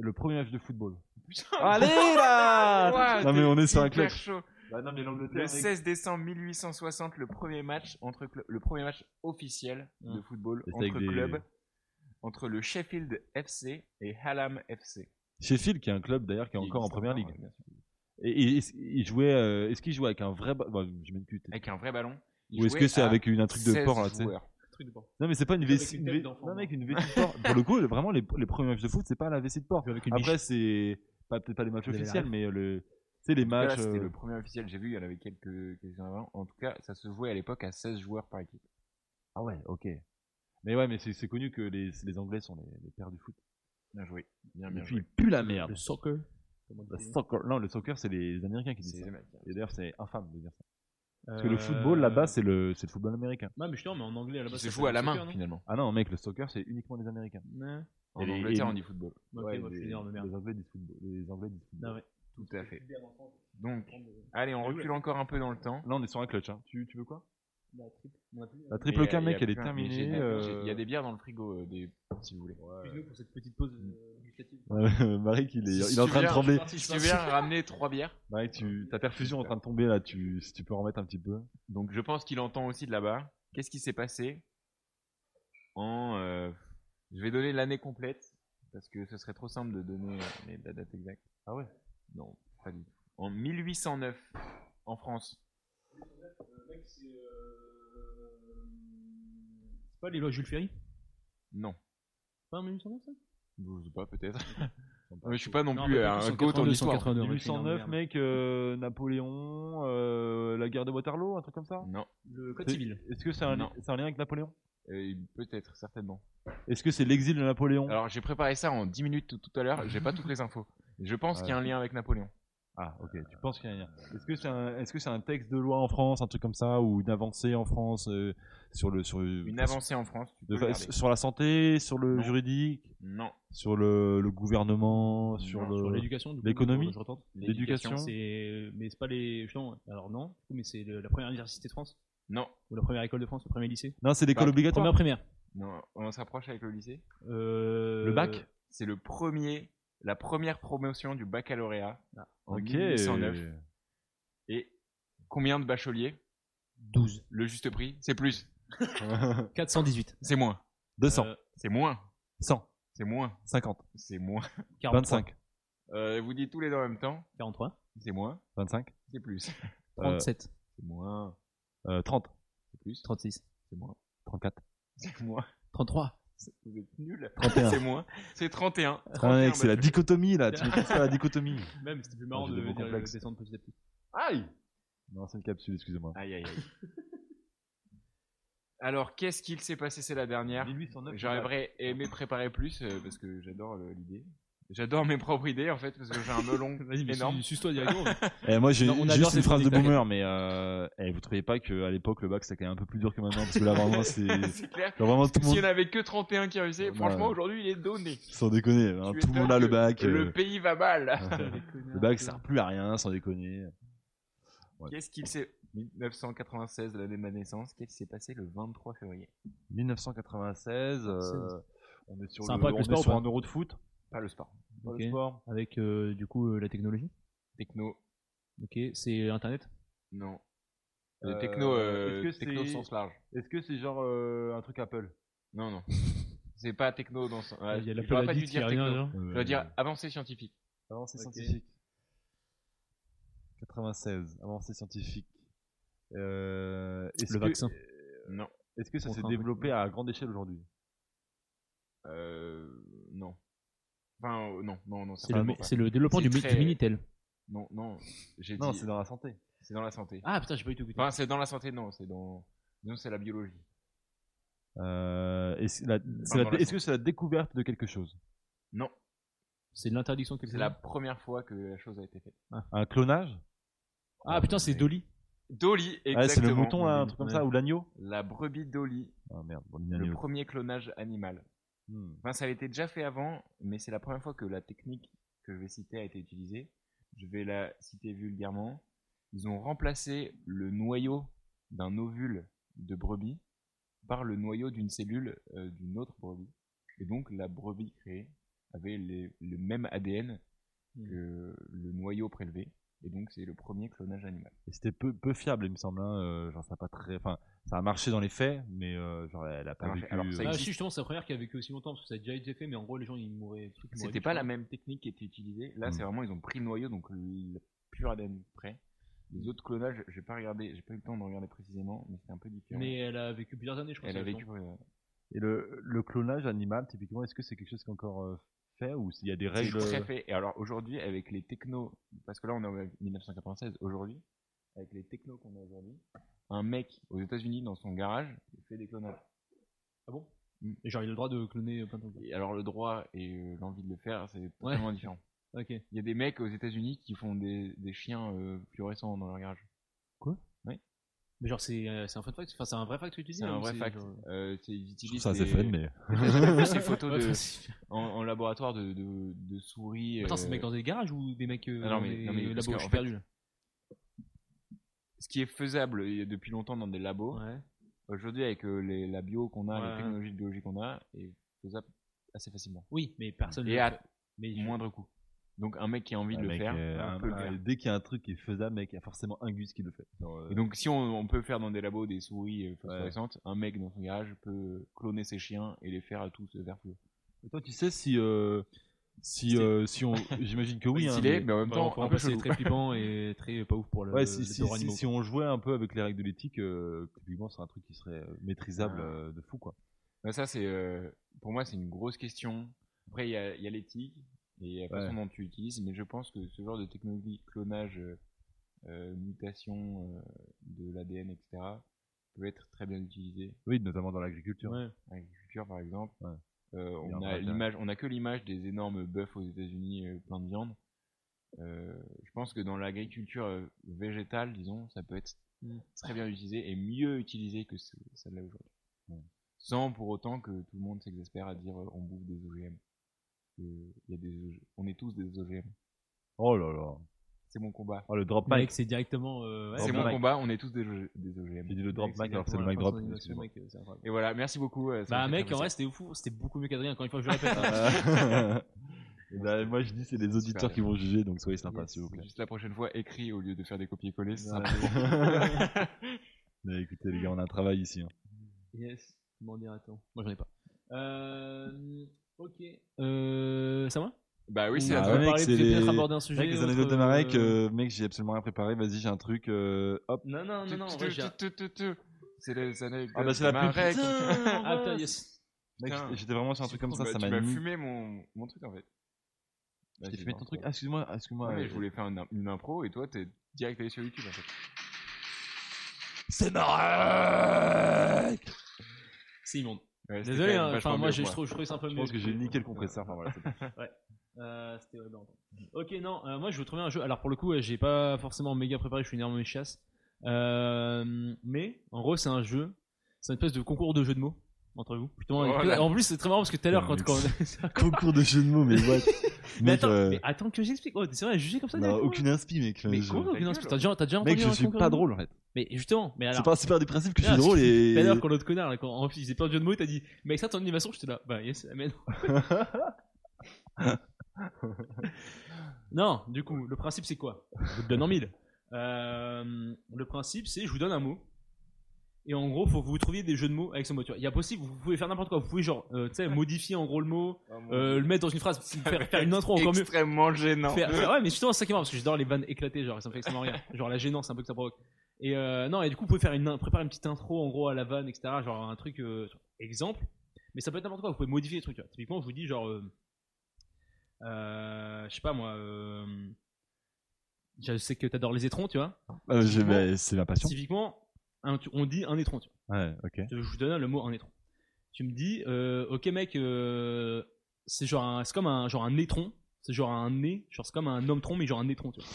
Le premier match de football.
Allez (laughs) là
Non, mais on est sur un clutch.
chaud.
Bah non, mais l'Angleterre.
Le 16 décembre 1860, le premier match entre cl- le premier match officiel de football
Et c'est avec
entre
des-
clubs entre le Sheffield FC et Hallam FC.
Sheffield, qui est un club d'ailleurs qui est
Qui
encore en
existe
première
encore,
ligue.
bien sûr.
Et, et- est-ce- il jouait, euh, est-ce qu'il jouait avec un vrai, ba- bon, je mets une cuite.
Avec un vrai ballon.
Ou est-ce que c'est avec une, un truc de
port
porc là, tu sais
Truc de mort.
Non, mais c'est pas une
Avec
vessie.
une
une
tête
ve-
d'enfant,
Non,
hein.
mec, une vessie de porc. Pour le coup, vraiment, les, les premiers matchs de foot, c'est pas la vessie de porc.
Avec une
Après, c'est pas peut-être pas les matchs
Vous avez la
officiels, mais euh, le, tu sais, les
Là,
matchs.
c'était
euh,
le premier officiel, j'ai vu, il y en avait quelques, quelques avant. En tout cas, ça se jouait à l'époque à 16 joueurs par équipe.
Ah ouais, ok. Mais ouais, mais c'est c'est connu que les, les Anglais sont les, les pères du foot.
Bien joué. Bien,
Et
bien
puis,
joué.
ils puent la merde.
Le soccer.
Le soccer. Non, le soccer, c'est les Américains qui
C'est
disent
les Euh,
ça.
Américains.
Et d'ailleurs, c'est infâme de dire ça. Parce que le football, là-bas, c'est le, c'est le football américain.
Euh, Ouais, mais je mais en anglais là-bas.
Qui se
ça
joue à la
s'appelle
main,
soccer, non
finalement.
Ah non, mec, le soccer, c'est uniquement les Américains.
Ouais.
En
Et les-
Angleterre,
et-
on dit football.
Ok,
Ouais,
moi je
les,
suis énorme de merde.
les Anglais disent football. Les Anglais disent football.
Non, ouais.
Tout à fait. Donc, allez, on
Ah ouais.
recule encore un peu dans le temps.
Là, on est sur un clutch. Hein. Tu, tu veux quoi La
Et,
triple K,
euh,
mec,
il y a
elle est
plein- mais
terminée.
j'ai- j'ai-
euh,
Il y a des bières dans le frigo, euh, des- si vous voulez.
Excuse-nous pour cette petite pause
hmm.
euh, gustative.
Ouais, (laughs) Marie, il est,
Si
il est en
tu
train de
viens-
trembler.
Parti, je
Si
suis
tu
parti.
viens ramener trois bières,
Marie, Bah, tu, ta perfusion est en train de tomber là. Tu, si tu peux en remettre un petit peu.
donc je pense qu'il entend aussi de là-bas. Qu'est-ce qui s'est passé en... euh, Je vais donner l'année complète, parce que ce serait trop simple de donner euh, les- la date exacte. Ah ouais Non, pas du tout. En 1809, en France.
Euh, C'est pas les lois Jules Ferry
Non.
Pas en 1809 ça
Je sais pas, (laughs) peut-être. Mais je suis pas non
Non,
plus
mais
un
1882,
goat en histoire.
1882, ouais, je suis énorme de
1809,
merde.
mec, euh, Napoléon, euh, la guerre de Waterloo, un truc comme ça
Non.
Le code
C'est-
civil.
Est-ce que c'est un, li-
Non.
c'est un lien avec Napoléon
Euh, peut-être, certainement.
Est-ce que c'est l'exil de Napoléon
Alors j'ai préparé ça en 10 minutes tout, tout à l'heure, j'ai pas toutes les infos. Je pense
Ouais.
qu'il y a un lien avec Napoléon.
Ah, ok, tu penses qu'il y a un lien. Est-ce que c'est un, est-ce que c'est un texte de loi en France, un truc comme ça, ou une avancée en France euh, sur le. Sur,
Une avancée en France, tu peux
de-
regarder.
sur la santé, sur le
Non.
juridique,
Non.
sur le, le gouvernement, sur
Non,
le.
Sur l'éducation, du coup,
Euh, l'économie
je retente.
L'éducation.
c'est. Mais c'est pas les. Non, alors non, mais c'est le- la première université de France,
Non.
ou la première école de France, le premier lycée.
Non, c'est l'école
Bah,
obligatoire.
Première primaire.
Non, on s'approche avec le lycée.
Euh,
Le bac
C'est le premier, la première promotion du baccalauréat en
Ah, Ok.
1809. Et combien de bacheliers
12.
Le juste prix C'est plus,
418.
c'est moins,
200,
Euh,
c'est moins,
100,
c'est moins,
50,
c'est moins.
43.
25,
Euh, vous dites tous les deux en même temps,
43.
c'est moins,
25,
c'est plus,
37.
c'est moins,
euh, 30,
c'est plus,
36.
c'est moins,
34,
c'est moins. (laughs)
33.
Vous êtes nuls.
31.
C'est moins, c'est 31.
Ah, mec, c'est la
bacheliers.
dichotomie
(laughs)
là, tu me casses pas la dichotomie.
Même, c'était plus marrant
J'ai
de
des beaux
dire de
complexes.
descendre petit à petit.
Aïe Non, c'est une capsule, excusez-moi.
Aïe, aïe, aïe. (laughs) Alors, qu'est-ce
Ah,
(laughs)
qu'il s'est passé C'est la dernière.
1809.
J'aurais aimé préparer plus euh, parce que j'adore euh, l'idée. J'adore mes propres idées en fait parce que j'ai
(laughs)
un melon
Vas-y, mais
énorme.
su- suce-toi directement.
Eh, moi, j'ai
Non, on adore
juste une
cette
phrase de
chronique,
boomer, mais euh, eh, vous trouvez pas qu'à l'époque, le bac, c'était quand même un peu plus dur que maintenant Parce que là, vraiment, c'est.
(laughs)
genre,
(laughs) C'est clair.
Vraiment, tout le
S'il n'y en
monde.
avait que 31 qui réussissaient,
Ouais.
franchement aujourd'hui il est donné.
Sans déconner, hein,
Tu
tout le monde a
étonnes
le
que
bac.
Le
(laughs)
euh,
pays va (laughs) mal.
(laughs) Le
hein.
bac sert plus à rien, sans déconner. Ouais.
Qu'est-ce qu'il s'est. 1996, l'année de ma naissance, qu'est-ce qui s'est passé le 23 février
1996, euh, on est sur,
Ah, C'est un
le,
peu avec
on
le
est
sport,
sur
ou
un euro de foot,
Pas le sport.
pas
Ok.
le sport.
Avec euh, du coup euh, la technologie.
Techno.
Ok, c'est internet.
Non.
Euh,
Euh, techno, euh,
est-ce que
techno au
c'est-
sens large.
Est-ce que c'est genre euh, un truc Apple (laughs)
Non, non. C'est pas techno dans le sens. Ouais,
Il y a
je
la
dois pas dû
peladite qui hein.
dire
rien.
techno.
genre.
Je dois dire avancée scientifique.
Avancée
Ok.
scientifique. 96, avancée scientifique. Euh, est-ce
Le
que-
vaccin.
euh,
Non.
Est-ce que ça
Contre
s'est
un
développé à grande échelle aujourd'hui
Euh. Non. Enfin, euh, non, non, non.
C'est le,
certainement
mé-
pas.
c'est le développement
C'est
du, mi-
très-
du Minitel.
Non, non. J'ai
Non,
dit.
c'est dans la santé.
C'est dans la santé.
Ah putain, j'ai pas eu tout goûté.
Enfin, c'est dans la santé, non. C'est dans. Non, c'est la biologie.
Euh, est-ce, la- c'est
dans
la-
la
est-ce
santé.
que c'est la découverte de quelque chose
Non.
C'est de l'interdiction de quelque
C'est
chose.
la
Mmh.
première fois que la chose a été faite.
Un clonage
Ah putain, c'est Dolly.
Dolly, exactement.
Ah, C'est le mouton, là, un truc comme
Ouais.
ça, ou l'agneau
La brebis Dolly,
Ah merde, bon,
le
l'agneau.
premier clonage animal.
Hmm.
Enfin, ça a été déjà fait avant, mais c'est la première fois que la technique que je vais citer a été utilisée. Je vais la citer vulgairement. Ils ont remplacé le noyau d'un ovule de brebis par le noyau d'une cellule euh, d'une autre brebis. Et donc, la brebis créée avait les- le même ADN que le noyau prélevé. Et donc, c'est le premier clonage animal.
Et c'était peu, peu fiable, il me semble. hein, euh, genre, ça a pas très. Enfin, ça a marché dans les faits, mais euh, genre, elle a
Ça
pas
a marché.
vécu.
Alors, ça
euh,
Ah,
existe.
si, justement, c'est la première qui a vécu aussi longtemps parce que ça a déjà été fait, mais en gros, les gens ils mouraient. le truc, ils mouraient
C'était
du
pas
choc.
la même technique qui était utilisée. Là,
Mm.
c'est vraiment, ils ont pris le noyau, donc le pur ADN près.
Mm.
Les autres clonages, j'ai pas regardé, j'ai pas eu le temps de regarder précisément, mais c'était un peu différent.
Mais elle a vécu plusieurs années, je crois.
elle a
ça,
vécu.
longtemps.
euh,
Et le, le clonage animal, typiquement, est-ce que c'est quelque chose qui est encore euh, fait ou s'il y a des
C'est
règles
très fait. Et alors aujourd'hui, avec les technos, parce que là, on est en 1996, aujourd'hui, avec les technos qu'on a aujourd'hui, un mec aux États-Unis dans son garage il fait des clonages.
Ah bon
Mm.
Et genre, il a le droit de cloner plein de trucs.
Et alors le droit et euh, l'envie de le faire, c'est
Ouais.
totalement différent.
Ok.
Il y a des mecs aux États-Unis qui font des, des chiens euh, plus récents dans leur garage.
Mais genre, c'est euh, c'est un fun fact. Enfin, c'est un vrai fact que tu dis.
C'est
hein,
un
ou
vrai fact.
genre-
Euh, c'est- ils
Je trouve
utilisent
ça assez
des-
fun, mais.
J'ai jamais
(laughs)
vu ces photos
Ouais,
de,
enfin,
en, en laboratoire de, de, de souris.
Attends,
euh,
c'est des mecs dans des garages ou des mecs. euh,
Ah non, mais-
dans des
non, mais parce
labos,
que,
je
en
suis
fait-
perdu là.
Ce qui est faisable euh, depuis longtemps dans des labos,
Ouais.
aujourd'hui avec euh, les, la bio qu'on a,
Ouais,
les
ouais.
technologies de biologie qu'on a, est faisable assez facilement.
Oui, mais personne. ne
Et
le
à
fait. Mais je-
moindre coût. Donc un mec qui a envie
Ah,
de le
mec,
faire,
euh,
on
un-
peut le
un-
faire.
Dès qu'il y a un truc qui est faisable, mec, il y a forcément un gus qui le fait. Genre, euh,
Et donc si on, on peut faire dans des labos des souris euh, phosphorescentes, un mec dans son garage peut cloner ses chiens et les faire à tous euh, vert bleu.
Et toi, tu sais si. euh, si,
C'est-
euh, si on... (laughs) J'imagine que oui. hein,
Stylé,
mais-
mais en même
Enfin,
temps,
enfin,
un
après,
peu
c'est
chelou.
très flippant et très euh, pas ouf pour le.
Ouais, si,
les
si,
pauvres
si-
animaux.
si on jouait un peu avec les règles de l'éthique, euh, typiquement, c'est un truc qui serait euh, maîtrisable
Ah.
euh, de fou, quoi.
Ouais, ça, c'est euh, pour moi, c'est une grosse question. Après, il y a, il y a l'éthique et la
Ouais.
façon dont tu utilises, mais je pense que ce genre de technologie, clonage, euh, euh, mutation euh, de l'ADN, etc., peut être très bien utilisé.
Oui, notamment dans l'agriculture.
Ouais.
En Agriculture, par exemple,
Ouais. Il y
Euh,
a un
on
vrai
a
intérêt.
l'image, on a que l'image des énormes bœufs aux États-Unis euh, plein de viande. Euh, je pense que dans l'agriculture euh, végétale, disons, ça peut être très bien utilisé et mieux utilisé que ce- celle-là aujourd'hui.
Ouais.
Sans pour autant que tout le monde s'exaspère à dire euh, on bouffe des OGM. Euh, il y a des OG on est tous des OGM.
Oh là là.
C'est mon combat.
Oh, le drop
Le mec,
mic.
c'est directement. euh, ouais,
c'est
Drop
mon
mic.
combat, on est tous des, OG des OGM.
J'ai dit le drop hein.
Ouais,
mic, alors c'est le
exactement
mic
la fin
drop.
de l'animation,
excusez-moi.
mec, euh, c'est incroyable.
Et voilà, merci beaucoup. euh, ça
Bah,
m'a fait
mec,
très
en vrai,
plaisir.
c'était fou. C'était beaucoup mieux qu'Adrien, encore une fois, je le répète. hein.
(laughs)
(laughs) Eh ben, moi je dis c'est les auditeurs qui vont juger donc soyez sympas s'il vous plaît.
Juste la prochaine fois, écrit au lieu de faire des copier-coller. ce sera-
(laughs) Mais écoutez les gars on a un travail ici. hein.
Yes, comment dire, attends. Moi, j'en ai pas. Euh. Ok. Euh. Ça va
Bah oui, c'est
Ah
la
on a
ouais,
fin.
mec,
parlé,
c'est
j'ai bien
les-
abordé un sujet.
Mec les
entre-
anecdotes de Marek, euh, mec j'ai absolument rien préparé vas-y j'ai un truc euh, hop.
Non, non, non, non. en vrai, j'ai-
Tu- tu- tu- tu- tu. C'est les années.
Ah bah, c'est la pub.
Ah, putain, yes.
Mec
Putain.
j'étais- j'étais vraiment sur un
Tu-
truc comme
tu
ça
bah,
m'as-
ça
Bah, tu
m'a
m'as
mis.
fumé mon, mon truc en fait.
Je
Bah,
t'ai
c'est
fumé
bon,
ton truc.
c'est
Ah, excuse-moi excuse-moi.
bon. Ouais,
euh,
je voulais faire une, une impro et toi t'es direct allé sur YouTube en fait.
C'est
(laughs)
Marek.
C'est immonde.
Ouais, c'était
Désolé,
quand même
hein,
vachement
enfin, moi,
mieux
j'ai-
pour
je trouve je trouvais ça un peu
Je
mieux.
pense que j'ai niqué le compresseur. Enfin, voilà, c'est bon.
Euh, c'était horrible à entendre. Ok, non, euh, moi je vous trouver un jeu. Alors pour le coup, euh, j'ai pas forcément méga préparé, je suis une arme chasse. Euh, mais en gros, c'est un jeu, c'est une espèce de concours de jeux de mots entre vous. Justement, et
Voilà.
que- en plus, c'est très marrant parce que tout à l'heure, quand,
Ouais,
quand
Concours de jeux de mots, (laughs) mais what
(laughs) mais,
Mec,
attends,
euh,
mais attends que j'explique. Oh, c'est vrai, jugé comme ça
on a
directement
aucune inspi, mec. là,
Mais
je-
comment
Ta
aucune
gueule.
inspi T'as déjà, t'as déjà
Mec,
entendu
je
un
suis
concours
pas
de mots
drôle en fait.
Mais justement, mais
C'est
alors.
pas c'est pas du principe que je suis
Merde,
drôle et.
Tout à l'heure, Ah, quand l'autre connard, là, quand on faisait plein de jeux de mots, il t'a dit, mais avec ça, ton animation, j'étais là, bah yes,
(laughs)
amen. non, du coup, le principe, c'est quoi Je te donne en mille. Euh, le principe, c'est je vous donne un mot. Et en gros, faut que vous trouviez des jeux de mots avec ce mot. tu vois. Il y a possible, vous pouvez faire n'importe quoi. Vous pouvez, genre, euh, tu sais, modifier en gros le mot, euh, le mettre dans une phrase, faire, faire une intro encore mieux.
extrêmement gênant.
Faire- faire- ouais, mais justement, c'est ça qui est marrant, parce que j'adore les vannes éclatées, genre, ça me fait extrêmement rire. Genre, la gênance, un peu que ça provoque. Et euh, non, et du coup, vous pouvez faire une, in- préparer une petite intro, en gros, à la vanne, etc. Genre, un truc, euh, genre, exemple. Mais ça peut être n'importe quoi, vous pouvez modifier les trucs. tu vois. Typiquement, je vous dis, genre, euh, euh, je sais pas moi, euh, je sais que t'adores les étrons, tu vois.
Euh, je- bah, C'est ma passion.
Typiquement, un- on dit un étron, tu vois.
Ouais, ok.
Euh, Je vous donne le mot un étron. Tu me dis, euh, ok mec, euh, c'est genre un- c'est comme un genre un étron, c'est genre un nez, genre c'est comme un homme tronc mais genre un étron, tu vois.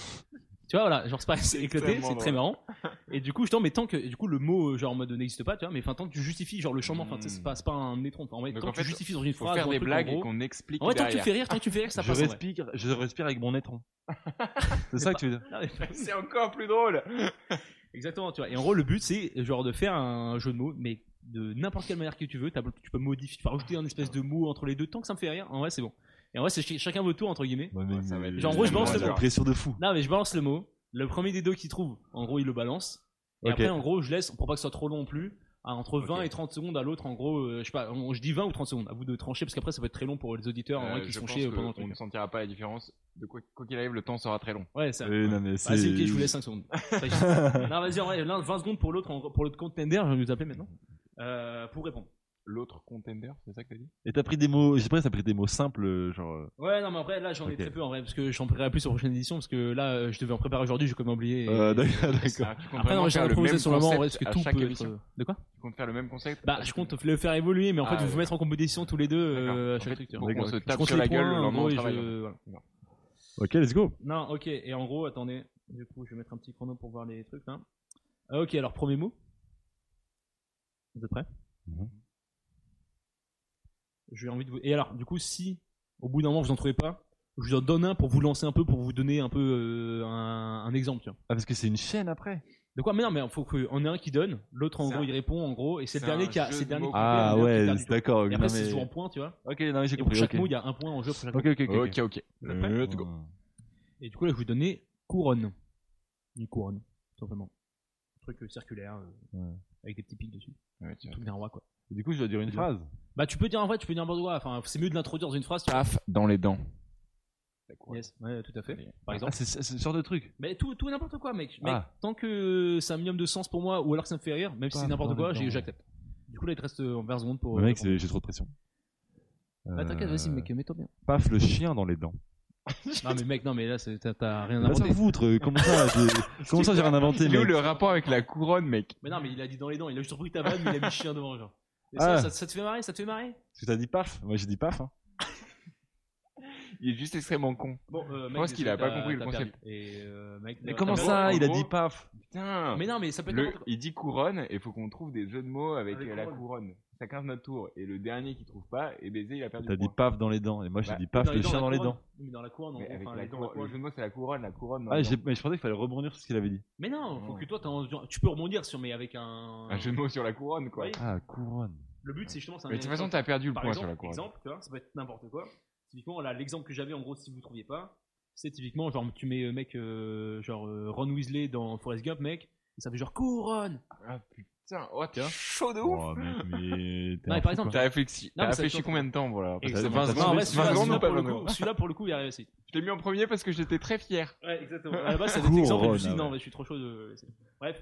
tu vois voilà, genre
(laughs)
c'est pas c'est éclaté,
extrêmement
c'est très marrant.
(laughs)
Et du coup je t'en mais tant que du coup le mot euh, genre en mode n'existe pas, tu vois, mais enfin tant que tu justifies genre le changement, enfin tu sais, c'est pas c'est pas un étron, enfin, en vrai,
Hmm. Donc,
tant
en
que
fait,
tu justifies dans une
Faut
phrase,
faire
dans un
des
truc,
blagues
en
et
gros.
qu'on explique
En vrai, tant que tu
derrière.
fais rire, tant que tu fais rire, ça
Je
passe. en vrai.
respire, je respire avec mon
(laughs)
étron. c'est ça que tu veux dire
Non,
(laughs)
mais-
C'est encore plus drôle. (laughs)
Exactement, tu vois. Et en gros, le but, c'est genre de faire un jeu de mots, mais de n'importe quelle manière que tu veux. T'as- Tu peux modifier, tu peux rajouter un espèce de mot entre les deux, tant que ça me fait rien. En vrai, c'est bon. Et en vrai, c'est ch- chacun votre tour, entre guillemets.
Ouais, mais-
ça va être-
Genre, en gros, je balance le
Ouais,
mot.
Pression de fou.
Non, mais je balance le mot. Le premier des deux qui trouve, en gros, il le balance. Et
Ok.
après, en gros, je laisse, pour pas que ce soit trop long non plus, à entre 20
Ok.
et 30 secondes à l'autre, en gros, euh, je sais pas, on- je dis 20 ou 30 secondes, à vous de trancher, parce qu'après, ça peut être très long pour les auditeurs, en vrai, qui
Euh, je
sont
pense
chés pendant le
qu'on
truc.
ne sentira pas la différence. De quoi quoi qu'il arrive, le temps sera très long.
Ouais, ça.
Ouais, non, mais
Vas-y, Ah, ok, je vous laisse
c'est.
5 secondes.
(laughs)
non, vas-y, en vrai, l'un, 20 secondes pour l'autre, en- pour l'autre compte Pender, je vais vous appeler maintenant, euh, pour répondre.
L'autre contender, c'est ça que t'as dit
Et t'as pris des mots, j'ai pris t'as pris des mots simples, euh, genre. euh,
Ouais, non, mais après, là, j'en ai
Ok.
très peu en vrai, parce que j'en préparerai plus sur la prochaine édition, parce que là, euh, je devais en préparer aujourd'hui, j'ai quand même oublié. et-
euh, (laughs) D'accord.
(laughs)
d'accord.
Ah, tu comptes
Après,
vraiment
non, j'ai
faire le
improvisé
même
sur le moment en vrai, parce
concept
que
à
tout
chaque
peut être.
émission
euh, De quoi
Tu comptes faire le même concept
Bah, je compte le faire évoluer, mais en fait,
Ah,
vous
ouais.
mettre en compétition tous les deux
D'accord.
euh, à
En
chaque
fait,
truc. tu
pour
vois.
qu'on se
Je
tape
compte
sur
les
la gueule
points,
le
en
lendemain hein.
gros,
au
et je-
travail.
voilà.
Ok, let's go.
Non, ok, et en gros, attendez, du coup, je vais mettre un petit chrono pour voir les trucs là. Ah, ok, alors, premier mot. Vous êtes prêts
Mhm.
J'ai envie de vous. Et alors, du coup, si au bout d'un moment vous en trouvez pas, je vous en donne un pour vous lancer un peu, pour vous donner un peu euh, un, un exemple. tu vois.
Ah, parce que c'est une chaîne après.
De quoi Mais non, mais faut qu'on ait un qui donne, l'autre en
C'est
gros
un-
il répond en gros, et c'est le
c'est
dernier
un
qui a.
jeu
c'est le
de
dernier
mots.
qui
Ah
perd, le
ouais,
dernier qui perd du
d'accord.
temps. Et
non,
après c'est
mais-
toujours en point, tu vois.
Ok, non, mais j'ai
Et pour
compris.
chaque
ok.
mot, il y a un point en jeu pour chaque
Ok,
mot.
ok, ok, ok.
Ok, ok.
Euh,
Let's go.
Et du coup, là, je vous donnais couronne. Une couronne, tout simplement. Un truc euh, circulaire, euh,
Ouais.
avec des petits pics dessus.
Ouais, tu
Un
vois.
truc d'un roi, quoi.
Et Du coup, je dois dire une phrase.
Bah, tu peux dire en vrai, tu peux dire n'importe quoi. Enfin, c'est mieux de l'introduire dans une phrase, tu vois.
Paf dans les dents.
Yes, ouais, tout à fait.
Ah, (laughs)
Par exemple.
c'est c'est ce genre de truc.
Mais tout, tout et n'importe quoi, mec. Mec,
Ah.
tant que c'est un minimum de sens pour moi, ou alors que ça me fait rire, même si
Pas
c'est n'importe
dans
quoi,
le temps.
j'ai- j'accepte. Du coup, là, il te reste euh, 20 secondes pour.
mec,
répondre.
c'est- j'ai trop de pression.
Ah, t'inquiète, vas-y,
Euh,
mec, mets-toi bien.
Paf le chien dans les dents.
(laughs) non, mais mec, non, mais là, c'est- t'as- t'as rien
Là, ça
inventé.
me foutre. euh, Comment ça
(laughs)
j'ai- Comment ça, j'ai rien inventé,
Il est où
mec
le rapport avec la couronne, mec
Mais non, mais il a dit dans les dents, il a juste repris ta vanne, mais il a mis chien devant, genre. Et
Ah.
ça, ça, ça te fait marrer, ça te fait marrer
Parce que t'as dit paf. Moi, j'ai dit paf. hein.
Il est juste extrêmement con.
Bon, euh, mec,
pense qu'il a
t'as-
pas compris le
t'as
concept.
perdu. Et, euh, mec,
Mais
t'as-
comment
t'as
mais
ça
en
Il a
gros-
dit paf.
Putain
perdu. Mais non, mais ça peut être
Le-
n'importe quoi.
il dit couronne et faut qu'on trouve des jeux de mots avec,
Avec
euh, la
couronne.
couronne. Chacun de notre tour. Et le dernier qui trouve pas, et baiser, il a perdu.
T'as
le
dit
point.
paf dans les dents. Et moi, j'ai
Bah,
dit paf
les
le chien
la
dans les
couronne.
dents.
Oui, Mais dans la couronne, en
Mais
gros,
avec
enfin,
la
dans
couronne-
couronne.
le jeu de mots, c'est la couronne, la couronne.
Ah,
non.
j'ai- mais je pensais qu'il fallait rebondir sur ce qu'il avait dit.
Mais non, faut
Non.
que toi, t'en- tu peux rebondir sur, mais avec un.
Un jeu de mots sur la couronne, quoi.
Oui.
Ah, couronne.
Le but, c'est justement. c'est un
Mais de toute
exemple.
façon, t'as perdu le
Par
point
exemple,
sur la couronne.
exemple, tu vois, ça peut être n'importe quoi. Typiquement, là, l'exemple que j'avais, en gros, si vous trouviez pas, c'est typiquement, genre, tu mets, euh, mec, euh, genre, euh, Ron Weasley dans Forrest Gump, mec, et ça fait genre couronne.
Ah putain, oh, t'es
Tu vois
chaud de ouf.
Oh, mec, mais. t'es
Non,
un
mais
fou,
par exemple,
quoi.
T'as réfléchi,
Non,
t'as
mais ça
réfléchi
change.
combien de temps, voilà après, c'est
Exactement.
Non,
20
Non, en
secondes,
vrai,
20
celui-là,
secondes
celui-là,
ou pas
pour le
20
coup- celui-là, pour le coup, il est arrivé assez vite.
Je t'ai mis en premier parce que j'étais très fier.
Ouais,
(laughs)
exactement. À la base, c'était exemple, et je me suis dit,
Couronne,
non,
ah
ouais.
mais je suis trop chaud de laisser. Bref.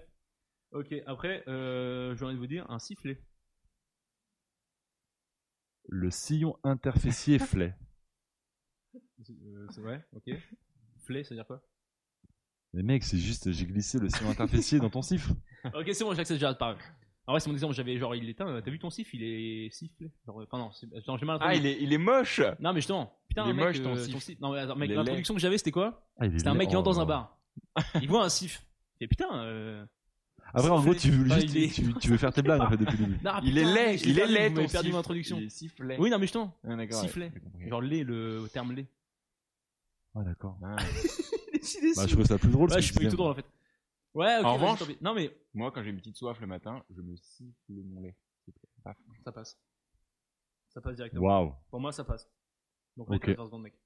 Ok, après, euh, j'ai envie de vous dire un sifflet.
Le sillon (laughs) interfécier flet.
Euh, c'est vrai, ok. Flay, ça veut dire quoi
Mais mec, c'est juste, j'ai glissé le sillon interfécier dans ton siffle.
Ok, c'est bon, j'accepte, j'arrête, pardon. En vrai, c'est mon exemple, j'avais genre, il est éteint, t'as vu ton siffle, il est sifflé. Genre, euh, Enfin, non, c'est- attends, j'ai mal
Ah,
entendu.
il est, il est moche
Non, mais justement, Putain,
Il est
mec,
moche, ton
euh,
sif.
sif. Non, mais attends, mec,
Il est
l'introduction que j'avais, c'était quoi C'était un mec qui entre dans un bar. Il voit un sif. Et putain, euh...
Après, en
Ça
gros,
fait-
tu veux
Ah,
juste-
il est-
tu- tu veux faire tes blagues en fait depuis le début.
(laughs) non,
Il est
Ah, putain,
laid,
mec, je l'ai
il est
perdu,
laid,
vous
ton
m'avez perdu
sif.
l'introduction.
Il est sifflet.
Oui, non, mais justement,
Ah, d'accord.
sifflet.
ouais, j'ai compris.
Genre lait, le terme lait.
Ouais, d'accord.
Ah.
(laughs)
Bah, je trouve ça plus drôle.
Ouais,
ce
je suis
que
pas
tu
du tout
disais.
drôle en fait. Ouais, ok,
En
vas-y,
revanche-
tant pis. Non, mais
Moi, quand j'ai une petite soif le matin, je me siffle mon lait. Paf.
ça passe. Ça passe directement.
Waouh.
Pour moi, ça passe. Donc, on
Ok.
est 14 secondes, mec.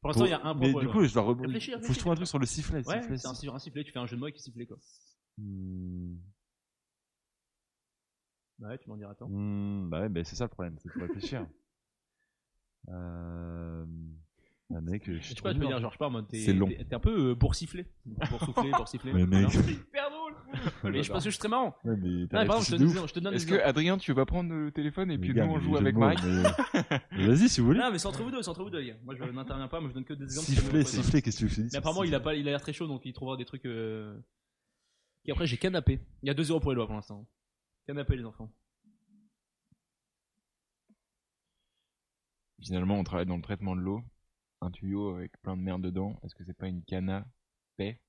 Pour l'instant, il y a un point.
Mais
pour
du
elle,
coup, je dois rebondir.
Réfléchis,
Faut que je
réfléchis,
trouve un truc sur le sifflet.
ouais,
sifflet,
ouais c'est un sifflet, un sifflet, tu fais un jeu de mots avec sifflet quoi.
Hmm.
Bah Ouais, tu m'en diras tant.
Hmm, bah ouais, bah c'est ça le problème, c'est qu'il faut réfléchir. (laughs) euh... Ah mec, je
Je
suis
sais pas,
trop
je veux
dur.
dire, genre, je pars en mode, t'es
C'est long.
t'es- t'es un peu euh, boursifflé.
(laughs)
Boursouflé, boursifflé.
Mais mec.
Non, C'est hyper
(laughs)
drôle. Mais je pense
J'adore.
que je suis très marrant.
Ouais, mais
Non,
t'as
mais par exemple,
réfléchi
je te,
de ouf.
donne- je te donne des
Est-ce que,
exemples.
Adrien, tu vas prendre le téléphone et
Mais
puis
gars,
nous, on
mais
joue
les
avec
mots,
Mike
(laughs)
mais- euh, Vas-y, si vous voulez.
Non, mais c'est entre vous deux, c'est entre vous deux, les gars. Moi, je n'interviens pas, moi, je donne que des exemples.
Siffler,
sifflé
siffler, qu'est-ce que tu fais
Mais apparemment, il a, pas, il a l'air très chaud, donc il trouvera des trucs. euh, Et après, j'ai canapé. Il y a 2-0 pour les lois pour l'instant. Canapé, les enfants.
Finalement, on travaille dans le traitement de l'eau. Un tuyau avec plein de merde dedans. Est-ce que c'est pas une canne à paix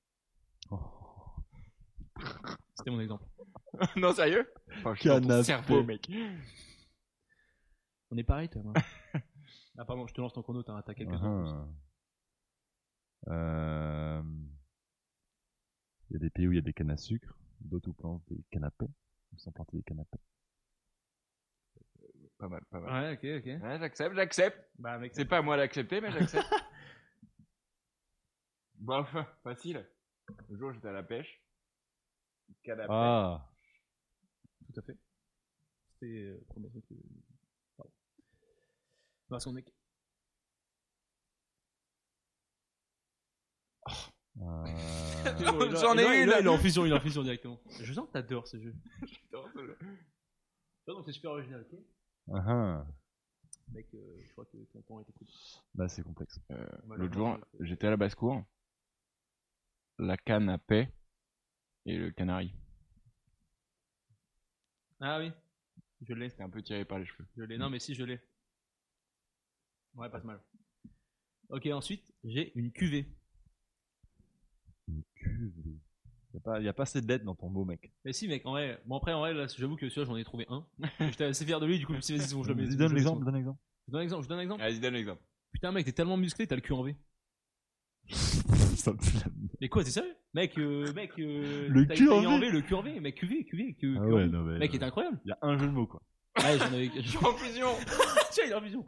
C'était mon exemple.
(laughs) Non, sérieux
Canne à
cerveau,
paix.
mec.
On est pareil,
(laughs)
toi, moi. ah, pardon, je te lance ton chrono, t'as t'as
Ah,
Uh-huh.
quelques secondes.
Euh... Il y a des pays où il y a des cannes à sucre, d'autres où plantent des canapés. Ils sont plantés des canapés.
Pas mal, pas mal.
Ouais, ok, ok.
Ouais, j'accepte, j'accepte.
Bah, mec,
C'est pas à moi d'accepter, mais j'accepte. bon, facile. Le jour, j'étais à la pêche. Canne à paix.
Ah,
tout à fait. C'était. euh, le premier truc que- Pardon. Bah, son mec.
(laughs)
euh...
Non, j'en ai
eu
une.
Là, il est en fusion, il est en fusion directement. Je sens que t'adores ce
(laughs)
jeu. Toi, donc, c'est super original, ok
ah, ah.
Mec, euh, je crois que ton temps était cool.
Là, Bah, c'est complexe.
Euh, L'autre jour, j'étais à la basse-cour. La canne à paix et le canari.
Ah oui, je l'ai.
C'était un peu tiré par les cheveux.
Je l'ai. Non, mais si, je l'ai. Ouais, pas mal. Ok, ensuite, j'ai une cuvée.
Il n'y a, pas assez de lettres dans ton mot, mec.
Mais si, mec, en vrai. Bon, après, en vrai, là, j'avoue que celui-là, j'en ai trouvé un. (laughs) J'étais assez fier de lui, du coup, si, vas-y, c'est bon, je le mets.
Vas-y,
Je
donne
le mets,
l'exemple,
c'est
donne l'exemple.
bon. Je donne un exemple, je donne un exemple.
Vas-y, donne l'exemple.
Putain, mec, t'es tellement musclé, t'as le cul en V.
(laughs) Ça me fait la merde.
Mais quoi, t'es sérieux Mec, euh, mec, euh,
Le
t'as-
cul
t'as
en
mis
V.
le cul en V, mec, cuvée, cuvée, cu-
Ah
cul en
ouais,
V.
non, mais-
Mec, il est incroyable.
Il y a un jeu de mots, quoi.
Ouais, j'en avais.
En
(laughs)
fusion
Tiens, il est en vision.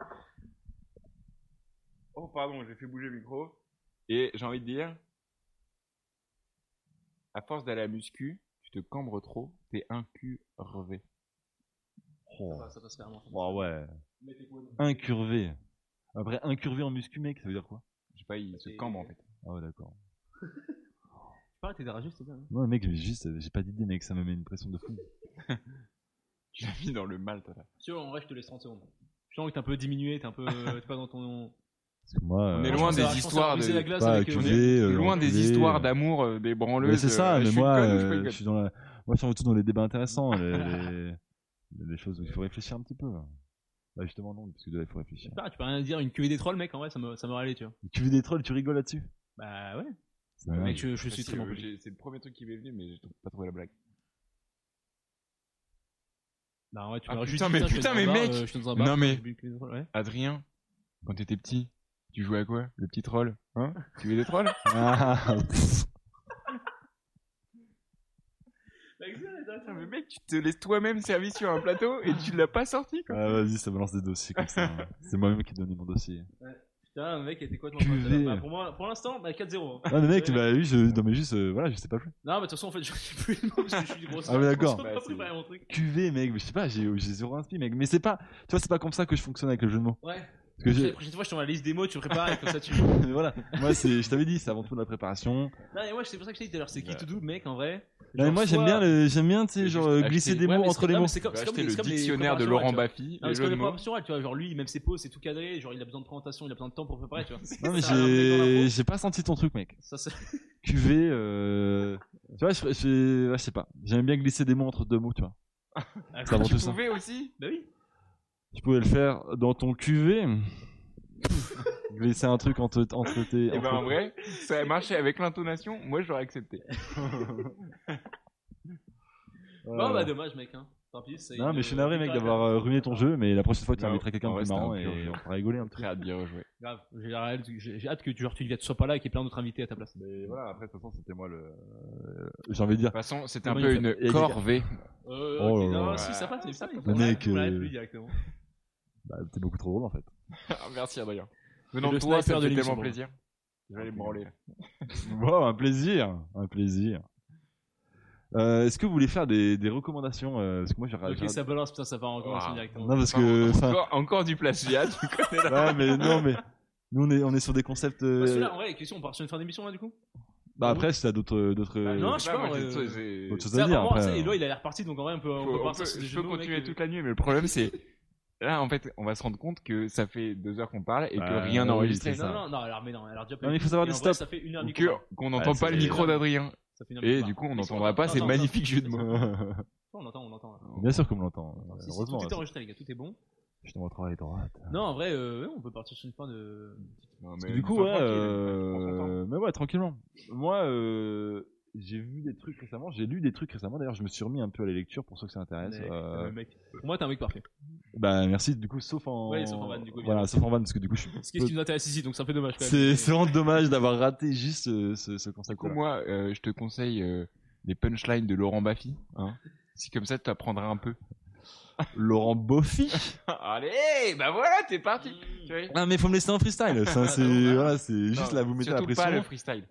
Oh, pardon, j'ai fait bouger le micro. Et j'ai envie de dire, à force d'aller à muscu, tu te cambres trop, t'es un cul revé.
Oh.
Ça passe clairement.
Bah ouais. Incurvé. Après, incurvé en muscu, mec, ça veut dire quoi
Je sais pas, il se cambre en fait.
Ah ouais, d'accord.
Pas, t'es dérangé, c'est bien. hein.
Non, mec, mais juste, j'ai pas d'idée, mec, ça me met une pression de fou.
Tu l'as mis dans le mal, toi. là.
Sûr, en vrai, je te laisse 30 secondes. Je sens que t'es un peu diminué, t'es un peu. T'es pas dans ton. Ah,
Parce que moi.
On est
euh,
Je
loin
pense
des
avoir- je pense avoir
histoires
brisé
de-
la glace
pas
avec, euh,
accusé, euh,
Loin des
enculé, euh.
histoires d'amour euh, des
Mais
branleuses.
c'est ça,
euh, je
mais
suis
moi,
une conne ou je suis pas
euh,
une
je suis dans la... moi, je suis surtout dans les débats intéressants,
(laughs)
les, les- les choses où il faut réfléchir un petit peu. Bah justement non, parce que là, il faut réfléchir.
Ah, tu peux rien dire, une cuvée des trolls, mec, en vrai, ça me, ça me râlait, tu vois.
Tu veux des trolls, tu rigoles là-dessus
Bah ouais,
C'est dingue.
mec, je, je suis
conne Facile,
très bon.
euh, j'ai- C'est le premier truc qui m'est venu, mais j'ai pas trouvé la blague.
Bah ouais, tu
Ah,
m'as
putain, mais
je suis
putain,
dans un
mais
bar,
mec
euh, je suis dans un bar,
Non, mais-
je bois une cuvée de trolls, ouais.
Adrien, quand t'étais petit, tu jouais à quoi Le petit troll Hein Tu veux des trolls
(laughs) Ah,
Bah,
Ah,
mais mec, (laughs) tu te laisses toi-même servir sur un plateau et tu l'as pas sorti quoi.
ah, vas-y, ça balance des dossiers comme ça. hein. C'est moi-même qui ai donné mon dossier.
Putain, mec, elle était quoi ton
Cuvée.
pote, là Bah, Pour moi, pour l'instant, bah
(laughs)
4-0. hein.
Ah mais mec,
Ouais.
bah oui, je... non mais juste, euh, voilà, je sais pas plus.
Non, mais de toute façon, en fait, (laughs) je sais plus les mots parce que je suis grosse.
Ah, mais d'accord.
Je me suis
Bah,
pas
c'est-
préparé mon truc.
QV, mec, mais je sais pas, j'ai j'ai zéro inspi, mec. Mais c'est pas, tu vois, c'est pas comme ça que je fonctionne avec le jeu de mots.
Ouais.
Parce que
La
j'ai-
prochaine fois, je t'envoie la liste des mots, tu prépares et comme ça,
(laughs)
tu.
(laughs) mais voilà, moi, c'est, je t'avais dit, c'est avant tout la préparation.
Non, mais moi, c'est pour ça que je t'ai dit tout à l'heure, c'est
Bah.
qui tout double, mec, en vrai.
Non, mais
Genre,
moi, j'aime
soit-
bien, le... j'aime bien, tu sais,
Et
genre,
juste
euh, glisser des
Ouais,
mots
mais c'est
entre
comme-
les
non, mais
mots.
C'est
Tu
comme,
vas
c'est comme
Bah, acheter
les-
le
c'est comme les
dictionnaire de
préparations,
Laurent
tu vois.
Baffy,
Non,
les
mais c'est comme
jeux de
les
mots.
préparations, tu vois, genre lui, même ses pauses, c'est tout cadré, genre il a besoin de présentation, il a besoin de temps pour préparer, tu vois.
Non,
(laughs)
mais
Ça, un mec dans la
j'ai,
pro.
j'ai pas senti ton truc, mec.
Ça, c'est-
QV, euh... tu vois, je, je- ouais, je sais pas. J'aime bien glisser des mots entre deux mots, tu vois.
Ah,
Ça avant
Tu
tout ça.
pouvais aussi
Bah oui.
(laughs) Tu pouvais le faire dans ton QV. Glisser un truc entre, entre tes.
Et ben
entre-
en vrai, ça a marché avec l'intonation, moi j'aurais accepté.
Bon,
Ouais,
bah,
ouais.
dommage, mec. Hein. Tant pis. c'est
Non,
une-
mais je suis navré,
une
mec,
carrière.
d'avoir euh, ruiné ton jeu, mais la prochaine fois, tu
Non,
inviteras quelqu'un
Bah, en
de plus
vrai,
marrant
c'était un pur
et
jeu.
on pourra rigoler un peu.
Très hâte d'y rejouer.
Grave, j'ai la réelle, j'ai j'ai hâte que tu, genre, tu ne sois pas là et qu'il y ait plein d'autres invités à ta place.
Mais voilà, après, de toute façon, c'était moi le.
J'ai envie de
De
dire.
toute façon, c'était
Non,
un
mais
peu
il
une
(laughs)
fait-
corvée.
Euh,
Oh
ok,
là
non,
là.
si, ça passe, mais ça
Le mec,
On l'avait
euh,
plus directement.
Bah, t'es beaucoup trop drôle en fait.
Ah, Merci Adrien. Venant
le
de toi,
sniper
ça
de
me fait
l'émission,
tellement
bon.
plaisir. Je vais aller me branler.
Wow, un plaisir, un plaisir. Euh, Est-ce que vous voulez faire des, des recommandations euh, Parce que moi j'ai
Ok,
j'ai-
ça balance, putain, ça part encore
Waouh.
directement.
Non parce que enfin,
Encore, encore du plagiat, tu connais la...
ouais, mais non mais nous on est on est sur des concepts. euh,
Parce que là, Bah, en vrai, question, on part sur une fin d'émission là du coup
bah après si t'as d'autres d'autres
Ah, Bah, non, je sais
sais
pas,
moi,
ouais,
j'ai-
euh,
j'ai-
d'autres choses
Ça,
à dire.
vraiment, tu sais,
Après, euh,
Eloi, il a l'air parti, donc en vrai, on peut, on
Faut-
peut
on
partir
peut-
sur des
je peux
genoux, mec,
continuer
et-
toute la nuit, mais le problème (laughs) c'est là en fait, on va se rendre compte que ça fait deux heures qu'on parle et que
Bah,
rien n'est
oui,
enregistré.
c'est ça.
Non, non, non, alors, mais non, alors déjà pas.
Non, mais il faut savoir
Et en
des
vrai,
stops.
Ça fait une heure
Ou
du
que- qu'on n'entend
Ouais,
pas
Bah, c'est-
le micro d'Adrien.
Ça fait une heure
Et
qu'on parle.
du coup, on
Ils sont-
n'entendra pas
attends,
ces
attends,
magnifiques
attends,
jeux de
attends,
mots.
On entend, on entend.
hein. (laughs) Bien sûr qu'on l'entend.
On entend. Si, si,
Heureusement. hein,
Tout est enregistré, les gars, tout est bon.
Je t'envoie travailler droite.
Non, en vrai, euh, on peut partir sur une fin de.
Non,
Parce
mais
que du coup,
enfin,
ouais,
tranquille,
euh,
prends son temps.
mais ouais, tranquillement. Moi, euh, j'ai vu des trucs récemment, j'ai lu des trucs récemment. D'ailleurs, je me suis remis un peu à la lecture pour ceux que ça intéresse.
Mec,
Euh,
le mec. Pour moi, t'es un mec parfait.
bah, merci, du coup, sauf en.
Ouais, sauf en van, du coup,
Voilà,
évidemment.
sauf en van, parce que du coup, je suis.
Ce qui ce qui nous intéresse ici, donc ça fait dommage quand même.
C'est
Mais-
c'est vraiment dommage d'avoir raté juste euh, ce, ce
Du coup,
concept-là.
moi, euh, je te conseille euh, les punchlines de Laurent Baffy. Hein. Si comme ça, tu apprendras un peu.
Laurent Boffy
(laughs) Allez, bah voilà, t'es parti. Tu vois
Non, mais faut me laisser en freestyle. Ça, c'est voilà, c'est juste
Non,
là, vous mettez la
surtout pas le
pression.
freestyle.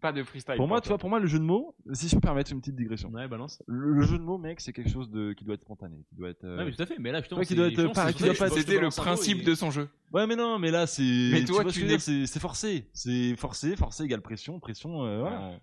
Pas de freestyle.
Pour moi, tu vois, pour moi, le jeu de mots, si je peux permettre une petite digression.
Ouais, balance.
Le, le jeu de mots, mec, c'est quelque chose de, qui doit être spontané, qui doit être. euh,
Ouais, mais tout à fait, mais là, justement.
Toi qui
c'est-
dois être
je pense
par-
que
qui
c'est-
dois
je
pas-
pense que
C'était
je
le
balance un mot
principe
et-
de son jeu.
Ouais, mais non, mais là, c'est.
Mais
tu
toi,
vois ce que je
tu
veux
l'es-
dire, c'est c'est forcé. C'est forcé, forcé égale pression, pression, euh, voilà.
Ouais.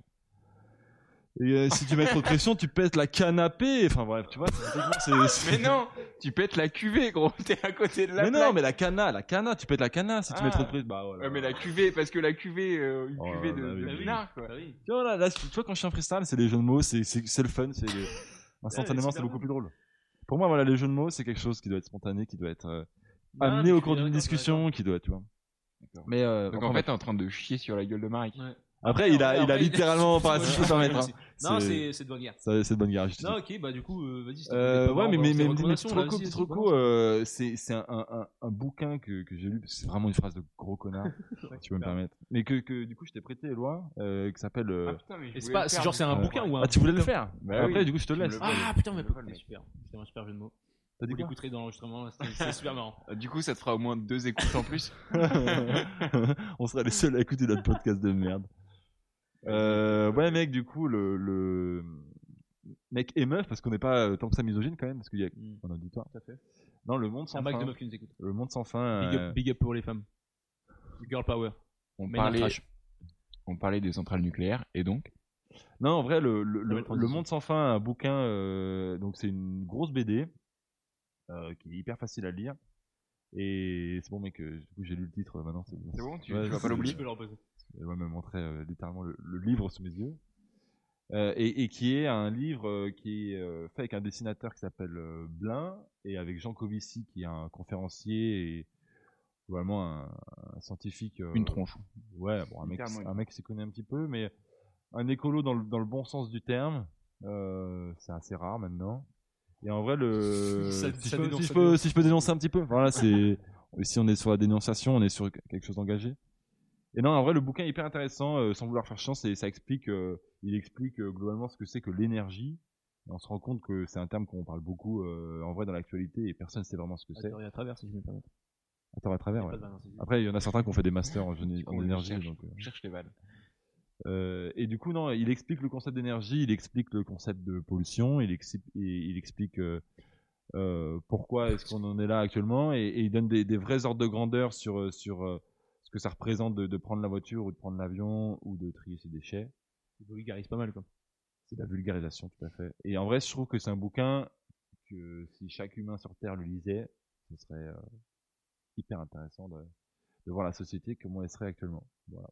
Et euh, si tu mets trop de pression, tu pètes la canapé. Enfin bref, tu vois, c'est- typiquement, c'est. c'est-
Mais non, tu pètes la cuvée, gros. T'es à côté de la.
Mais non,
plaque.
mais la cana, la cana, tu pètes la cana si tu mets
Ah.
trop de pression. Bah voilà.
Ouais, mais la cuvée, parce que la cuvée, euh, une
Oh là
cuvée de,
là,
de
oui, oui.
nard, quoi.
Bah oui.
Tu vois, là, là, tu vois, quand je suis en freestyle, c'est les jeux de mots, c'est c'est- c'est le fun, c'est. les- Instantanément,
Ouais,
c'est beaucoup plus drôle. Pour moi, voilà, les jeux de mots, c'est quelque chose qui doit être spontané, qui doit être euh,
Non, mais
amené
je
au
suis
cours d'une
d'accord,
discussion, qui doit, tu vois. Mais euh,
Donc
enfin,
en fait, t'es en train de chier sur la gueule de Marie.
après, il a, il a
Après, (laughs)
littéralement pas.
Ouais,
Si je peux permettre, hein.
Non,
C'est-
c'est c'est de bonne guerre.
Ça, c'est de bonne garage.
Non, ok, bah du coup, euh, vas-y. c'est-
Euh,
c'est pas
ouais, mais,
grave,
mais,
c'est
mais,
une
mais
recommandation,
petit
là,
Rocco,
aussi,
petit
c'est une
Rocco, euh, c'est c'est un, un, un, un bouquin que, que j'ai lu, parce que c'est vraiment une phrase de gros connard, si tu peux me permettre. Mais que, que du coup, je t'ai prêté, Eloi, euh, qui s'appelle. euh,
putain, mais
Et c'est pas, c'est genre c'est un
euh,
bouquin ou un.
Ah, tu voulais le faire
Bah
Après,
oui.
du coup, je te le laisse.
Tu me le-
Ah putain, mais
Je le vole,
c'est
mec.
super. C'était un super jeu de mots.
T'as
Vous
dit quoi
l'écouterez dans l'enregistrement, là, c'était- c'est super marrant.
Du coup, ça te fera au moins deux écoutes en plus.
(laughs) On sera les seuls à écouter notre podcast de merde. Euh, ouais, mec, du coup, le. le... Mec et meuf, parce qu'on n'est pas euh, tant que ça misogyne quand même, parce qu'il y a
Mm.
un auditoire. Tout à fait. Non, le monde
C'est un
sans
bac
fin.
de meufs qui nous écoute.
Le monde sans fin.
Big
euh,
up, big up pour les femmes. Girl power.
(laughs) On
Mais non,
parlait,
trash.
on parlait des centrales nucléaires et donc
Non, en vrai, le, le, le-
belle transition.
Le Monde sans fin, un bouquin, euh, donc c'est une grosse BD euh, qui est hyper facile à lire. Et c'est bon, mec, euh, du coup, j'ai lu le titre euh, maintenant. C'est bon,
C'est bon, tu-
Ouais,
tu
(laughs)
vas pas
c'est-
l'oublier
Tu peux leur poser.
Elle va me montrer euh, littéralement le, le livre sous mes yeux. Euh, et, et qui est un livre euh, qui est euh, fait avec un dessinateur qui s'appelle euh, Blin et avec Jean Covici qui est un conférencier et globalement un, un scientifique. euh,
une tronche.
Ouais, bon, un mec,
Littéralement une
un mec qui s'y connaît un petit peu, mais un écolo dans le, dans le bon sens du terme, euh, c'est assez rare maintenant. Et en vrai, le...
Ça-
si,
ça
je peux,
dénonce,
si je
ça
peux-
dénonce.
si je peux dénoncer un petit peu, voilà, c'est (laughs) ici on est sur la dénonciation, on est sur quelque chose d'engagé. Et non, en vrai, le bouquin est hyper intéressant, euh, sans vouloir faire chance, et ça explique, euh, il explique euh, globalement ce que c'est que l'énergie. Et On se rend compte que c'est un terme qu'on parle beaucoup euh, en vrai dans l'actualité et personne ne sait vraiment ce que c'est.
Attends, il y a à travers, si je me permets.
Attends, à travers.
Pas
ouais.
de balance, c'est juste.
Après, il y en a certains qui ont fait des masters en, génie- en
On
énergie.
cherche,
donc, euh,
on cherche les balles.
euh, et du coup, non, il explique le concept d'énergie, il explique le concept de pollution, il, exi- et il explique euh, euh, pourquoi est-ce qu'on en est là actuellement, et, et il donne des, des vrais ordres de grandeur sur, euh, sur euh, ce que ça représente de, de prendre la voiture ou de prendre l'avion ou de trier ses déchets.
Il vulgarise pas mal, quoi.
C'est de la vulgarisation, tout à fait. Et en vrai, je trouve que c'est un bouquin que si chaque humain sur Terre le lisait, ce serait euh, hyper intéressant de, de voir la société, comment elle serait actuellement. Voilà.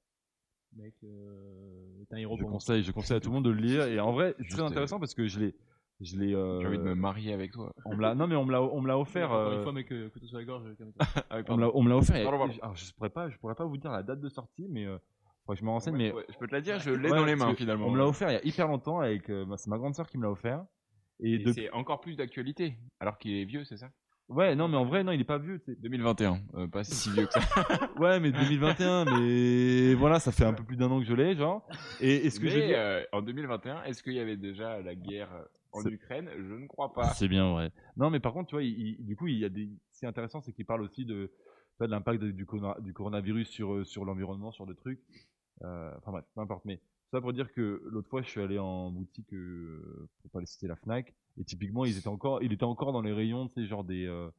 Mec, euh, t'es un héros
Je
pour moi.
conseille, je conseille à tout le monde de le lire. Et en vrai, c'est
Juste,
très
euh,
intéressant parce que je l'ai, Je l'ai. euh,
J'ai envie de me marier avec toi.
on me l'a- non mais on me l'a, on me l'a offert.
Encore Une
euh,
fois, mec, euh, couteau sur la gorge. euh, comme ça.
Ah oui,
on
pardon.
me l'a, on me l'a offert. il y a-
Pardon, pardon.
alors, je pourrais pas, je pourrais pas vous dire la date de sortie, mais euh, faudrait que je me renseigne.
Ouais,
mais
ouais, je peux te la dire, je l'ai
Ouais,
dans les
parce
mains
que
finalement.
on me l'a offert il y a hyper longtemps avec, euh, ma- c'est ma grande sœur qui me l'a offert. Et,
Et
depuis-
c'est encore plus d'actualité, alors qu'il est vieux, c'est ça
ouais, non mais en vrai, non, il est pas vieux. tu sais.
2021, euh, pas si vieux que
(laughs)
ça.
Ouais, mais 2021, mais voilà, ça fait un peu plus d'un an que je l'ai, genre. Et, et ce que
Mais,
je veux dire-
euh, en 2021, est-ce qu'il y avait déjà la guerre euh, en
C'est-
Ukraine Je ne crois pas.
C'est bien vrai. Non, mais par contre, tu vois, il- il- du coup, il y a des. C'est intéressant, c'est qu'il parle aussi de, tu vois, de l'impact de- du, corona- du coronavirus sur, euh, sur l'environnement, sur des trucs. Euh, Enfin bref, peu importe. Mais ça pour dire que l'autre fois, je suis allé en boutique, euh, pour pas les citer, la Fnac, et typiquement, ils étaient encore, il était encore dans les rayons, tu sais, genre des. euh,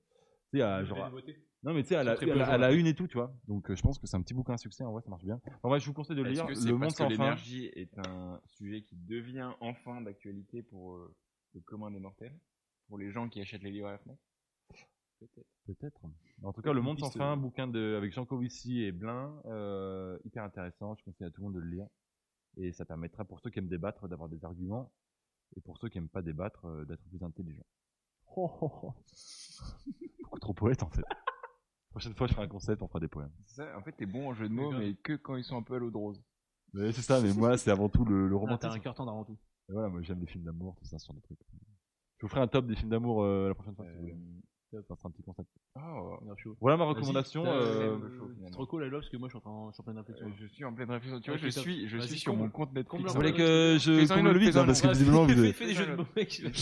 tu sais, à-
Des
genre, euh,
nouveautés.
non mais tu sais à, la-
Très peu
à la-
de gens,
à la
ouais.
une et tout tu vois donc euh, je pense que c'est un petit bouquin à succès en vrai ça marche bien en vrai je vous conseille de le
Est-ce
lire
que c'est
le monde
parce que
sans fin
l'énergie est un sujet qui devient enfin d'actualité pour euh, le commun des mortels Pour les gens qui achètent les livres à la Fnac
Peut-être. euh, En tout cas, Le Monde sans
Piste,
fin, bouquin de, avec Jean Covici et Blin, euh, hyper intéressant. Je conseille à tout le monde de le lire. Et ça permettra pour ceux qui aiment débattre d'avoir des arguments et pour ceux qui aiment pas débattre euh, d'être plus intelligents. (laughs) Oh, oh, oh. Beaucoup trop poète en fait. Prochaine fois, je ferai un concept, on fera des poèmes.
C'est ça, en fait, t'es bon en jeu de mots,
D'accord.
mais que quand ils sont un peu à l'eau de rose.
Mais c'est ça, mais moi, c'est avant tout le, le
Ah, T'as
romantisme.
un cœur tendre avant tout.
Et voilà, moi, j'aime les films d'amour, tout ça, sur des trucs. Je vous ferai un top des films d'amour euh, la prochaine fois, si vous voulez. Ça sera un petit concept.
Oh,
Regarde, chaud.
Voilà ma
Vas-y,
recommandation.
putain,
euh,
euh, C'est trop cool, la love, parce que moi, je suis en train- je suis en pleine réflexion.
Euh, je suis en pleine réflexion. Tu
Ouais,
vois, je
putain.
suis, je
Vas-y,
suis sur
comble.
mon compte
Comble
Netflix.
un
Vous
peu.
voulez que je
euh, Fais-en une
comble le
autre,
vide
fais-en
hein,
une
Parce que
autre. (laughs)
visiblement, vous
Ah, Fais,
êtes.
fais des jeux de mots,
(laughs)
mec.
J'ai des
Mec,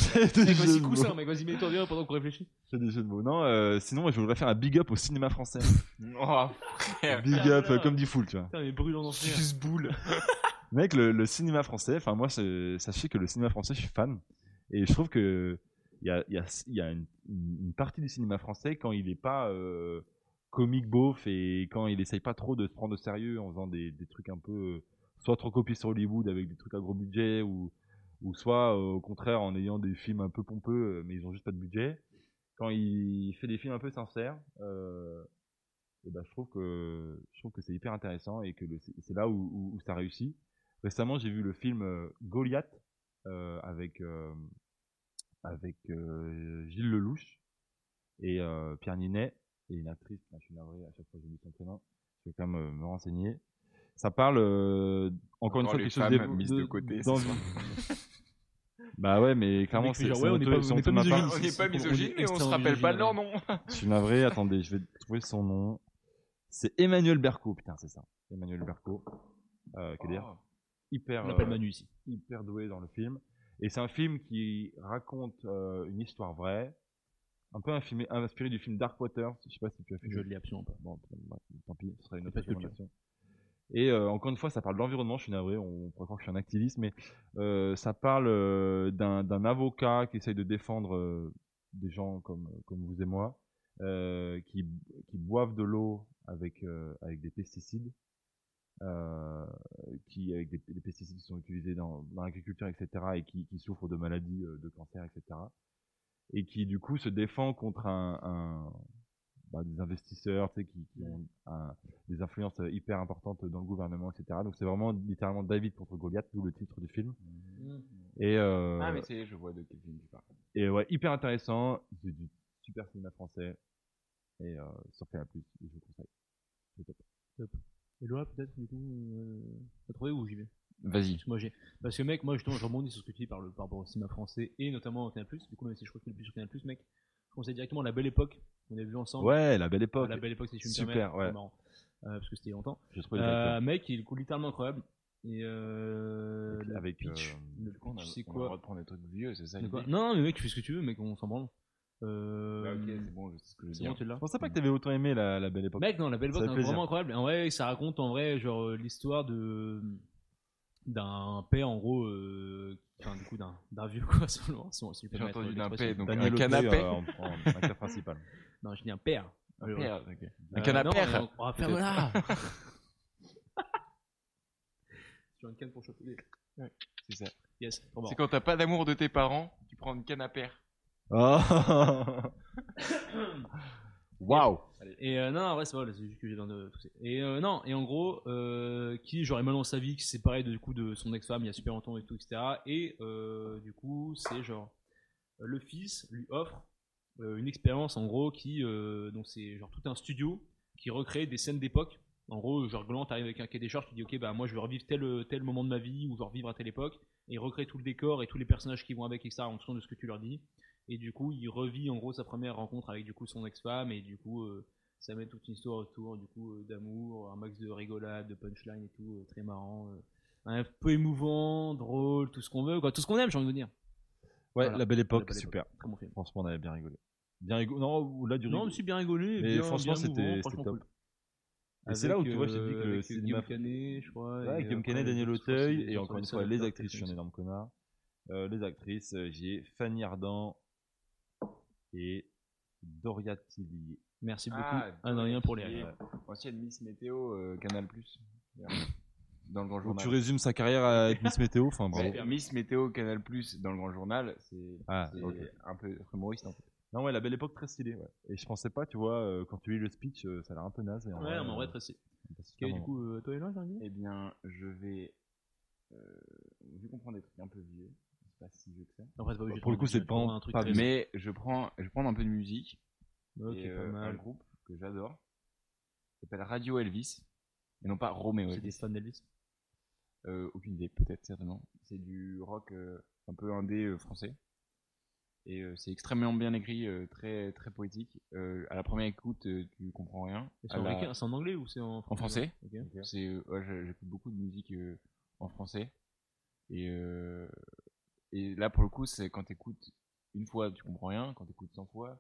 jeux
vas-y,
de
coussin,
mots.
mec, vas-y, mets-toi bien pendant qu'on réfléchit.
J'ai des jeux de mots. Non, euh, sinon, moi, je voudrais faire un big up au cinéma français.
(laughs) Oh,
big up, euh, comme dit Foul, tu vois.
Putain, mais brûle
(laughs)
en enfer.
juste boule.
Mec, le, le cinéma français, enfin, moi, c'est- sachez que le cinéma français, je suis fan. Et je trouve que il y a, il y a- il y a une, une partie du cinéma français quand il n'est pas euh, comique beauf et quand il essaye pas trop de se prendre au sérieux en faisant des, des trucs un peu euh, soit trop copiés sur Hollywood avec des trucs à gros budget ou, ou soit euh, au contraire en ayant des films un peu pompeux euh, mais ils ont juste pas de budget. Quand il fait des films un peu sincères, euh, et ben je trouve que je trouve que c'est hyper intéressant et que le- c'est- c'est là où, où- où ça réussit. Récemment, j'ai vu le film euh, Goliath euh, avec euh, avec euh, Gilles Lelouch et euh, Pierre Ninet et une actrice, putain, je suis navré, à chaque fois que j'ai mis son prénom, je vais quand même euh, me renseigner. Ça parle euh, encore une
Encore
fois
les
quelque chose
femmes
d'é-
mises de côté,
d'en-
ce soir.
(laughs) bah ouais, mais
Le
clairement
mec fait
c'est
genre,
c'est
ouais, on est
honteux-
pas-
c'est
on est
honteux
pas
de ma part.
misogyne.
On n'est pas
on est
misogyne, mais on se
extrêmement
rappelle pas
misogyne.
de leur (laughs) nom.
Je suis navré, attendez, je vais trouver son nom. C'est Emmanuel Berco, putain, c'est ça. Emmanuel Berco, euh, qui est d'ailleurs hyper,
Oh. On appelle
euh,
Manu ici.
hyper doué dans le film. Et c'est un film qui raconte euh, une histoire vraie, un peu infimé- inspiré du film Dark Waters. Je sais pas si tu as vu.
Je l'ai absolument pas.
bah, Bon, putain, bref, tant pis, ce serait une
C'est
autre
pas ce que tu as.
recommandation. Et euh, encore une fois, ça parle de l'environnement, je suis navré, on pourrait croire que je suis un activiste, mais euh, ça parle euh, d'un d'un avocat qui essaye de défendre euh, des gens comme, comme vous et moi, euh, qui, qui boivent de l'eau avec, euh, avec des pesticides, euh, qui, avec des, des pesticides qui sont utilisés dans, dans l'agriculture, etc., et qui, qui souffrent de maladies, euh, de cancer, etc., et qui du coup se défend contre un, un- bah, des investisseurs tu sais, qui, qui ont un- des influences euh, hyper importantes dans le gouvernement, etc. Donc c'est vraiment littéralement David contre Goliath, d'où le titre du film. Et, euh,
Ah, mais c'est, je vois de quel film tu parles.
et ouais, hyper intéressant, c'est du super cinéma français. Et euh, sur Canal+, Plus, je vous conseille.
Et Loa, peut-être, du coup, euh, t'as trouvé où j'y vais
Vas-y.
Parce que moi, j'ai. Parce que, mec, moi, justement, je rebondis sur ce que tu dis par, le... par rapport au cinéma français et notamment au Canal. Du coup, même si je crois que plus sur Canal, mec, je conseille directement La Belle Époque. On a vu ensemble.
Ouais, la belle
Enfin,
époque.
La Belle Époque, si tu me
Super,
permets.
ouais.
C'est marrant. Euh, parce que c'était il y a longtemps.
J'ai trouvé les
Euh,
acteurs.
mec, il est littéralement incroyable. Et euh,
Avec-
le
avec,
pitch,
euh,
le
Du coup, on a,
pitch, c'est
on a le
quoi
droit de prendre des trucs vieux, c'est ça
C'est
l'idée
quoi Non, non, mais mec, tu fais ce que tu veux, mec, on s'en branle.
Ah,
Euh,
Ok, c'est bon, je sais ce que je veux
c'est bon,
dire.
tu l'as
Je pensais pas que t'avais autant aimé la, la belle époque.
Mec, non, la belle
Ça
époque,
fait
hein,
plaisir.
vraiment incroyable. En vrai, ça raconte en vrai, genre, euh, l'histoire de. d'un père, en gros. euh, Enfin, du coup, d'un d'un vieux, quoi, (laughs) seulement. si on- si je peux
J'ai
mettre
entendu d'un
l'expression.
paix, donc
Daniel
un
Auteuil,
canapé.
euh, en- en (laughs) en acteur principal.
Non, je dis un père.
Un père, ok. Un
Euh,
canapé.
non, mais on- On va faire là Sur une canne pour choper.
C'est ça.
Yes, trop marrant.
C'est quand t'as pas d'amour de tes parents, tu prends une canne à pair.
Ah. Waouh!
Et euh, non, non, en vrai, c'est pas mal, c'est juste que j'ai besoin de tousser. Et euh, non, et en gros, euh, qui, genre, est mal dans sa vie, qui s'est séparé du coup de son ex-femme il y a super longtemps et tout, etc. Et euh, du coup, c'est genre, le fils lui offre euh, une expérience en gros qui euh, donc c'est genre tout un studio qui recrée des scènes d'époque. En gros, genre Glant arrive avec un quai des charges, tu dis ok bah moi je veux revivre tel euh, tel moment de ma vie ou je veux revivre à telle époque et il recrée tout le décor et tous les personnages qui vont avec etc en fonction de ce que tu leur dis. Et du coup, il revit en gros sa première rencontre avec du coup son ex-femme et du coup euh, ça met toute une histoire autour du coup euh, d'amour, un max de rigolade, de punchline et tout euh, très marrant, euh, un peu émouvant, drôle, tout ce qu'on veut quoi, tout ce qu'on aime j'ai envie de dire.
Ouais,
Voilà.
la belle époque,
La Belle
super.
Très bon film.
Franchement, on avait bien rigolé. Bien rigolé. Non, au-delà du
Non,
rigolo.
je me suis bien rigolé.
Mais
bien- bien
franchement, c'était-
mouvant,
c'était
franchement
top.
cool.
Et c'est là où
Avec,
tu vois, je t'ai dit
euh,
que le
avec
cinéma-
Guillaume Canet, je crois.
Ouais,
et
Guillaume
après,
Canet, Daniel
je crois que c'est-
Auteuil,
c'est
et
sur
encore
le
une fois,
seul
les
acteur
actrices, je suis un
qui-
énorme connard. Euh, les actrices, euh, j'ai Fanny Ardant et Doria Tilly.
Merci beaucoup.
Ah,
Ah, non, rien pour les rires.
Ancienne Miss Météo, euh,
(laughs)
Canal Plus. Dans le grand
Donc tu
journal.
résumes sa carrière avec Miss Météo, (laughs) enfin bravo.
Mais Miss Météo, Canal Plus, dans le grand journal, c'est
Ah,
c'est
ok.
un peu humoriste en fait.
Non, ouais, la belle époque très stylée. Ouais. Et je pensais pas, tu vois, euh, quand tu lis le speech, euh, ça a l'air un peu naze. Et en
Ouais, mais en vrai,
euh,
très c'est.
on passe super
Ok, Du
moment.
coup, euh, toi et moi, j'ai envie de dire
Eh bien, je vais. euh, vu qu'on prend des trucs un peu vieux, c'est pas si vieux que ça.
Après, c'est pas obligé de
Pour le coup,
prendre un
c'est
truc, prends
pas-
un truc
pas
très-
Mais je prends, je prends un peu de musique.
Ok,
et,
pas
euh, un
mal.
groupe que j'adore. qui s'appelle Radio Elvis. Et non pas
Ah
Roméo
C'est des
Elvis.
fans d'Elvis.
Euh, aucune idée, peut-être, certainement. C'est du rock euh, un peu indé euh, français. Et euh, c'est extrêmement bien écrit, euh, très, très poétique. Euh, à la première écoute, euh, tu comprends rien.
Et C'est
À
en
la-
américain- c'est en anglais ou c'est en
En français.
Ok.
C'est, euh, ouais, j'ai- j'écoute beaucoup de musique euh, en français. Et, euh, et là, pour le coup, c'est quand t'écoutes une fois, tu comprends rien. Quand t'écoutes 100 fois,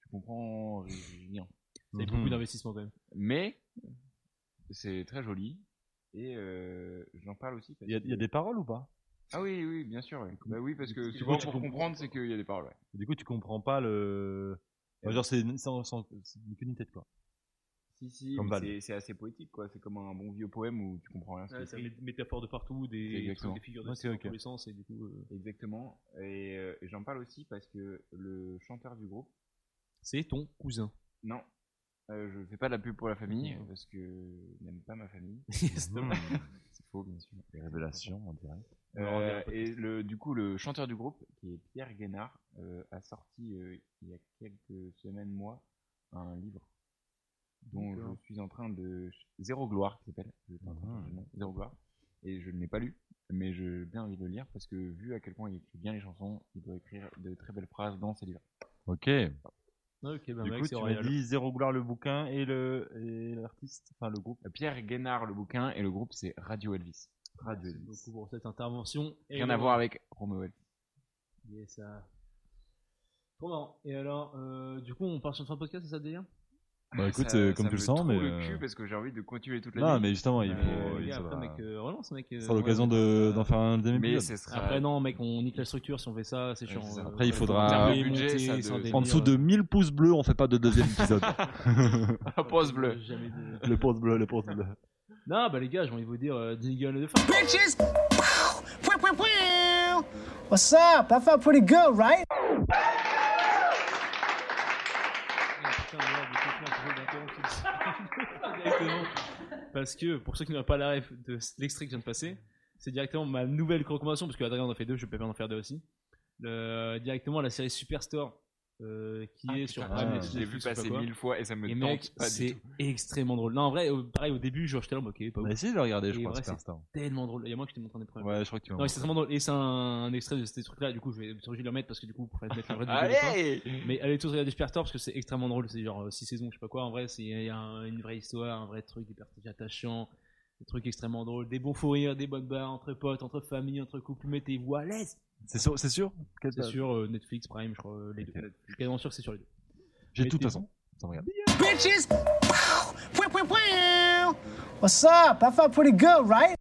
tu comprends rien.
Mhm.
C'est beaucoup d'investissement quand même.
Mais c'est très joli. Et euh, j'en parle aussi. Parce
Il y, a-
que-
il y a des paroles ou pas
Ah oui, oui, bien sûr. ouais. Bah oui, parce que
tu
souvent,
comprends-
pour comprendre, c'est qu'il y a des paroles. ouais.
Du coup, tu comprends pas le. Enfin, genre, c'est sans, sans, c'est aucune tête, quoi.
Si, si,
Comme
mais
Val.
c'est- c'est assez poétique, quoi. C'est comme un bon vieux poème où tu comprends rien. à ce qui est
C'est
écrit.
des métaphores de partout,
C'est
des,
exactement.
des figures de
Ok,
style dans
ok.
tous les sens et du coup. euh,
Exactement. Et, euh, et j'en parle aussi parce que le chanteur du groupe,
C'est ton cousin.
(laughs)
Non. Euh, je fais pas de la pub pour la famille
Mmh.
parce que je n'aime pas ma famille.
(laughs)
C'est faux, bien sûr.
Des révélations, on dirait.
Alors, on verra
Euh, et le, du coup, le chanteur du groupe, qui est Pierre Guénard, euh, a sorti euh, il y a quelques semaines, mois, un livre dont
D'accord.
je suis en train de. Zéro Gloire, qui s'appelle. Je suis en train
Ah.
de- non, Zéro Gloire. Et je ne l'ai pas lu, mais j'ai bien envie de le lire parce que, vu à quel point il écrit bien les chansons, il doit écrire de très belles phrases dans ses livres.
Ok.
Ok, bah,
du
mec,
coup,
c'est
tu m'as
royal.
dit Zéro Gloire le bouquin et le et l'artiste, enfin le groupe.
Euh, Pierre Guénard, le bouquin, et le groupe, c'est Radio Elvis.
Radio
Merci beaucoup pour cette intervention. Et
Rien à
on-
voir avec Roméo Elvis.
Yes, ça. Trop marrant. Et alors, euh, du coup, on part sur le fin de podcast, c'est ça le délire
Bah, écoute,
Ça-
euh, comme
ça
tu le
me
sens,
trouve
mais,
le
euh,
cul parce que j'ai envie de continuer toute la
Non,
nuit.
mais justement, il
Euh,
faut.
Euh, les
il
gars,
faut-
après, mec, euh, relance, mec.
Ce
euh,
sera l'occasion
ouais,
de- d'en faire un deuxième
Mais
épisode.
ce sera.
Après, non, mec, on nique la structure si on fait ça, c'est
Ouais,
chiant.
c'est ça.
euh,
Après, il
faut
faudra-
monter,
En budget, ça
monter, c'est hein. un
de-
délire.
En dessous de 1000 pouces bleus, on fait pas
(laughs)
de deuxième épisode.
La pause bleue.
euh, Jamais de-
le pouce bleu, le pouce bleu.
Non, bah les gars, j'ai envie de vous dire, euh, jingle de fin.
bitches. What's up? That felt pretty good, right?
Ah,
Putain, merde, du coup, je suis obligé d'interrompre le- (laughs) Directement. Parce que, pour ceux qui n'ont pas la ref de l'extrait que je viens de passer, c'est directement ma nouvelle recommandation, parce qu'Adrien en a fait deux, je peux pas en faire deux aussi. Le- directement la série Superstore, euh, qui est sur
Putain,
Prime
ah,
Netflix,
je l'ai vu
je sais pas
passer
quoi.
mille fois et ça me
Et
tente
mec,
pas du
c'est
tout.
extrêmement drôle. Non, en vrai, euh, pareil, au début, genre, j'étais là, en mode, ok, pas
On
ouf.
a essayé de le regarder, je
Bah, Et
crois,
vrai,
c'est
c'est tellement drôle. Il y a moi qui t'ai montré un des premiers.
Ouais, je crois que tu
Non,
vois.
c'est vraiment drôle. Et c'est un, un extrait de ces trucs-là. Du coup, je vais être obligé de le mettre parce que du coup, pour faire mettre la
(laughs)
vraie vidéo à la fin.
Allez
Mais allez tous regarder Superstore parce que c'est extrêmement drôle. C'est genre 6 saisons, je sais pas quoi. En vrai, c'est- il y a un- une vraie histoire, un vrai truc, des personnages attachants, des trucs extrêmement drôles, des bons fous rires, des bonnes barres entre potes, entre familles, entre couples. Mettez-vous à l'aise.
C'est sûr, c'est sûr Quelle
C'est
page
sur euh, Netflix, Prime, je crois, euh, les deux. Je suis quasiment sûr que c'est sur les deux.
J'ai tout, de
Mettez-
toute façon. Ça me regarde.
bitches. What's up? That felt pretty good, right?